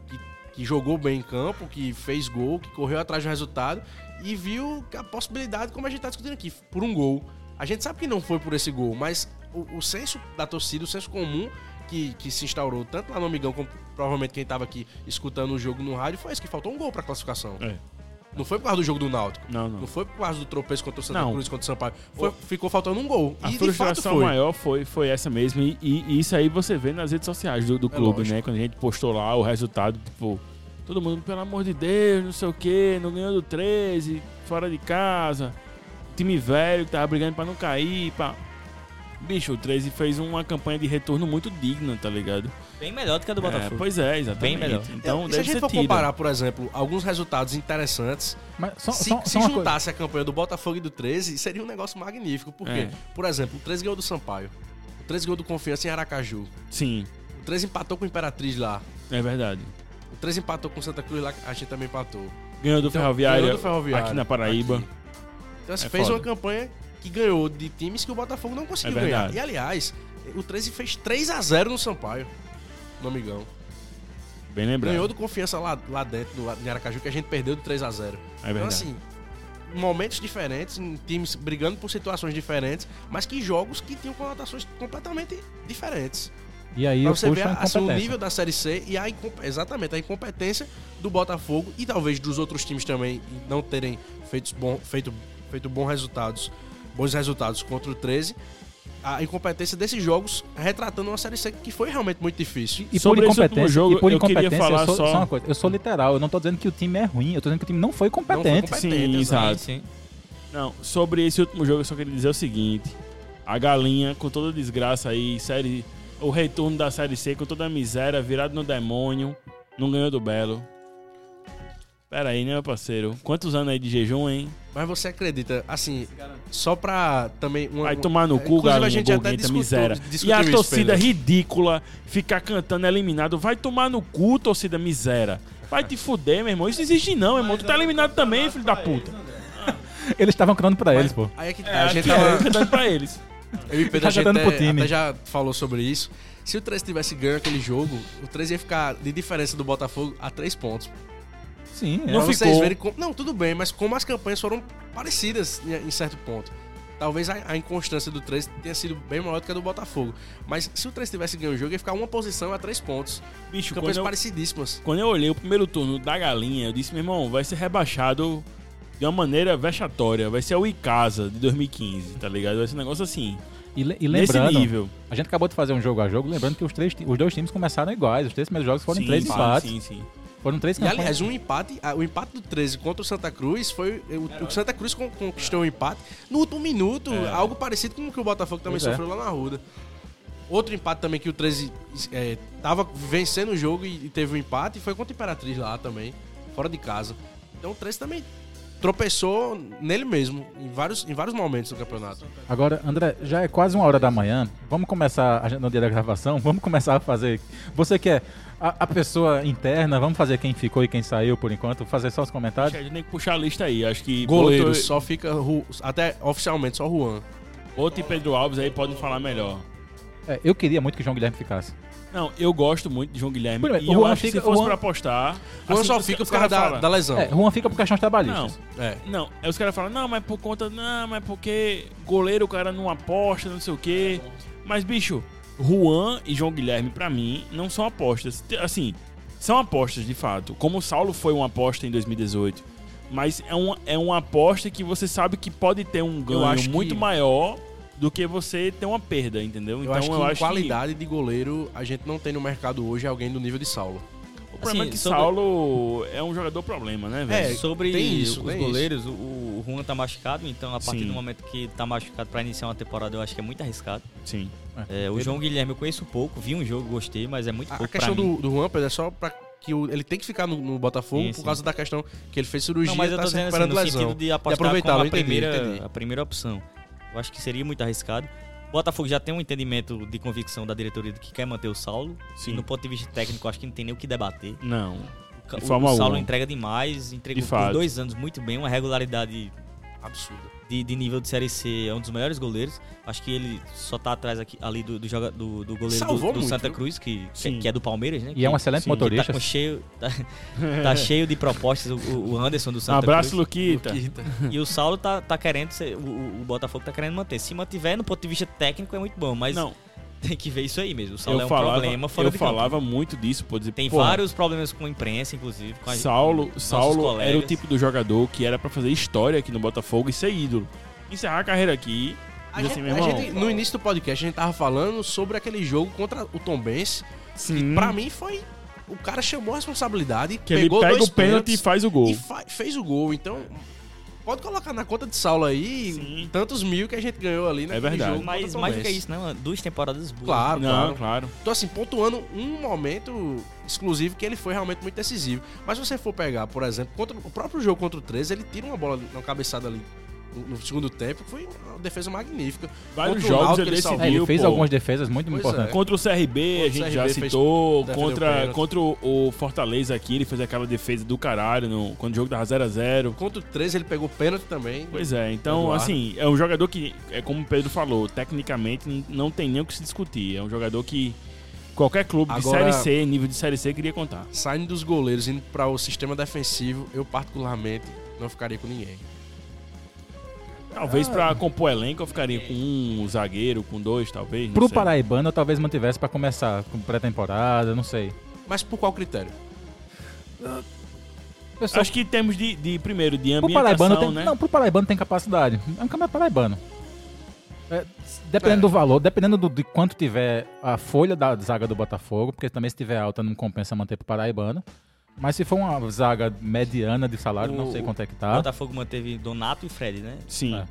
S3: que, que jogou bem em campo, que fez gol, que correu atrás do resultado e viu que a possibilidade, como a gente tá discutindo aqui, por um gol. A gente sabe que não foi por esse gol, mas o, o senso da torcida, o senso comum que, que se instaurou tanto lá no Amigão como provavelmente quem tava aqui escutando o jogo no rádio foi esse, que faltou um gol pra classificação.
S2: É.
S3: Não foi por causa do jogo do Náutico.
S2: Não, não.
S3: Não foi por causa do tropeço contra o Santa
S2: Não.
S3: Cruz, contra o Sampaio. Foi, ficou faltando um gol.
S2: A
S3: e de fato
S2: frustração
S3: foi.
S2: maior foi, foi essa mesmo. E, e isso aí você vê nas redes sociais do, do clube,
S3: É lógico.
S2: né? Quando a gente postou lá o resultado, tipo, todo mundo, pelo amor de Deus, não sei o quê, não ganhou do 13, fora de casa, time velho que tava brigando pra não cair, pá. Bicho, o 13 fez uma campanha de retorno muito digna, tá ligado?
S5: Bem melhor do que a do
S2: É,
S5: Botafogo.
S2: pois é, exatamente.
S5: Bem melhor.
S2: Então,
S3: E se a
S2: deve
S3: gente
S2: ser
S3: for
S2: tira.
S3: comparar, por exemplo, alguns resultados interessantes,
S1: Mas só,
S3: se,
S1: só-
S3: se
S1: só uma coisa.
S3: juntasse a campanha do Botafogo e do 13, seria um negócio magnífico. Por
S2: É.
S3: quê? Por exemplo, o 13 ganhou do Sampaio. O 13 ganhou do Confiança em Aracaju.
S2: Sim,
S3: O 13 empatou com o Imperatriz lá.
S2: é verdade.
S3: O 13 empatou com o Santa Cruz lá, a gente também empatou.
S2: Ganhou do, ferroviário,
S3: Então, ganhou do Ferroviário,
S2: aqui na Paraíba.
S3: aqui. Então, assim,
S2: É
S3: fez
S2: foda.
S3: uma campanha que ganhou de times que o Botafogo não conseguiu
S2: É verdade.
S3: ganhar. E, aliás, o 13 fez 3 a 0 no Sampaio, no Amigão.
S2: Bem lembrado.
S3: Ganhou do Confiança lá, lá dentro, do, em Aracaju, que a gente perdeu de 3 a 0
S2: É verdade.
S3: Então, assim, momentos diferentes, em times brigando por situações diferentes, mas que jogos que tinham conotações completamente diferentes.
S1: E aí
S3: pra
S1: o
S3: você
S1: puxo
S3: ver
S1: é
S3: a- assim, o
S1: incompetência.
S3: nível da Série C e a, incom- exatamente, a incompetência do Botafogo e talvez dos outros times também em não terem feito, bom, feito, feito bons resultados, bons resultados contra o 13. A incompetência desses jogos retratando uma Série C que foi realmente muito difícil.
S1: E por
S2: Sobre esse
S1: incompetência,
S2: último jogo,
S1: e por
S2: eu queria
S1: incompetência, eu
S2: falar
S1: sou,
S2: só-
S1: só uma coisa. Eu sou literal, eu não tô dizendo que o time é ruim, eu tô dizendo que o time não foi competente.
S2: Sim, exato.
S5: Sim, sim.
S2: Não, sobre esse último jogo eu só queria dizer o seguinte: a galinha, com toda a desgraça aí, série, o retorno da série C, com toda a miséria, virado no demônio, não ganhou do Belo. Pera aí, né, meu parceiro? Quantos anos aí de jejum, hein?
S3: Mas você acredita, assim, só pra também. Uma, É,
S2: Vai tomar no cu,
S3: Inclusive,
S2: galinha,
S3: a gente até
S2: gorjeta,
S3: discutiu-
S2: miséria.
S3: discutiu
S2: E a
S3: isso,
S2: torcida
S3: Pedro.
S2: ridícula ficar cantando é eliminado. Vai tomar no cu, torcida miséria. Vai te fuder, meu irmão. Isso não existe não, irmão. Tu tá eliminado também, filho da puta.
S1: Eles estavam cantando pra eles, pô.
S3: Aí é que tá, a gente
S2: É,
S3: tava.
S2: cantando pra eles.
S3: Eu e Pedro,
S1: Tá
S3: a gente
S1: jogando pro
S3: até-
S1: time.
S3: até já falou sobre isso. Se o 13 tivesse ganho aquele jogo, o 13 ia ficar de diferença do Botafogo a 3 pontos.
S1: Sim, é.
S2: Não
S3: Pra vocês
S2: ficou.
S3: verem como- Não, tudo bem, mas como as campanhas foram parecidas em, em certo ponto. Talvez a, a inconstância do 13 tenha sido bem maior do que a do Botafogo. Mas se o 13 tivesse ganho o jogo, ia ficar uma posição a três pontos.
S2: Bicho,
S3: Campanhas
S2: quando eu,
S3: parecidíssimas.
S2: quando eu olhei o primeiro turno da galinha, eu disse, meu irmão, vai ser rebaixado de uma maneira vexatória. Vai ser o Icasa de 2015, tá ligado? Vai ser um negócio assim.
S1: E, le- e lembrando,
S2: nesse nível.
S1: a gente acabou de fazer um jogo a jogo, lembrando que os, três, ti- os dois times começaram iguais. Os três primeiros jogos foram
S2: Sim,
S1: três
S2: sim,
S1: empates.
S2: Sim, sim.
S1: Foram três
S3: E
S1: campanhas.
S3: aliás, um empate, ah, o empate do 13 contra o Santa Cruz foi. O, o Santa Cruz con- conquistou o empate no último minuto,
S2: É.
S3: algo parecido com o que o Botafogo também
S1: Pois é.
S3: sofreu lá na Ruda. Outro empate também que o 13 é, tava vencendo o jogo e, e teve um empate foi contra a Imperatriz lá também, fora de casa. Então o 13 também tropeçou nele mesmo, em vários, em vários momentos do campeonato.
S1: Agora, André, já é quase uma hora da manhã. Vamos começar, a gente- no dia da gravação, vamos começar a fazer. Você que é a, a pessoa interna, vamos fazer quem ficou e quem saiu por enquanto, fazer só os
S2: Acho que
S1: comentários.
S2: a gente tem que puxar a lista aí. Acho que
S3: Goleiro,
S2: Boto,
S3: só fica. Ru- Até oficialmente, só Juan.
S2: Boto e Pedro Alves aí podem falar melhor.
S1: É, eu queria muito que João Guilherme ficasse.
S2: Não, eu gosto muito de João Guilherme.
S1: Primeiro,
S2: E
S1: o
S2: eu
S1: Juan
S2: acho que se
S1: fica-
S2: fosse
S1: o Juan-
S2: pra apostar.
S3: Juan
S2: assim,
S3: só
S2: os-
S3: fica
S2: os
S3: por causa
S2: caras
S3: da,
S2: falam-
S3: da lesão.
S1: É, Juan fica por questões
S2: Não,
S1: trabalhistas.
S3: É.
S2: não. Aí os caras falam, não, mas por conta. Não, mas porque goleiro o cara não aposta, não sei o quê.
S3: É,
S2: Mas, bicho, Juan e João Guilherme, pra mim, não são apostas. Te- Assim, são apostas de fato. Como o Saulo foi uma aposta em 2018. Mas é uma, é uma aposta que você sabe que pode ter um ganho
S3: acho que-
S2: muito maior do que você ter uma perda, entendeu? Então,
S3: Então Eu acho que em qualidade de goleiro a gente não tem no mercado hoje alguém do nível de Saulo.
S2: O problema
S5: Assim,
S2: é que
S5: sobre-
S2: Saulo é um jogador problema, né, velho?
S3: É,
S5: Sobre
S3: tem isso,
S5: os
S3: tem
S5: goleiros, o- o Juan tá machucado, então a partir
S2: Sim.
S5: do momento que tá machucado pra iniciar uma temporada, eu acho que é muito arriscado.
S2: Sim.
S5: É, o João Guilherme eu conheço pouco, vi um jogo, gostei, mas é muito
S3: A, a
S5: pouco pra
S3: questão
S5: mim.
S3: do, do Juan Pedro é só pra que o- ele tem que ficar no, no Botafogo
S5: Sim,
S3: por
S5: sim.
S3: causa da questão que ele fez cirurgia
S5: Não,
S3: e
S5: mas eu
S3: tá
S5: tô
S3: se
S5: dizendo assim,
S3: recuperando
S5: no
S3: da lesão.
S5: sentido de apostar
S3: aproveitar,
S5: como
S3: eu
S5: a
S3: entendi,
S5: primeira,
S3: entendi.
S5: a primeira opção. Eu acho que seria muito arriscado. O Botafogo já tem um entendimento de convicção da diretoria de que quer manter o Saulo.
S2: Sim.
S5: E no ponto de vista técnico, eu acho que não tem nem o que debater.
S2: Não.
S5: O ca-
S2: De
S5: o
S2: forma
S5: Saulo
S2: alguma.
S5: entrega demais, entregou
S2: De fato.
S5: por dois anos muito bem, uma regularidade
S3: Absurdo.
S5: de, de nível de Série C, é um dos melhores goleiros. Acho que ele só tá atrás aqui, ali do, do, joga- do- do goleiro do,
S3: Salvou
S5: do
S3: muito,
S5: Santa
S3: viu?
S5: Cruz, que,
S2: Sim.
S5: que, que é do Palmeiras, né?
S1: E é um excelente
S2: Sim,
S5: que tá,
S1: motorista.
S5: com cheio, tá, tá cheio de propostas, o- o, o Anderson do Santa
S2: Abraço,
S5: Cruz.
S2: Luquita.
S3: Quita.
S2: Hum.
S5: E o Saulo tá, tá querendo ser. O, o- o Botafogo tá querendo manter. Se mantiver, no ponto de vista técnico, é muito bom, mas
S2: Não,
S5: tem que ver isso aí mesmo. O Saulo
S2: eu
S5: é um
S2: falava,
S5: problema fora
S2: eu
S5: de campo.
S2: falava muito disso, pô, dizer,
S5: Tem
S2: porra,
S5: vários problemas com a imprensa, inclusive. Com a,
S2: Saulo,
S5: com nossos
S2: Saulo
S5: colegas.
S2: era o tipo do jogador que era pra fazer história aqui no Botafogo e ser ídolo. Encerrar a carreira aqui.
S3: A
S2: e
S3: gente-
S2: assim, meu
S3: a
S2: irmão,
S3: gente, no início do podcast, a gente tava falando sobre aquele jogo contra o Tom Benz.
S2: sim,
S3: Pra mim foi. O cara chamou a responsabilidade,
S2: que ele
S3: pegou
S2: pega
S3: dois
S2: o pênalti e
S3: pênaltis
S2: faz o gol.
S3: e fa- fez o gol. Então, pode colocar na conta de Saulo aí
S2: Sim.
S3: tantos mil que a gente ganhou ali naquele
S2: verdade.
S3: jogo. contra
S5: Mas
S3: o Tom
S5: mais do que
S3: Benz.
S5: isso, né? mano? Duas temporadas boas.
S3: Claro,
S2: Não,
S3: claro.
S2: claro.
S3: Tô assim, pontuando um momento exclusivo que ele foi realmente muito decisivo. Mas se você for pegar, por exemplo, contra o próprio jogo contra o 13, ele tira uma bola, ali, uma cabeçada ali no, no segundo tempo, que foi uma defesa magnífica.
S2: Vários
S3: Contra o
S2: jogos
S3: Náutico
S2: ele
S3: ele salvou.
S1: É, ele
S2: decidiu,
S1: fez
S2: pô.
S1: algumas defesas muito
S3: Pois
S5: é.
S1: importantes.
S2: Contra o CRB,
S3: É. Contra
S2: a gente
S3: o
S2: já
S3: CRB fez-
S2: citou.
S3: defendeu
S2: Contra,
S3: pênalti.
S2: contra o- o Fortaleza aqui, ele fez aquela defesa do caralho no, quando o jogo tava 0x0.
S3: Contra o 13, ele pegou pênalti também.
S2: Pois é, então,
S3: Eduardo.
S2: assim, é um jogador que, é como o Pedro falou, tecnicamente n- não tem nem o que se discutir. É um jogador que qualquer clube
S3: Agora-
S2: de Série C, nível de Série C, queria contar.
S3: Saindo dos goleiros, indo para o sistema defensivo, eu particularmente não ficaria com ninguém.
S2: Talvez pra compor elenco eu ficaria com um zagueiro, com dois, talvez. não
S1: Pro
S2: sei.
S1: Paraibano, eu talvez mantivesse pra começar com pré-temporada, não sei.
S3: Mas por qual critério?
S1: Pessoal,
S2: Acho que em termos de, de, primeiro, de
S1: pro Paraibano
S2: ambientação,
S1: tem,
S2: né?
S1: Não, pro Paraibano tem capacidade. É um campeonato paraibano. É, s- dependendo do valor, dependendo do, de quanto tiver a folha da zaga do Botafogo, porque também se tiver alta não compensa manter pro Paraibano. Mas se for uma zaga mediana de salário, não
S5: O-
S1: sei quanto é que
S5: O
S1: tá.
S5: Botafogo manteve Donato e Fred, né?
S2: Sim.
S1: É.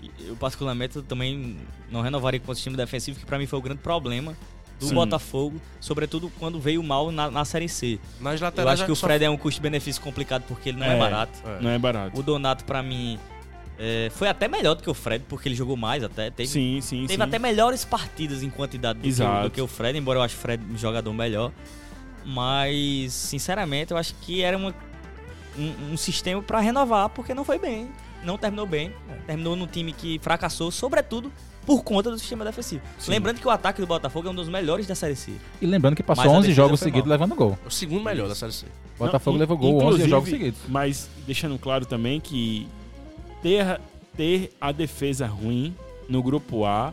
S5: E Eu, particularmente, também não renovaria com o time defensivo, que pra mim foi o grande problema do
S2: Sim.
S5: Botafogo, sobretudo quando veio mal na, na Série C.
S3: Nas laterais.
S5: Eu acho que o
S3: só-
S5: Fred é um custo-benefício complicado porque ele não é,
S2: É.
S5: barato.
S3: É.
S2: Não é barato.
S5: O Donato, pra mim, é, foi até melhor do que o Fred, porque ele jogou mais até. Teve,
S2: Sim, sim,
S5: teve
S2: sim.
S5: até melhores partidas em quantidade do que, o-
S2: Exato.
S5: do que o Fred, embora eu ache o Fred um jogador melhor. Mas, sinceramente, eu acho que era uma- um, um sistema pra renovar, porque não foi bem. Não terminou bem. Terminou num time que fracassou, sobretudo por conta do sistema defensivo.
S2: Sim.
S5: Lembrando que o ataque do Botafogo é um dos melhores da Série C.
S1: E lembrando que passou
S5: Mas a
S1: 11
S5: defesa
S1: jogos
S5: foi
S1: seguidos
S5: mal.
S1: levando gol.
S3: é O segundo melhor da Série C.
S1: Botafogo
S2: Não,
S1: levou
S2: in-
S1: gol 11
S2: inclusive,
S1: jogos seguidos.
S2: Mas deixando claro também que ter ter a defesa ruim no grupo A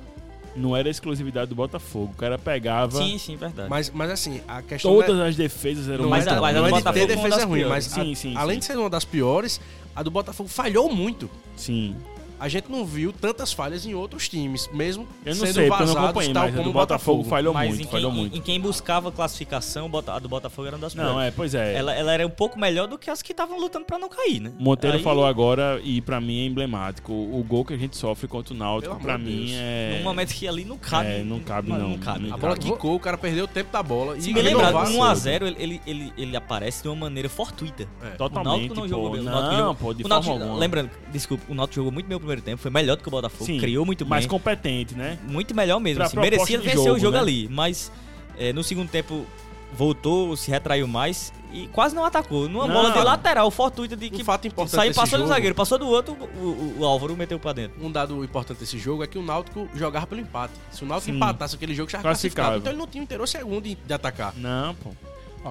S2: não era exclusividade do Botafogo. O cara pegava
S5: Sim, sim, verdade.
S3: Mas, mas assim, a questão não é-
S2: todas as defesas um eram
S3: não
S5: Mas
S2: mais
S3: é,
S5: a- mas a
S3: não
S5: do
S3: é de
S5: Botafogo
S3: ter
S5: foi uma das
S3: defesa ruim,
S5: piores.
S3: mas a-
S2: Sim, sim,
S3: além
S2: sim.
S3: de ser uma das piores, a do Botafogo falhou muito.
S2: Sim.
S3: A gente não viu tantas falhas em outros times, mesmo
S2: Eu não sei,
S3: sendo
S2: porque eu
S3: vazados,
S2: não acompanhei,
S3: tal
S2: mas a
S3: como
S2: do
S3: o
S2: Botafogo,
S3: Botafogo.
S2: falhou
S5: Mas
S2: muito,
S5: em, quem,
S2: falhou
S5: em-
S2: muito.
S5: em quem buscava classificação, bota- a do Botafogo era uma das
S2: Não,
S5: piores.
S2: é, pois é.
S5: Ela, ela era um pouco melhor do que as que estavam lutando pra não cair, né?
S2: Monteiro
S5: Aí,
S2: falou agora, e pra mim é emblemático. O gol que a gente sofre contra o Náutico,
S3: Pelo
S2: pra
S3: amor de
S2: mim
S3: Deus.
S2: é.
S5: Num momento que ali não cabe.
S2: É, não cabe, não.
S5: Não cabe.
S3: A
S2: Cara,
S3: bola quicou, o cara perdeu o tempo da bola.
S5: Se
S3: e um
S5: me lembrar,
S2: um
S3: renovar-
S5: 1x0 ele, ele, ele, ele aparece de uma maneira fortuita.
S2: Totalmente.
S5: o Náutico não
S2: pô.
S5: jogou bem. o Náutico
S2: Não,
S5: jogou-
S2: pô, de
S5: o
S2: forma
S5: Náutico-
S2: alguma.
S5: Lembrando, desculpa, o Náutico jogou muito bem o primeiro tempo, foi melhor do que o Botafogo,
S2: Sim,
S5: criou muito
S2: mais
S5: bem.
S2: competente, né?
S5: muito melhor mesmo.
S2: Pra
S5: assim,
S2: proposta
S5: merecia
S2: de
S5: vencer
S2: jogo,
S5: o jogo
S2: né?
S5: ali, mas é, no segundo tempo voltou, se retraiu mais e quase não atacou. Numa
S2: Não.
S5: bola de lateral, fortuita de que
S3: Um fato importante
S5: saiu,
S3: desse
S5: passou do
S3: jogo-
S5: zagueiro, passou do outro, o, o- o Álvaro meteu pra dentro.
S3: Um dado importante desse jogo é que o Náutico jogava pelo empate. Se o Náutico
S2: Sim.
S3: empatasse aquele jogo, já era
S2: Classificava.
S3: classificado. Então ele não tinha um inteiro segundo de atacar.
S2: Não, pô.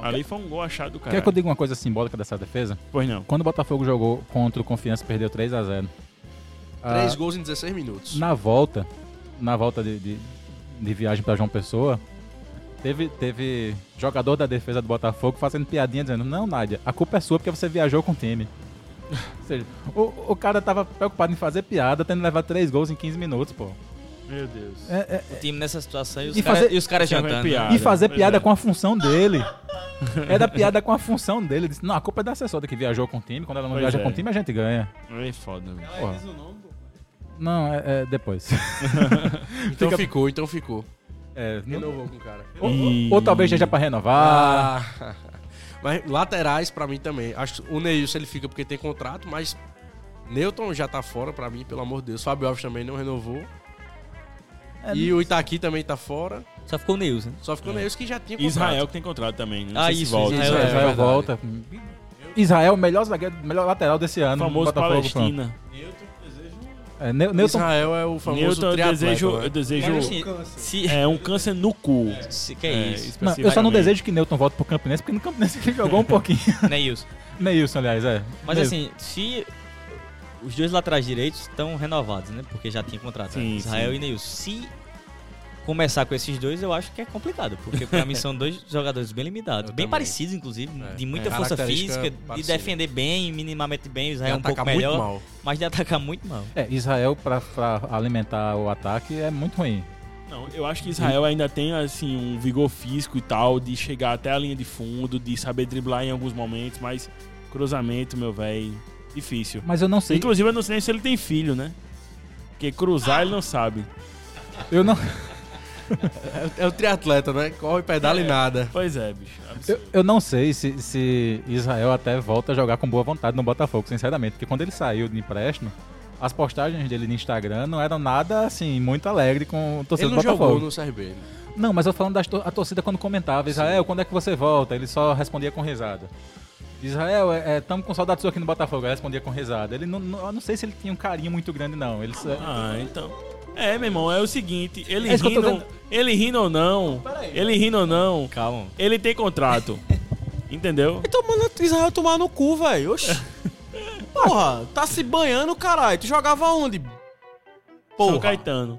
S2: Ali foi um gol achado do cara.
S1: Quer que eu diga uma coisa simbólica dessa defesa?
S2: Pois não.
S1: Quando o Botafogo jogou contra o Confiança, perdeu 3x0.
S2: Ah.
S3: Três gols em 16 minutos.
S1: Ah, Na volta, na volta de, de, de viagem pra João Pessoa, teve, teve jogador da defesa do Botafogo fazendo piadinha dizendo: Não, Nádia, a culpa é sua porque você viajou com o time. Ou seja, o, o cara tava preocupado em fazer piada, tendo levado três gols em 15 minutos, pô.
S2: Meu Deus.
S1: É- é-
S5: O time nessa situação e os
S1: E
S5: caras
S1: fazer-
S5: cara
S2: Isso é uma
S5: jantando. né?
S2: piada.
S1: e fazer
S2: Pois
S1: piada
S2: é.
S1: com a função dele. Era piada com a função dele. Disse, não, a culpa é da assessora que viajou com o time. Quando ela não
S2: Pois
S1: viaja
S2: é.
S1: com o time, a gente ganha.
S2: É foda, velho.
S1: Porra. Não, é, é depois.
S3: Então ficou, então ficou.
S1: É, não-
S3: Renovou com o cara.
S1: ou, ou- ou talvez seja pra renovar.
S3: Ah. Mas laterais, pra mim também. Acho que o Neilson ele fica porque tem contrato, mas Newton já tá fora, pra mim, pelo amor de Deus. Fábio Alves também não renovou.
S4: É,
S3: e o Itaqui também tá fora.
S5: Só ficou o Neus, né?
S3: Só ficou o Neilson que já tinha contrato.
S2: É. Israel que tem contrato também, né? Não
S5: Ah,
S2: sei se
S5: isso,
S2: volta.
S5: Israel.
S1: Israel,
S3: é verdade.
S1: volta. Israel, melhor zagueiro, melhor lateral desse
S2: O
S1: ano.
S2: famoso
S1: do Botafogo,
S2: Palestina.
S1: pronto. É, Ne- Newton,
S3: Israel é o famoso
S2: Newton, eu
S3: triatleta,
S2: desejo,
S3: né?
S2: eu desejo
S5: Mas, assim, se,
S2: é um câncer no cu.
S5: se- que é,
S2: É,
S5: isso?
S1: não, eu só não
S2: especificamente.
S1: desejo que Newton volte pro Campinense, porque no Campinense ele jogou um pouquinho.
S5: Neilson.
S1: Neilson, aliás, é.
S5: Mas
S1: Neilson.
S5: assim, se os dois laterais direitos estão renovados, né? Porque já tinha contrato. né?
S2: Sim,
S5: Israel
S2: sim.
S5: e Neilson. Se começar com esses dois, eu acho que é complicado. Porque pra mim são dois jogadores bem limitados.
S3: Eu
S5: bem
S3: também.
S5: parecidos, inclusive.
S3: É.
S5: De muita
S3: É.
S5: força
S3: Característica
S5: física, de
S3: parecida.
S5: defender bem, minimamente bem. O
S3: Ele
S5: Israel é um pouco
S3: ataca
S5: melhor.
S3: muito mal.
S5: Mas de atacar muito mal.
S1: É, Israel pra, pra alimentar o ataque é muito ruim.
S2: Não, eu acho que Israel ainda tem assim um vigor físico e tal de chegar até a linha de fundo, de saber driblar em alguns momentos, mas cruzamento, meu velho, difícil.
S1: Mas eu não sei.
S2: Inclusive eu não sei nem se ele tem filho, né? Porque cruzar ele não sabe.
S1: Eu não,
S3: É o triatleta, né? Corre, pedala e nada.
S2: Pois é, bicho.
S1: eu, eu não sei se, se Israel até volta a jogar com boa vontade no Botafogo, sinceramente. Porque quando ele saiu de empréstimo, as postagens dele no Instagram não eram nada assim, muito alegre com o
S3: Ele
S1: torcedor
S3: não
S1: do Botafogo.
S3: jogou no CRB. né?
S1: Não, mas eu tô falando da to- a torcida quando comentava, Israel, quando é que você volta? Ele só respondia com risada. Israel, é, é, tamo com saudade sua aqui no Botafogo, ele respondia com risada. Ele não, não- eu não sei se ele tinha um carinho muito grande, não. Ele só-
S2: Ah, então. É, meu irmão, é o seguinte, ele
S1: É isso que eu tô
S2: rindo, ele rindo ou não, ele rindo ou não,
S5: Calma.
S2: ele tem contrato. Entendeu?
S4: Então manda Israel tomar no cu, velho. Oxi. Porra, tá se banhando, caralho. Tu jogava onde?
S2: São
S4: Porra.
S2: Caetano.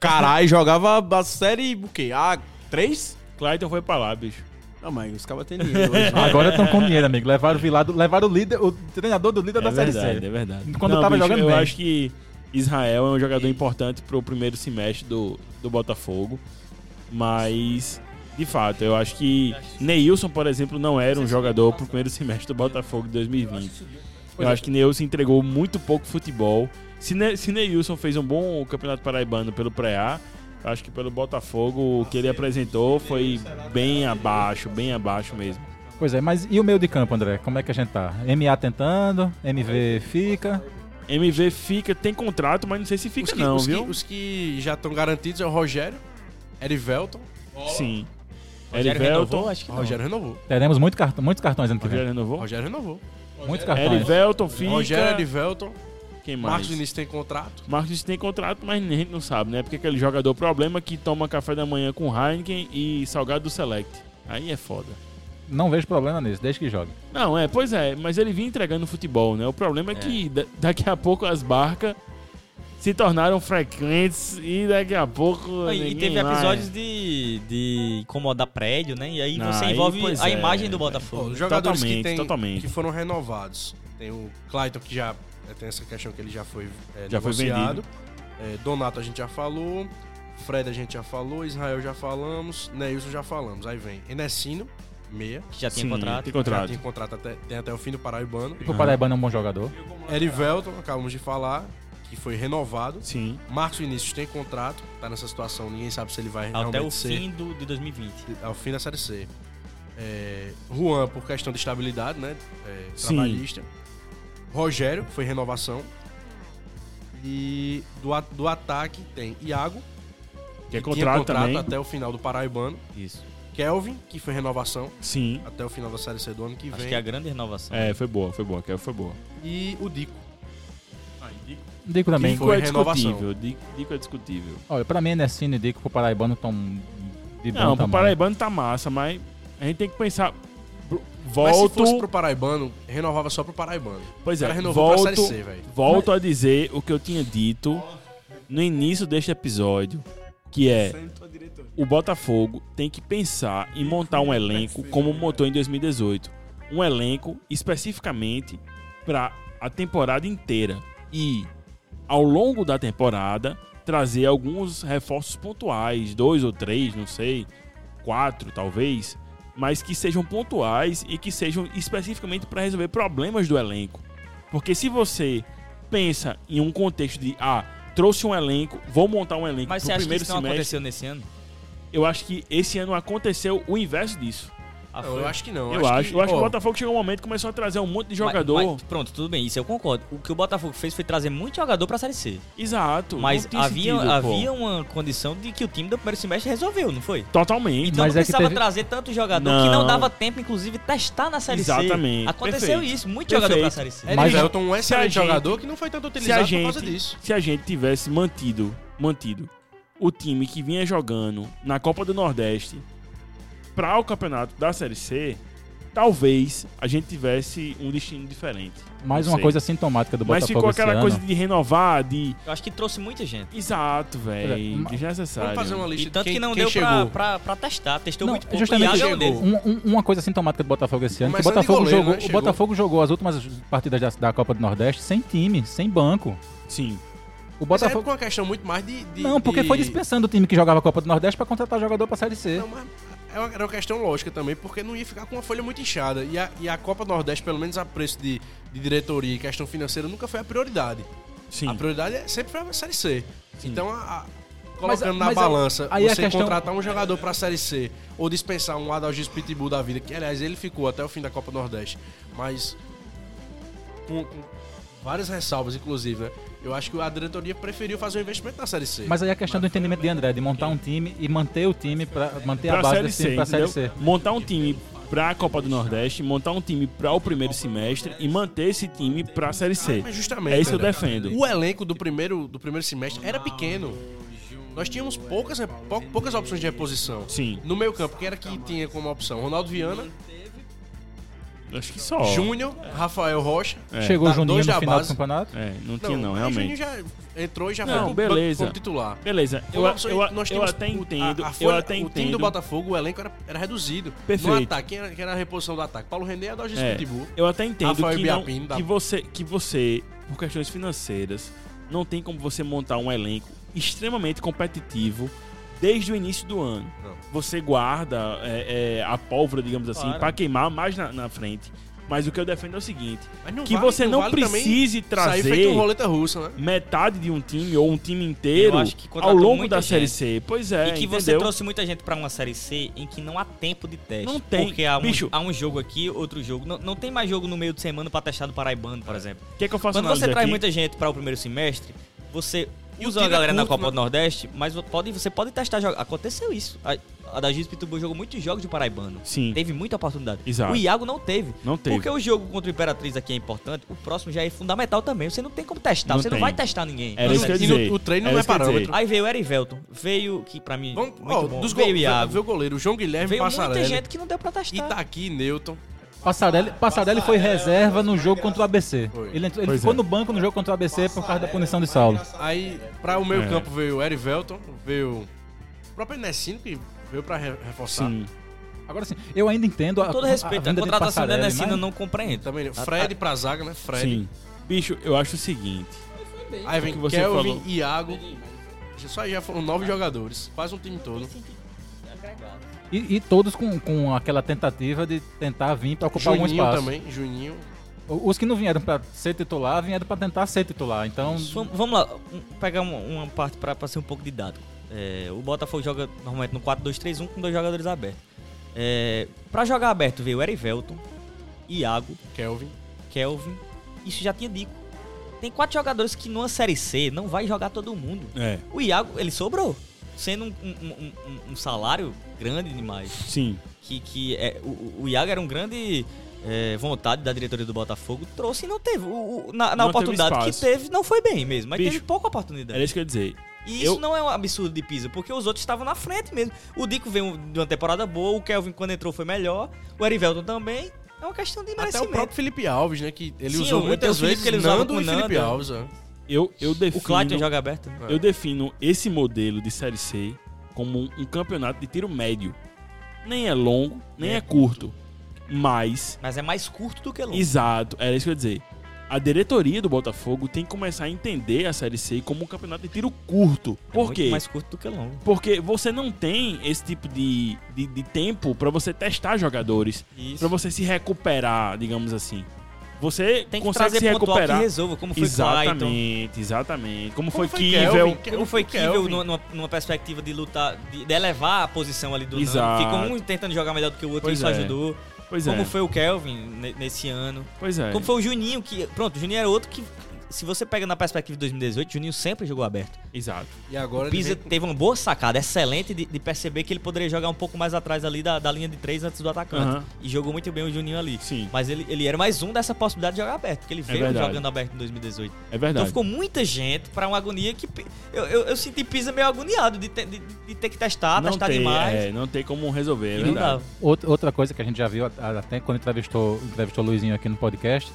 S4: Caralho, jogava a série o quê? A 3?
S2: Clayton foi pra lá, bicho.
S4: Não, mas os cabas têm dinheiro hoje.
S3: Ah.
S4: né?
S1: Agora estão com dinheiro, amigo. Levaram o Vilado, levaram o líder, o treinador do líder da Série C.
S2: é verdade.
S1: Quando tava jogando
S2: eu
S1: bem.
S2: acho que Israel é um jogador importante pro primeiro semestre do, do Botafogo. Mas, de fato, eu acho que Neilson, por exemplo, não era um jogador pro primeiro semestre do Botafogo de 2020. Eu acho que Neilson entregou muito pouco futebol. Se, ne se Neilson fez um bom campeonato paraibano pelo pré-A, eu acho que pelo Botafogo o que ele apresentou foi bem abaixo, bem abaixo mesmo.
S1: Pois é, mas e o meio de campo, André? Como é que a gente tá? MA tentando, MV fica.
S2: MV fica, tem contrato, mas não sei se fica
S3: Os que,
S2: não,
S3: os que-
S2: viu?
S3: os que já estão garantidos é o Rogério, Erivelton.
S2: Sim.
S5: Rogério
S2: Erivelton.
S5: renovou? Acho que não.
S3: Rogério renovou.
S1: Teremos muito cartão- muitos cartões ano que
S2: Rogério
S1: vem.
S2: renovou?
S3: Rogério renovou.
S1: Muitos cartões.
S2: Erivelton fica.
S3: Rogério
S5: é
S3: Erivelton.
S2: Quem mais?
S3: Marcos Vinícius tem contrato.
S2: Marcos Vinícius tem contrato, mas a gente não sabe, né? Porque aquele jogador problema que toma café da manhã com Heineken e salgado do Select. Aí é foda.
S1: não vejo problema nisso, desde que jogue.
S2: Não, é, pois é, mas ele vinha entregando futebol, né? O problema é, que da- daqui a pouco as barcas se tornaram frequentes e daqui a pouco.
S5: E- E
S2: ninguém
S5: teve
S2: lá. é.
S5: episódios de, de incomodar prédio, né? E aí
S2: Não,
S5: você
S2: aí,
S5: envolve
S2: pois
S5: a
S2: é,
S5: imagem do
S2: velho.
S3: Ó,
S5: Botafogo.
S3: os jogadores que,
S2: totalmente,
S3: tem,
S2: totalmente.
S3: que foram renovados. Tem o Clayton, que já é, tem essa questão que ele já foi é,
S2: Já foi
S3: negociado. É, Donato a gente já falou. Fred a gente já falou. Israel já falamos. Neilson já falamos. Aí vem Enesino, meia.
S5: Que já tinha
S2: Sim,
S5: contrato. né?
S2: Tem
S3: Já
S2: contrato.
S3: tem contrato até, tem até o fim do Paraibano.
S1: O Paraibano é um bom jogador.
S3: Erivelton, acabamos de falar, que foi renovado.
S2: Sim.
S3: Marcos Vinícius tem contrato, tá nessa situação, ninguém sabe se ele vai
S5: Até
S3: realmente
S5: o
S3: ser
S5: fim do, de 2020.
S3: ao fim da Série C. É, Juan, por questão de estabilidade, né? é,
S2: Sim.
S3: trabalhista. Rogério, foi renovação. E do, a- do ataque tem Iago,
S2: Que é
S3: que
S2: contrato, também.
S3: até o final do Paraibano.
S5: Isso.
S3: Kelvin, que foi renovação
S2: Sim.
S3: até o final da Série C do ano que
S5: Acho
S3: vem.
S5: que é a grande renovação.
S2: É, foi boa, foi boa, que foi boa.
S3: E o Dico.
S1: Dico também.
S2: Dico
S3: foi
S2: é
S3: renovação.
S2: discutível. Di- Dico é discutível.
S1: Olha, pra mim, Enesino e Dico pro Paraibano estão de bom
S2: Não, pro
S1: tamanho.
S2: Paraibano tá massa, mas a gente tem que pensar. bro,
S3: Mas se
S2: Volto.
S3: fosse pro Paraibano, renovava só pro Paraibano.
S2: Pois
S3: O
S2: é,
S3: cara renovou
S2: volto,
S3: pra Série C, velho.
S2: volto a dizer o que eu tinha dito no início deste episódio, que é o Botafogo tem que pensar em montar um elenco como montou em 2018. Um elenco especificamente para a temporada inteira. E ao longo da temporada trazer alguns reforços pontuais, dois ou três, não sei, quatro talvez, mas que sejam pontuais e que sejam especificamente para resolver problemas do elenco. Porque se você pensa em um contexto de ah, trouxe um elenco, vou montar um elenco
S5: Mas você
S2: pro
S5: acha que
S2: primeiro
S5: isso não
S2: semestre,
S5: aconteceu nesse ano?
S2: eu acho que esse ano aconteceu o inverso disso.
S5: Ah,
S3: Não,
S5: foi?
S3: eu acho que não.
S2: Eu, acho, eu acho que
S3: ó,
S2: o Botafogo chegou um momento que começou a trazer um monte de
S5: Mas-
S2: jogador.
S5: mas pronto, tudo bem, isso eu concordo. O que o Botafogo fez foi trazer muito jogador pra Série C.
S2: Exato.
S5: Mas
S2: não tinha
S5: havia,
S2: sentido, pô.
S5: havia uma condição de que o time do primeiro semestre resolveu, não foi?
S2: Totalmente.
S5: Então
S1: Mas
S5: não
S1: é que
S5: precisava
S1: teve-
S5: trazer tanto jogador que
S2: Não.
S5: não dava tempo, inclusive, testar na Série
S2: Exatamente.
S5: C. Aconteceu
S2: Perfeito.
S5: isso, muito
S2: Perfeito.
S5: jogador pra Série C.
S3: Eric
S1: Mas-
S3: Velton é um excelente
S2: gente-
S3: jogador que não foi tanto
S2: se a
S3: utilizado por causa
S2: gente,
S3: disso.
S2: se a gente tivesse mantido, mantido o time que vinha jogando na Copa do Nordeste para o campeonato da Série C, talvez a gente tivesse um destino diferente.
S1: Mais
S2: Não
S1: uma
S2: sei.
S1: coisa sintomática do
S2: Mas ficou
S1: Botafogo esse
S2: aquela
S1: ano.
S2: coisa de renovar, de
S5: Eu acho que trouxe muita gente.
S2: exato,
S1: Olha,
S2: velho,
S1: é, ma-
S2: desnecessário.
S3: Vamos fazer uma lista
S5: E tanto
S3: de quem,
S5: que não
S3: quem
S5: deu pra,
S3: chegou.
S5: pra, pra testar. Testou
S1: Não,
S5: muito pouco.
S1: justamente
S5: e Iago é um
S3: chegou.
S5: deles.
S1: Um- um- uma coisa sintomática do Botafogo esse ano, que o
S3: Começando de
S1: Botafogo,
S3: goleiro,
S1: jogou,
S3: né?
S1: o
S3: Chegou.
S1: Botafogo jogou as últimas partidas da, da Copa do Nordeste sem time, sem banco.
S2: Sim.
S1: O
S3: Mas é
S1: Botafogo...
S3: com uma questão muito mais de... de-
S1: Não, porque
S3: de-
S1: foi dispensando o time que jogava a Copa do Nordeste pra contratar jogador pra Série C.
S3: Não, mas é uma- era uma questão lógica também, porque não ia ficar com uma folha muito inchada. E a, e a Copa Nordeste, pelo menos a preço de, de diretoria e questão financeira, nunca foi a prioridade.
S2: Sim.
S3: A prioridade é sempre foi a Série C. Então, a- a-
S1: Mas a-
S3: colocando na
S1: mas a-
S3: balança,
S1: aí a
S3: você
S1: questão-
S3: contratar um jogador pra Série C ou dispensar um Adalgis Pitbull da vida, que, aliás, ele ficou até o fim da Copa Nordeste, mas com, com várias ressalvas, inclusive, né? Eu acho que a diretoria preferiu fazer um investimento na Série C.
S1: Mas aí a questão do entendimento de André, de montar um time e manter o time, pra, manter a
S2: Pra
S1: base
S2: Série
S1: desse
S2: C,
S1: time pra Série
S2: entendeu?
S1: C.
S2: Montar um time pra Copa do Nordeste, montar um time pra o primeiro semestre e manter esse time pra Série C.
S3: Mas justamente.
S2: É isso que eu
S3: André.
S2: defendo.
S3: O elenco do primeiro, do primeiro semestre era pequeno. Nós tínhamos poucas, re- pou- poucas opções de reposição.
S2: Sim.
S3: No meio campo, quem era que tinha como opção? Ronaldo Viana,
S2: Acho que só.
S3: Júnior, Rafael Rocha.
S1: Chegou o
S3: Tá,
S1: Juninho
S3: dois
S1: no
S3: da
S1: final do
S3: base.
S1: campeonato.
S2: É, não tinha não,
S3: aí
S2: realmente.
S3: O Juninho já entrou e já
S2: Não,
S3: foi pro
S2: beleza.
S3: banco como titular.
S2: Beleza, eu,
S3: Uma
S2: eu,
S3: opção-
S2: eu,
S3: nós tínhamos
S2: até
S3: o-
S2: entendo.
S3: a- a
S2: eu
S3: folha-
S2: até entendo.
S3: O time do Botafogo, o elenco era, era reduzido. No
S2: Perfeito.
S3: ataque, quem era, quem era a reposição do ataque? Paulo René e Adalgis
S2: É,
S3: Pitbull.
S2: eu até entendo
S3: Rafael
S2: que, não-
S3: Biapino da-
S2: que você, que você, por questões financeiras, não tem como você montar um elenco extremamente competitivo desde o início do ano.
S3: Não.
S2: Você guarda é, é, a pólvora, digamos assim, pra queimar mais na, na frente. Mas o que eu defendo é o seguinte:
S3: Mas não
S2: que
S3: vale-
S2: você não
S3: vale também
S2: precise
S3: Saiu feito um
S2: trazer
S3: roleta russa, né?
S2: metade de um time ou um time inteiro
S5: Eu acho que
S2: ao
S5: contratou
S2: longo
S5: muita
S2: da Série
S5: gente.
S2: C. Pois é.
S5: e que você
S2: entendeu?
S5: trouxe muita gente pra uma série C em que não há tempo de teste.
S2: Não tem.
S5: Porque há um,
S2: Bicho.
S5: há um jogo aqui, outro jogo. Não, não tem mais jogo no meio de semana pra testar do Paraibano, por exemplo.
S2: O que é que eu faço
S5: Quando
S2: análise
S5: você traz
S2: aqui?
S5: muita gente pra o primeiro semestre, você E usa a galera na Copa do Nordeste, mas pode, você pode testar jogos. Aconteceu isso. A, a da Giz Pitubu jogou muitos jogos de Paraibano.
S2: Sim.
S5: Teve muita oportunidade.
S2: Exato.
S5: O Iago não teve.
S2: Não teve.
S5: Porque o jogo contra o Imperatriz aqui é importante, o próximo já é fundamental também. Você não tem como testar,
S2: Não
S5: você
S2: tem.
S5: não vai testar ninguém.
S2: Era isso que eu ia
S3: E no-
S2: dizer.
S3: o treino
S2: Era
S3: não é
S2: isso que eu ia dizer.
S3: parâmetro.
S5: Aí veio o Erivelton, veio, que pra mim,
S3: Vamos,
S5: muito
S3: ó,
S5: bom,
S3: dos
S5: veio o
S3: goleiros,
S5: Iago,
S3: veio o tá, goleiro, João Guilherme
S5: veio muita
S3: Passarelli,
S5: gente que não deu pra testar.
S3: Itaqui, Newton.
S1: Passarelli, Passarelli foi reserva no jogo contra o ABC.
S3: é um Foi. é um
S1: Ele, entrou- ele
S2: Pois
S1: ficou
S2: é.
S1: no banco no jogo contra o ABC por causa da punição de Saulo.
S3: Aí, pra o meio
S2: É.
S3: campo veio o Erivelton, veio o próprio Nessino, que veio pra re- reforçar.
S5: Ah,
S2: Sim.
S1: Agora sim, eu ainda entendo a,
S5: Com todo respeito, a,
S1: vinda de
S5: contratação da
S3: é
S1: Passarelli,
S5: Nessina eu
S1: mas-
S5: não compreendo.
S3: Também, né? Fred pra zaga, né? Fred.
S2: Sim. Bicho, eu acho o seguinte.
S3: Aí
S2: O
S3: vem
S2: que você
S3: Kelvin,
S2: falou.
S3: Iago. Isso aí já foram nove jogadores. Faz um time todo.
S1: E, e todos com, com aquela tentativa de tentar vir pra ocupar algum
S3: Juninho
S1: espaço.
S3: também, Juninho.
S1: O- Os que não vieram pra ser titular, vieram pra tentar ser titular. Então,
S5: Vam- Vamos lá, um- pegar uma, uma parte pra, pra ser um pouco didático. É, o Botafogo joga normalmente no 4-2-3-1 com dois jogadores abertos. É, pra jogar aberto veio Erivelton, Iago,
S3: Kelvin.
S5: Kelvin, isso já tinha dico. Tem quatro jogadores que numa Série C não vai jogar todo mundo.
S2: É.
S5: O Iago, ele sobrou, sendo um, um- um- um- um salário grande demais.
S2: Sim.
S5: Que, que é, o, o Iago era um grande é, vontade da diretoria do Botafogo, trouxe e não teve. O- o- na
S2: Não
S5: na
S2: teve
S5: oportunidade que
S2: espaço.
S5: teve, não foi bem mesmo, mas
S2: Bicho,
S5: teve pouca oportunidade.
S2: Era isso que eu ia dizer.
S5: E isso
S2: Eu-
S5: não é um absurdo de Pisa, porque os outros estavam na frente mesmo. O Dico veio de uma temporada boa, o Kelvin quando entrou foi melhor, o Erivelton também. É uma questão de
S3: Até o
S5: merecimento.
S3: próprio Felipe Alves, né? Que ele
S5: Sim,
S3: usou
S5: o- tem o
S3: muitas
S5: Felipe
S3: vezes
S5: que ele usava
S3: Nando
S5: com
S3: e Felipe
S5: Nando.
S3: Alves. é.
S2: Eu, eu
S5: O
S2: defino.
S5: Clayton joga aberto. né?
S2: Eu defino esse modelo de Série C como um, um campeonato de tiro médio. Nem é longo, nem é, curto. Mas,
S5: Mas é mais curto do que longo.
S2: exato, era isso que eu ia dizer. A diretoria do Botafogo tem que começar a entender a Série C como um campeonato de tiro curto.
S5: É
S2: Por
S5: muito
S2: quê?
S5: mais curto do que longo.
S2: Porque você não tem esse tipo de, de, de tempo pra você testar jogadores,
S5: Isso.
S2: Pra você se recuperar, digamos assim. Você
S5: Tem que
S2: consegue
S5: trazer
S2: se
S5: pontual
S2: recuperar.
S5: que resolva, como foi Clayton.
S2: exatamente, exatamente. Como, foi,
S3: foi
S2: Kivel,
S3: Kelvin?
S5: Como é, foi
S3: O
S2: é,
S3: Kelvin.
S5: Kivel numa, numa perspectiva de lutar, de, de elevar a posição ali do
S2: Exato.
S5: Nando. Ficou um tentando jogar melhor do que o outro,
S2: Pois
S5: isso
S2: é.
S5: ajudou.
S2: Pois
S5: como
S2: é.
S5: foi o Kelvin ne- nesse ano.
S2: Pois é.
S5: Como foi o Juninho, que. Pronto, o Juninho era outro que. Se você pega na perspectiva de 2018, o Juninho sempre jogou aberto.
S2: Exato.
S3: E agora
S5: O
S3: ele
S5: Pisa
S3: vem-
S5: teve uma boa sacada, excelente, de, de perceber que ele poderia jogar um pouco mais atrás ali da, da linha de três antes do atacante.
S2: Aham.
S5: E jogou muito bem o Juninho ali.
S2: Sim. É
S5: Mas ele, ele era mais um dessa possibilidade de jogar aberto, porque ele veio
S2: verdade.
S5: jogando aberto em 2018.
S2: É
S5: Então
S2: verdade.
S5: ficou muita gente pra uma agonia que. Pi- Eu, eu, eu senti Pisa meio agoniado de, ter- de- de ter que testar,
S2: não
S5: testar
S2: tem,
S5: tá demais.
S2: é, não tem como resolver, é
S5: e não
S2: verdade.
S5: dava.
S1: Outra, outra coisa que a gente já viu a- até quando entrevistou, entrevistou o Luizinho aqui no podcast,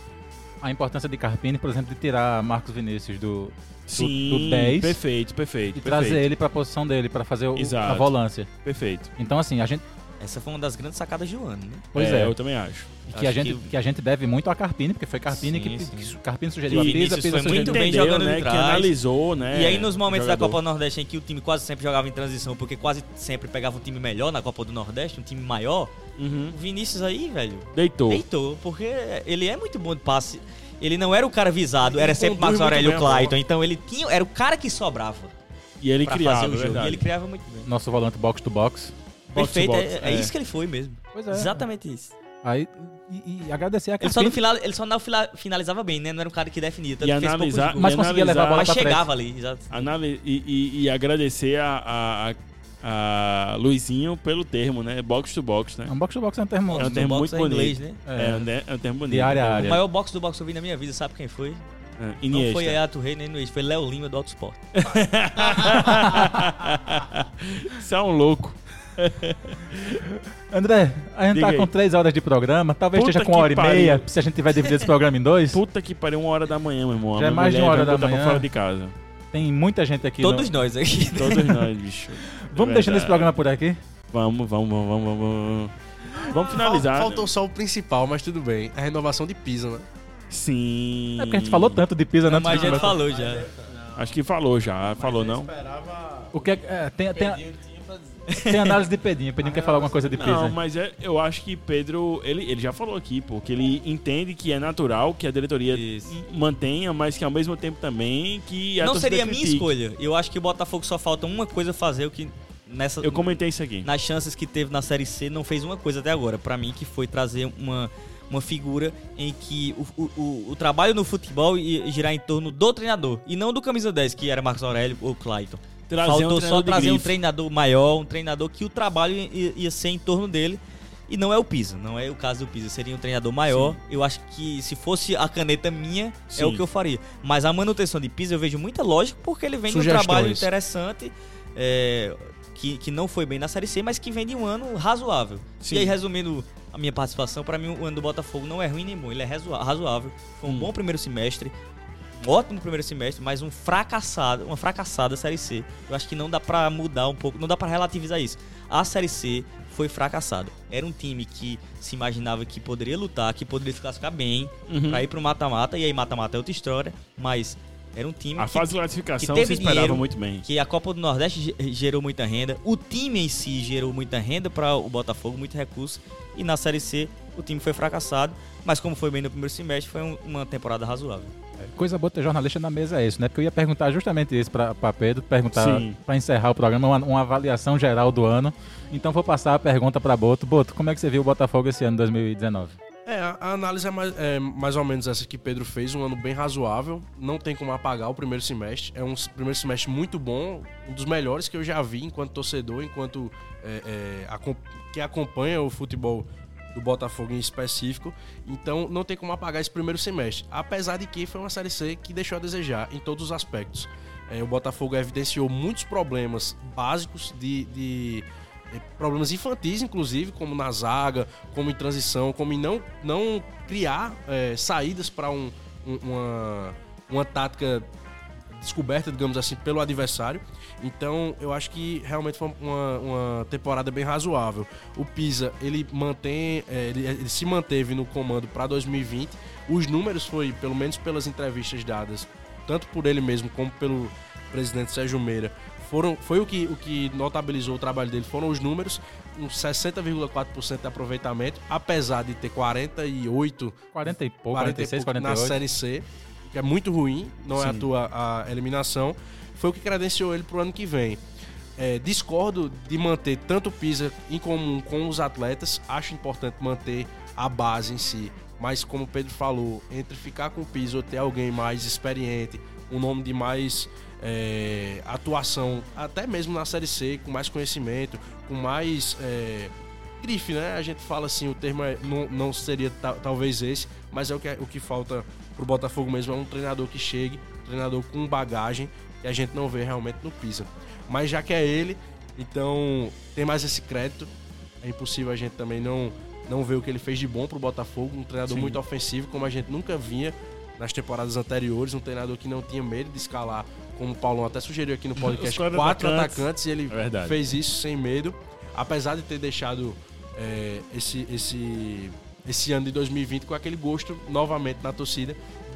S1: a importância de Carpini, por exemplo, de tirar Marcos Vinícius do,
S2: Sim,
S1: do 10.
S2: perfeito, perfeito,
S1: e
S2: perfeito,
S1: trazer ele pra posição dele, pra fazer o,
S2: Exato.
S1: a volância.
S2: perfeito.
S1: Então, assim, a gente.
S5: Essa foi uma das grandes sacadas do ano, né?
S1: Pois é,
S2: eu também acho.
S1: e que, a
S5: acho
S1: gente,
S5: que-
S1: que... a gente deve muito a Carpini, porque foi Carpini
S5: Sim,
S1: que,
S5: sim.
S1: que su- Carpini sugeriu a
S5: E
S1: Pisa,
S5: Vinícius
S1: Pisa
S5: foi muito
S1: sugeriu.
S5: bem
S2: Entendeu,
S5: jogando
S2: né,
S5: de
S2: que
S5: trás.
S2: analisou, né?
S5: E aí nos momentos da
S2: jogador.
S5: Copa do Nordeste em que o time quase sempre jogava em transição, porque quase sempre pegava um time melhor na Copa do Nordeste, um time maior,
S2: Uhum.
S5: o Vinícius aí, velho,
S2: Deitou.
S5: deitou, porque ele é muito bom de passe. Ele não era o cara visado, era sempre
S3: conduz
S5: Marcos
S3: muito
S5: Aurélio
S3: bem a
S5: Clayton, então ele tinha, era o cara que sobrava
S2: E ele
S5: pra
S2: criava,
S5: fazer o jogo.
S2: verdade.
S5: E ele criava muito bem.
S1: Nosso volante box to box.
S2: Box to
S5: Perfeito,
S2: box,
S5: é, é
S2: é.
S5: isso que ele foi mesmo.
S1: Pois é.
S5: Exatamente isso.
S1: Aí, e, e agradecer a
S5: Ele só,
S1: Carpini.
S5: no final, ele só no final finalizava bem, né? Não era um cara que definia, tanto
S2: E
S5: que fez poucos
S2: analisar-
S5: gols.
S1: mas conseguia levar a bola
S5: Mas
S1: pra frente.
S5: chegava ali, exato.
S2: Ah, Anali- e, e- e agradecer a, a- a- a Luizinho pelo termo, né? Box to box, né?
S1: É um box to box é um termo.
S2: É um
S5: Box
S2: termo
S5: to box
S2: muito
S5: é inglês,
S2: bonito.
S5: né?
S2: É, um de- é um termo bonito.
S1: De área a
S5: O
S1: área.
S5: maior box do box que eu vi na minha vida, sabe quem foi?
S2: É,
S5: Não
S2: Iniesta.
S5: foi Ayato Rei nem Luiz, foi Léo Lima do Auto Sport.
S2: Você é um louco.
S1: André, a gente
S2: Diga
S1: tá
S2: aí.
S1: com três horas de programa, talvez
S2: Puta
S1: esteja com
S2: que
S1: uma hora e
S2: pariu.
S1: meia, se a gente tiver dividido esse programa em dois.
S2: Puta que pariu, uma hora da manhã, meu irmão. A
S1: Já é
S2: minha
S1: mais de uma
S2: mulher
S1: hora
S2: vai
S1: da
S2: botar pra
S1: manhã.
S2: fora de casa.
S1: Tem muita gente aqui. no-
S5: Todos nós aqui.
S2: Todos nós, bicho.
S1: Vamos
S2: É
S1: deixando
S2: verdade.
S1: esse programa por aqui. É
S2: Vamos, vamos, vamos, vamos, vamos. Vamos, vamos finalizar.
S3: Fal- Faltou só o principal, mas tudo bem. A renovação de Pisa, né?
S2: Sim.
S1: É porque a gente falou tanto de Pisa, né?
S5: Mas a
S1: antes de
S5: gente
S1: começar.
S5: falou já.
S2: Acho que falou já. Falou,
S5: é
S2: não?
S1: O que é, é, tem, tem, tem análise de Pedinho. Pedinho quer falar alguma coisa de Pisa.
S2: Não, mas é- eu acho que Pedro, ele, ele já falou aqui, pô, que ele entende que é natural que a diretoria
S5: Isso.
S2: m- mantenha, mas que ao mesmo tempo também que a
S5: Não
S2: torcida
S5: seria a minha
S2: critique.
S5: escolha. Eu acho que o Botafogo só falta uma coisa fazer o que nessa
S2: Eu comentei isso aqui.
S5: nas chances que teve na série C não fez uma coisa até agora, Pra mim que foi trazer uma uma figura em que o, o- o- o trabalho no futebol ia girar em torno do treinador e não do camisa 10, que era Marcos Aurélio ou Clayton.
S2: Trazer um
S5: Faltou só
S2: treinador de
S5: trazer um
S2: grife.
S5: treinador maior, um treinador que o trabalho ia, ia ser em torno dele. E não é o Pisa, não é o caso do Pisa, seria um treinador maior. Eu acho que se fosse a caneta minha,
S2: Sim.
S5: é o que eu faria. Mas a manutenção de Pisa eu vejo muita lógica porque ele vem de um
S3: Sugestões.
S5: trabalho interessante, é, que, que não foi bem na Série C, mas que vem de um ano razoável.
S2: Sim.
S5: E aí, resumindo a minha participação, pra mim o ano do Botafogo não é ruim nem bom, ele é razoa- razoável. Foi um
S2: Hum.
S5: bom primeiro semestre, um ótimo primeiro semestre, mas um fracassado, uma fracassada Série C. Eu acho que não dá pra mudar um pouco, não dá pra relativizar isso. A Série C foi fracassada. Era um time que se imaginava que poderia lutar, que poderia se classificar bem,
S2: Uhum.
S5: pra ir pro mata-mata, e aí mata-mata é outra história, mas era um time
S2: A
S5: que
S2: fase de classificação
S5: que
S2: se
S5: teve
S2: esperava
S5: dinheiro,
S2: muito bem.
S5: que a Copa do Nordeste ge- gerou muita renda, o time em si gerou muita renda para o Botafogo, muito recurso, e na Série C o time foi fracassado, mas como foi bem no primeiro semestre, foi um- uma temporada razoável.
S1: Coisa boa ter jornalista na mesa é isso, né? Porque eu ia perguntar justamente isso pra, pra Pedro, perguntar
S2: Sim.
S1: pra encerrar o programa, uma, uma avaliação geral do ano. Então vou passar a pergunta pra Boto. Boto, como é que você viu o Botafogo esse ano 2019?
S3: É, a, a análise é mais, é mais ou menos essa que Pedro fez, um ano bem razoável, não tem como apagar o primeiro semestre. É um s- primeiro semestre muito bom, um dos melhores que eu já vi enquanto torcedor, enquanto é, é, acom- que acompanha o futebol do Botafogo em específico. Então não tem como apagar esse primeiro semestre. Apesar de que foi uma série C que deixou a desejar em todos os aspectos. É, o Botafogo evidenciou muitos problemas básicos de- de é, problemas infantis, inclusive, como na zaga, como em transição, como em não, não criar é, saídas para um, um- uma, uma tática descoberta, digamos assim, pelo adversário. Então, eu acho que realmente foi uma, uma temporada bem razoável. O Pisa, ele mantém, é, ele, ele se manteve no comando para 2020. Os números foi, pelo menos pelas entrevistas dadas, tanto por ele mesmo como pelo presidente Sérgio Meira, foram, foi o que, o que notabilizou o trabalho dele, foram os números, um 60,4% de aproveitamento, apesar de ter 48
S1: 40 e pouco,
S3: 40 e
S1: 46,
S3: pouco
S1: 48.
S3: na Série C, que é muito ruim, não é à toa a eliminação. Foi o que credenciou ele pro ano que vem. É, discordo de manter tanto o Pisa em comum com os atletas, acho importante manter a base em si, mas como o Pedro falou, entre ficar com o Pisa ou ter alguém mais experiente, um nome de mais é, atuação, até mesmo na Série C, com mais conhecimento, com mais é, grife, né? A gente fala assim, o termo é- não, não seria ta- talvez esse, mas é o que, o que falta pro Botafogo mesmo, é um treinador que chegue, um treinador com bagagem, que a gente não vê realmente no Pisa. Mas já que é ele, então tem mais esse crédito, é impossível a gente também não, não ver o que ele fez de bom pro Botafogo, um treinador muito ofensivo, como a gente nunca vinha nas temporadas anteriores, um treinador que não tinha medo de escalar, como o Paulão até sugeriu aqui no podcast,
S2: quatro
S3: quatro,
S2: atacantes.
S3: atacantes. e ele
S2: É verdade.
S3: fez isso sem medo, apesar de ter deixado é, esse, esse, esse ano de 2020 com aquele gosto novamente na torcida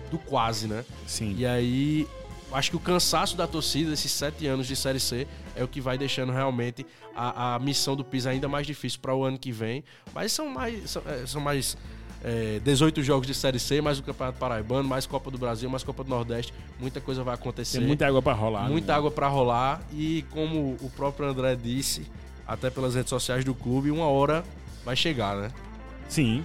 S3: do quase, né?
S2: Sim.
S3: E aí, acho que o cansaço da torcida, esses sete anos de Série C, é o que vai deixando realmente a, a missão do Pisa ainda mais difícil para o ano que vem. Mas são mais. São, é, são mais é, 18 jogos de Série C, mais o Campeonato Paraibano, mais Copa do Brasil, mais Copa do Nordeste. Muita coisa vai acontecer.
S2: Tem muita água pra rolar.
S3: Muita
S2: né?
S3: água pra rolar e como o próprio André disse, até pelas redes sociais do clube, uma hora vai chegar, né?
S2: Sim.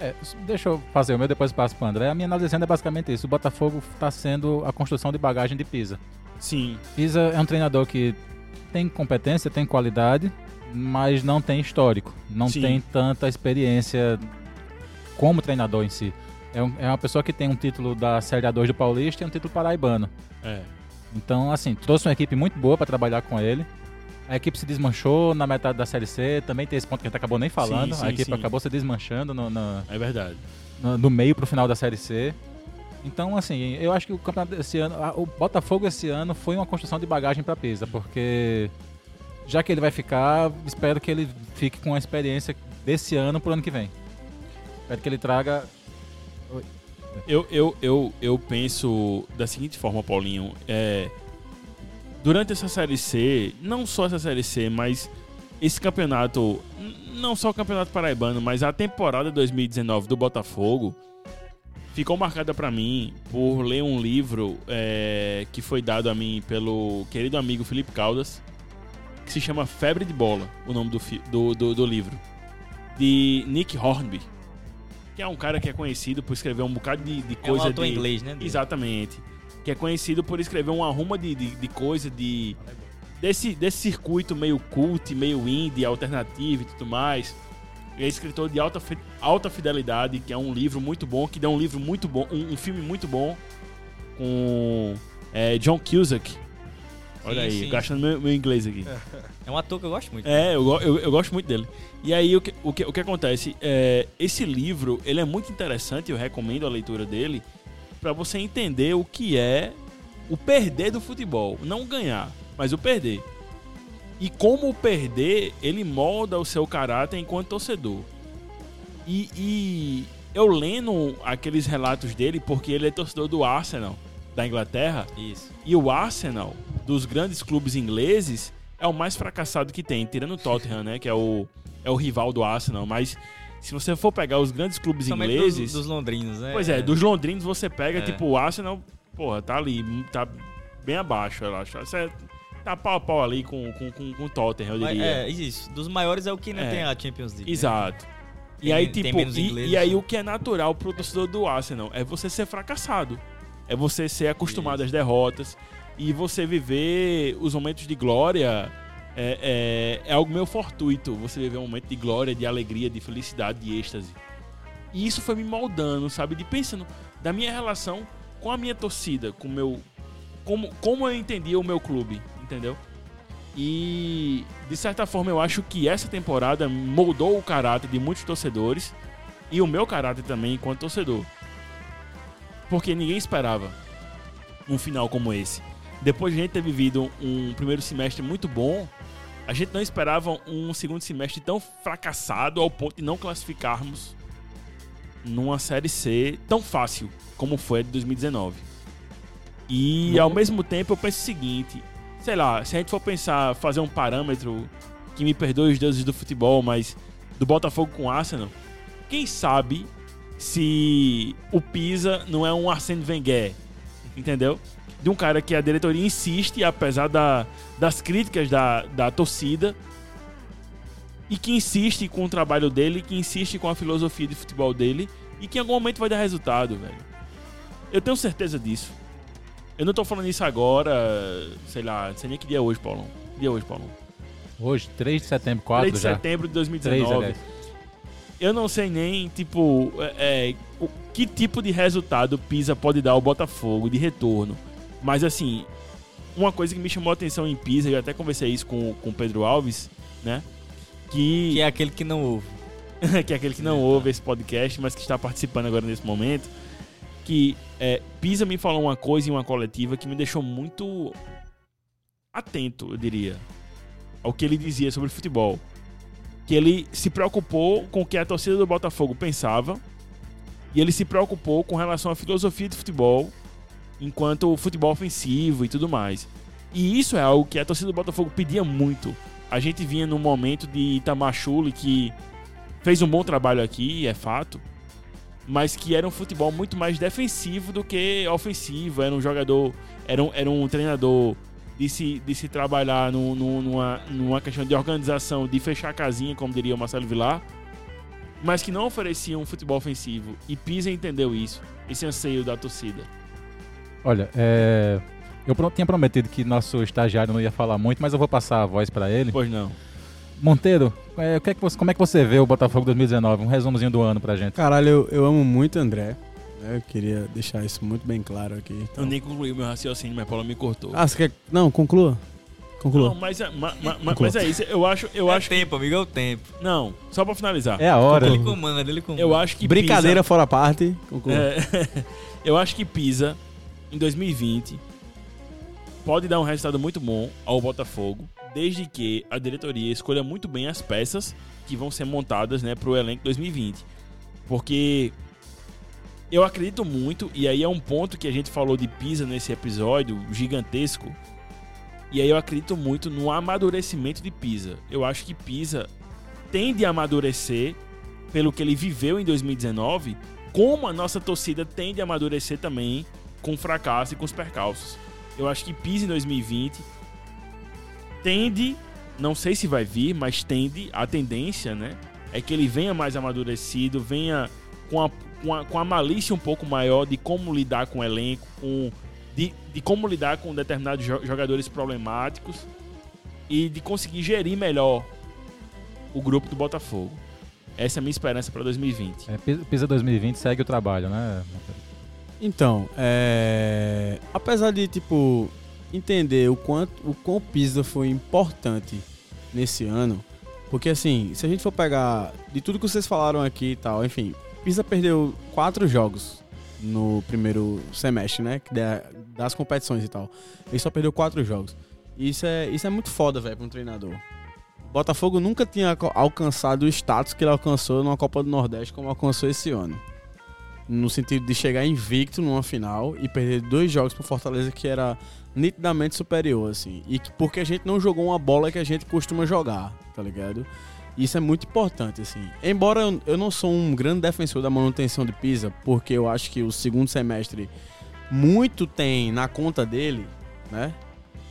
S1: É, s- deixa eu fazer o meu, depois passo pro André. A minha análise é basicamente isso. O Botafogo tá sendo a construção de bagagem de Pisa.
S2: Sim.
S1: Pisa é um treinador que tem competência, tem qualidade, mas não tem histórico, não
S2: Sim.
S1: tem tanta experiência como treinador em si. É, um- é uma pessoa que tem um título da Série A2 do Paulista e um título paraibano.
S2: É.
S1: Então, assim, trouxe uma equipe muito boa para trabalhar com ele. A equipe se desmanchou na metade da Série C, também tem esse ponto que a gente acabou nem falando.
S2: sim,
S1: a equipe
S2: sim.
S1: acabou se desmanchando no- na-
S2: É verdade.
S1: no- do meio pro final da Série C. Então, assim, eu acho que o campeonato esse ano, a- o Botafogo esse ano foi uma construção de bagagem para Pisa, porque já que ele vai ficar, espero que ele fique com a experiência desse ano pro ano que vem. Espero que ele traga.
S2: Eu, eu, eu, eu penso da seguinte forma, Paulinho. É, durante essa Série C, não só essa Série C, mas esse campeonato, n- não só o Campeonato Paraibano, mas a temporada 2019 do Botafogo, ficou marcada pra mim por ler um livro é, que foi dado a mim pelo querido amigo Felipe Caldas, que se chama Febre de Bola, o nome do, fi- do, do, do livro, de Nick Hornby. que é um cara que é conhecido por escrever um bocado de, de
S5: É um
S2: coisa
S5: autor
S2: de-
S5: inglês, né? Diego?
S2: Exatamente. Que é conhecido por escrever uma arruma de, de, de coisa de. Desse, desse circuito meio cult, meio indie, alternativo e tudo mais. Ele é escritor de alta, Fi- alta fidelidade, que é um livro muito bom, que dá um livro muito bom, um, um filme muito bom com é, John Cusack. Olha
S5: Sim,
S2: aí,
S5: sim.
S2: gastando meu, meu inglês aqui.
S5: É um ator que eu gosto muito.
S2: É, eu, go- eu, eu gosto muito dele. E aí, o que, o que, o que acontece? É, esse livro, ele é muito interessante, eu recomendo a leitura dele, pra você entender o que é o perder do futebol. Não ganhar, mas o perder. E como o perder, ele molda o seu caráter enquanto torcedor. E, e eu lendo aqueles relatos dele, porque ele é torcedor do Arsenal, da Inglaterra,
S5: Isso.
S2: e o Arsenal, dos grandes clubes ingleses, é o mais fracassado que tem, tirando o Tottenham, né? Que é o, é o rival do Arsenal. Mas se você for pegar os grandes clubes
S5: Principalmente
S2: ingleses.
S5: Dos, dos londrinos, né?
S2: Pois é, dos londrinos você pega,
S5: É.
S2: tipo, o Arsenal, porra, tá ali, tá bem abaixo, eu acho. Você tá pau a pau ali com, com, com, com o Tottenham, eu
S5: Mas,
S2: diria.
S5: É, isso. Dos maiores é o que não
S2: É.
S5: tem a Champions League. né?
S2: Exato. E
S5: Tem-
S2: aí,
S5: tem
S2: tipo,
S5: menos né?
S2: e,
S5: ingleses.
S2: e aí o que é natural pro torcedor do Arsenal é você ser fracassado. É você ser acostumado às derrotas e você viver os momentos de glória é, é, é algo meio fortuito. Você viver um momento de glória, de alegria, de felicidade, de êxtase. E isso foi me moldando, sabe? De pensando da minha relação com a minha torcida, com o meu. Como, como eu entendia o meu clube, entendeu? E de certa forma eu acho que essa temporada moldou o caráter de muitos torcedores e o meu caráter também enquanto torcedor. Porque ninguém esperava um final como esse. Depois de a gente ter vivido um primeiro semestre muito bom, a gente não esperava um segundo semestre tão fracassado ao ponto de não classificarmos numa série C tão fácil como foi a de 2019. E ao mesmo tempo eu penso o seguinte, sei lá, se a gente for pensar, fazer um parâmetro que me perdoe os deuses do futebol, mas do Botafogo com o Arsenal, quem sabe se o Pisa não é um Arsene Wenger, entendeu? De um cara que a diretoria insiste, apesar da, das críticas da, da torcida, e que insiste com o trabalho dele, que insiste com a filosofia de futebol dele, e que em algum momento vai dar resultado, velho. Eu tenho certeza disso. Eu não tô falando isso agora, sei lá, não sei nem que dia é hoje, Paulão. Que dia é hoje, Paulão?
S1: Hoje, 3 de setembro, 4
S2: 3 de
S1: já. é
S2: setembro de
S1: 3,
S2: 2019
S1: aliás.
S2: eu não sei nem, tipo, é, é, o, que tipo de resultado o Pisa pode dar ao Botafogo de retorno. Mas, assim, uma coisa que me chamou a atenção em Pisa, eu até conversei isso com, com o Pedro Alves, né? Que,
S5: Que é aquele que não ouve.
S2: que é aquele que não ouve esse podcast, mas que está participando agora nesse momento, que é, Pisa me falou uma coisa em uma coletiva que me deixou muito atento, eu diria, ao que ele dizia sobre futebol. Que ele se preocupou com o que a torcida do Botafogo pensava e ele se preocupou com relação à filosofia de futebol enquanto o futebol ofensivo e tudo mais. E isso é algo que a torcida do Botafogo pedia muito. A gente vinha num momento de Itamachule que fez um bom trabalho aqui, é fato. Mas que era um futebol muito mais defensivo do que ofensivo. Era um jogador. Era um, era um treinador de se, de se trabalhar no, no- numa, numa questão de organização, de fechar a casinha, como diria o Marcelo Vilar. Mas que não oferecia um futebol ofensivo. E Pisa entendeu isso. Esse anseio da torcida.
S1: Olha, é, eu pro- tinha prometido que nosso estagiário não ia falar muito, mas eu vou passar a voz pra ele.
S2: Pois não.
S1: Monteiro, é, o que é que você- como é que você vê o Botafogo 2019? Um resumozinho do ano pra gente.
S9: Caralho, eu, eu amo muito o André. né? Eu queria deixar isso muito bem claro aqui.
S2: Eu nem concluí meu raciocínio, mas Paulo me cortou.
S9: Ah, você quer. Não, conclua. Conclua.
S2: não, mas, é- ma- ma- ma- mas é isso. Eu acho. Eu
S5: é
S2: acho
S5: tempo, amigo, é o tempo.
S2: Não, só pra finalizar.
S1: É a hora.
S5: Ele comanda, ele comanda.
S2: Eu acho que
S9: Brincadeira fora a parte. Conclua.
S2: É, eu acho que Pisa, em 2020, pode dar um resultado muito bom ao Botafogo, desde que a diretoria escolha muito bem as peças que vão ser montadas né, para o elenco 2020. Porque eu acredito muito, e aí é um ponto que a gente falou de Pisa nesse episódio gigantesco. E aí eu acredito muito no amadurecimento de Pisa. Eu acho que Pisa tende a amadurecer pelo que ele viveu em 2019, como a nossa torcida tende a amadurecer também com o fracasso e com os percalços. Eu acho que Pisa em 2020 tende, não sei se vai vir, mas tende, a tendência, né? É que ele venha mais amadurecido, venha com a, com, a, com a malícia um pouco maior de como lidar com o elenco, com, de, de como lidar com determinados jo- jogadores problemáticos e de conseguir gerir melhor o grupo do Botafogo. Essa é a minha esperança para 2020.
S1: É, Pisa- Pisa 2020 segue o trabalho, né?
S9: Então, é, apesar de tipo entender o quanto o quão o Pisa foi importante nesse ano, porque assim, se a gente for pegar de tudo que vocês falaram aqui e tal, enfim, Pisa perdeu quatro jogos no primeiro semestre, né, que da- das competições e tal. Ele só perdeu quatro jogos. Isso é isso é muito foda, velho, para um treinador. Botafogo nunca tinha alca- alcançado o status que ele alcançou numa Copa do Nordeste como alcançou esse ano no sentido de chegar invicto numa final e perder dois jogos pro Fortaleza que era nitidamente superior, assim. E que, porque a gente não jogou uma bola que a gente costuma jogar, tá ligado? Isso é muito importante, assim. Embora eu, eu não sou um grande defensor da manutenção de Pisa, porque eu acho que o segundo semestre muito tem na conta dele, né?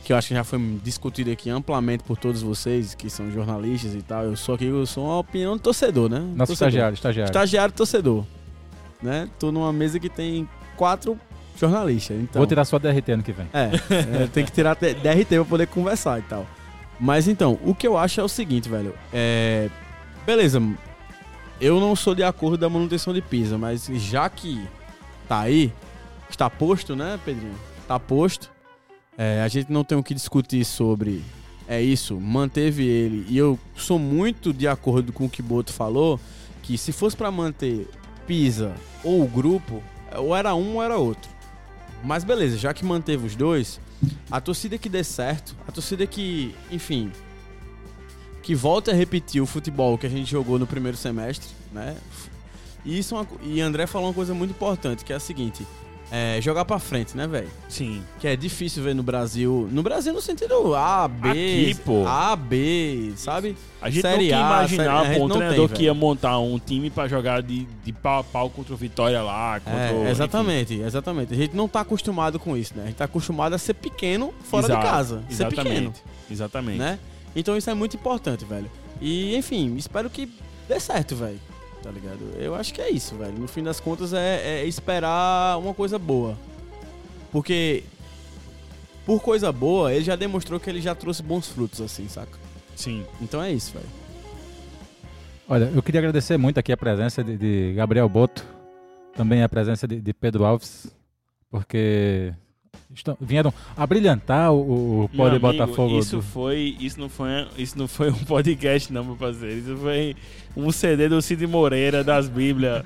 S9: Que eu acho que já foi discutido aqui amplamente por todos vocês que são jornalistas e tal. Eu sou aqui, eu sou uma opinião de torcedor, né?
S1: Nosso
S9: torcedor
S1: estagiário, estagiário.
S9: estagiário torcedor. Né? Tô numa mesa que tem quatro jornalistas. Então,
S1: Vou tirar só DRT ano que vem.
S9: É, é, tem que tirar até DRT pra poder conversar e tal. Mas então, o que eu acho é o seguinte, velho. É, beleza, eu não sou de acordo da manutenção de Pisa, mas já que tá aí, está posto, né, Pedrinho? Tá posto. É, a gente não tem o que discutir sobre. É isso, manteve ele. E eu sou muito de acordo com o que Boto falou, que se fosse pra manter Pisa ou o grupo, ou era um ou era outro. Mas beleza, já que manteve os dois, a torcida que dê certo, a torcida que, enfim, que volta a repetir o futebol que a gente jogou no primeiro semestre, né? E isso é uma co- e André falou uma coisa muito importante, que é a seguinte, é jogar pra frente, né, velho?
S2: Sim.
S9: Que é difícil ver no Brasil, no Brasil no sentido A, B,
S2: Aqui, pô.
S9: A, B, sabe?
S2: A gente
S9: Série
S2: não
S9: A,
S2: quer imaginar
S9: Série- a
S2: pô,
S9: gente
S2: um
S9: não
S2: treinador
S9: tem,
S2: que ia montar um time pra jogar de, de pau a pau contra o Vitória lá. Contra
S9: É,
S2: o-
S9: exatamente, exatamente. A gente não tá acostumado com isso, né? A gente tá acostumado a ser pequeno fora
S2: Exato,
S9: de casa. Ser pequeno.
S2: Exatamente. Exatamente.
S9: né? Então isso é muito importante, velho. E, enfim, espero que dê certo, velho. Tá ligado? Eu acho que é isso, velho. No fim das contas, é, é esperar uma coisa boa. Porque, por coisa boa, ele já demonstrou que ele já trouxe bons frutos, assim, saca?
S2: Sim.
S9: Então é isso, velho.
S1: Olha, eu queria agradecer muito aqui a presença de, de Gabriel Boto, também a presença de, de Pedro Alves, porque estão, vieram a brilhantar o, o
S2: Meu
S1: Pode
S2: amigo,
S1: Botafogo.
S2: Isso
S1: do-
S2: foi. Isso não foi, isso não foi um podcast, não, meu parceiro. Isso foi um CD do Cid Moreira das Bíblias.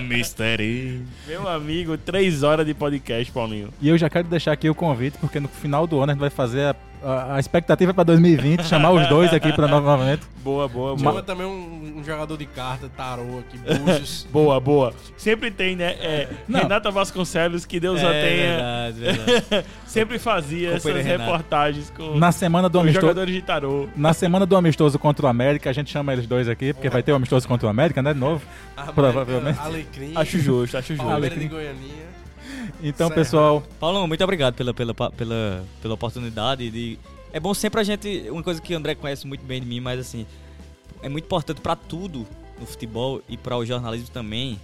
S5: Mistério.
S2: Meu amigo, três horas de podcast, Paulinho.
S1: E eu já quero deixar aqui o convite, porque no final do ano a gente vai fazer a, a, a expectativa é para 2020, chamar os dois aqui para novamente.
S2: Boa, boa, boa.
S3: Chama também um, um jogador de carta, tarô aqui, búzios.
S2: Boa, boa. Sempre tem, né? É,
S1: Não.
S2: Renata Vasconcelos, que Deus a
S5: É
S2: tenha,
S5: verdade, verdade.
S2: sempre fazia
S5: Companheira
S2: essas
S5: Renata.
S2: reportagens com,
S1: Na semana do
S2: com os
S1: amistoso.
S2: jogadores de tarô.
S1: Na semana do amistoso contra o América, a gente chama eles dois aqui, porque vai ter o amistoso contra o América, né? De novo.
S3: América,
S1: Provavelmente.
S3: Alecrim.
S2: Acho justo, acho justo.
S3: Palmeiras de Goianinha.
S1: Então,
S3: Certo.
S1: pessoal,
S5: Paulão, muito obrigado pela, pela, pa- pela, pela oportunidade. De... É bom sempre a gente. Uma coisa que o André conhece muito bem de mim, mas assim. É muito importante pra tudo no futebol e pra o jornalismo também.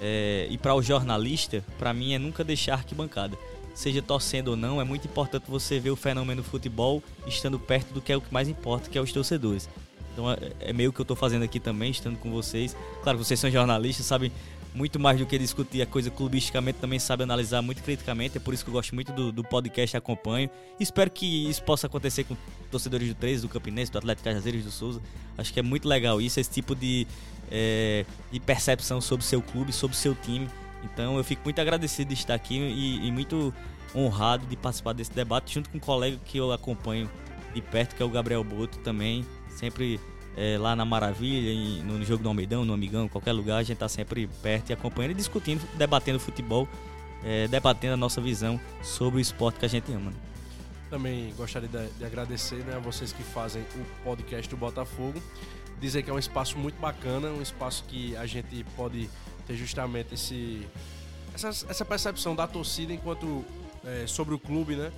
S5: É, e pra o jornalista, pra mim é nunca deixar arquibancada. Seja torcendo ou não, é muito importante você ver o fenômeno do futebol estando perto do que é o que mais importa, que é os torcedores. Então é, é meio que eu tô fazendo aqui também, estando com vocês. Claro, vocês são jornalistas, sabem muito mais do que discutir a coisa clubisticamente, também sabe analisar muito criticamente. É por isso que eu gosto muito do, do podcast acompanho. Espero que isso possa acontecer com torcedores do 13, do Campinense, do Atlético Cajazeiras, do Souza. Acho que é muito legal isso, esse tipo de, é, de percepção sobre o seu clube, sobre o seu time. Então eu fico muito agradecido de estar aqui e, e muito honrado de participar desse debate junto com um colega que eu acompanho de perto, que é o Gabriel Boto também, sempre é, lá na Maravilha, em- no, no jogo do Almeidão, no Amigão, em qualquer lugar, a gente tá sempre perto e acompanhando e discutindo, debatendo futebol, é, debatendo a nossa visão sobre o esporte que a gente ama. né?
S3: Também gostaria de, de agradecer né, a vocês que fazem o podcast do Botafogo. Dizer que é um espaço muito bacana, um espaço que a gente pode ter justamente esse, essa, essa percepção da torcida enquanto é, sobre o clube, né?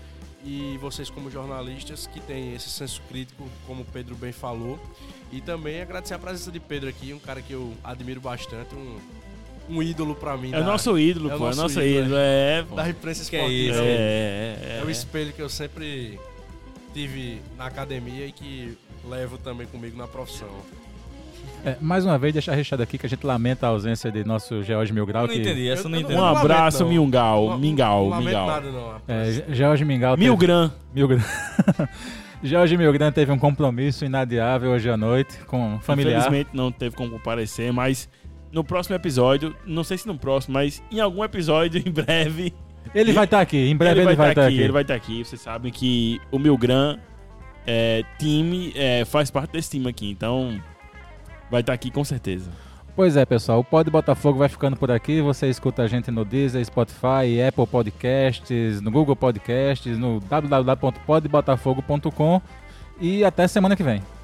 S3: e vocês como jornalistas que têm esse senso crítico, como o Pedro bem falou. E também agradecer a presença de Pedro aqui, um cara que eu admiro bastante, um, um ídolo pra mim.
S2: É o
S3: da-
S2: nosso ídolo,
S3: é o
S2: pô. É o
S3: nosso
S2: nosso
S3: ídolo,
S2: ídolo. É, pô.
S3: da imprensa
S5: Que é
S3: esportiva.
S5: isso.
S2: É,
S3: É
S2: é,
S3: o
S2: é.
S3: espelho que eu sempre tive na academia e que levo também comigo na profissão.
S1: É, mais uma vez, deixar recheado aqui que a gente lamenta a ausência de nosso George Mil Grau.
S5: Eu não
S1: que-
S5: entendi, essa eu não
S3: eu não-
S5: entendi.
S2: Um abraço,
S3: lamento, não.
S2: Mingal. Mingal,
S3: não lamento
S2: Mingal.
S3: nada não, rapaz.
S1: É, Ge- George Mingau.
S2: Mil Gran.
S1: Mil Gran- Jorge Milgran teve um compromisso inadiável hoje à noite com um familiar.
S2: Infelizmente não teve como comparecer, mas no próximo episódio, não sei se no próximo, mas em algum episódio, em breve,
S1: Ele vai estar aqui, em breve ele, vai estar aqui.
S2: Ele vai estar aqui. Vocês sabem que o meu gran é, time é, faz parte desse time aqui, então vai estar aqui com certeza.
S1: Pois é, pessoal, o Pod Botafogo vai ficando por aqui. Você escuta a gente no Deezer, Spotify, Apple Podcasts, no Google Podcasts, no www.podbotafogo.com e até semana que vem.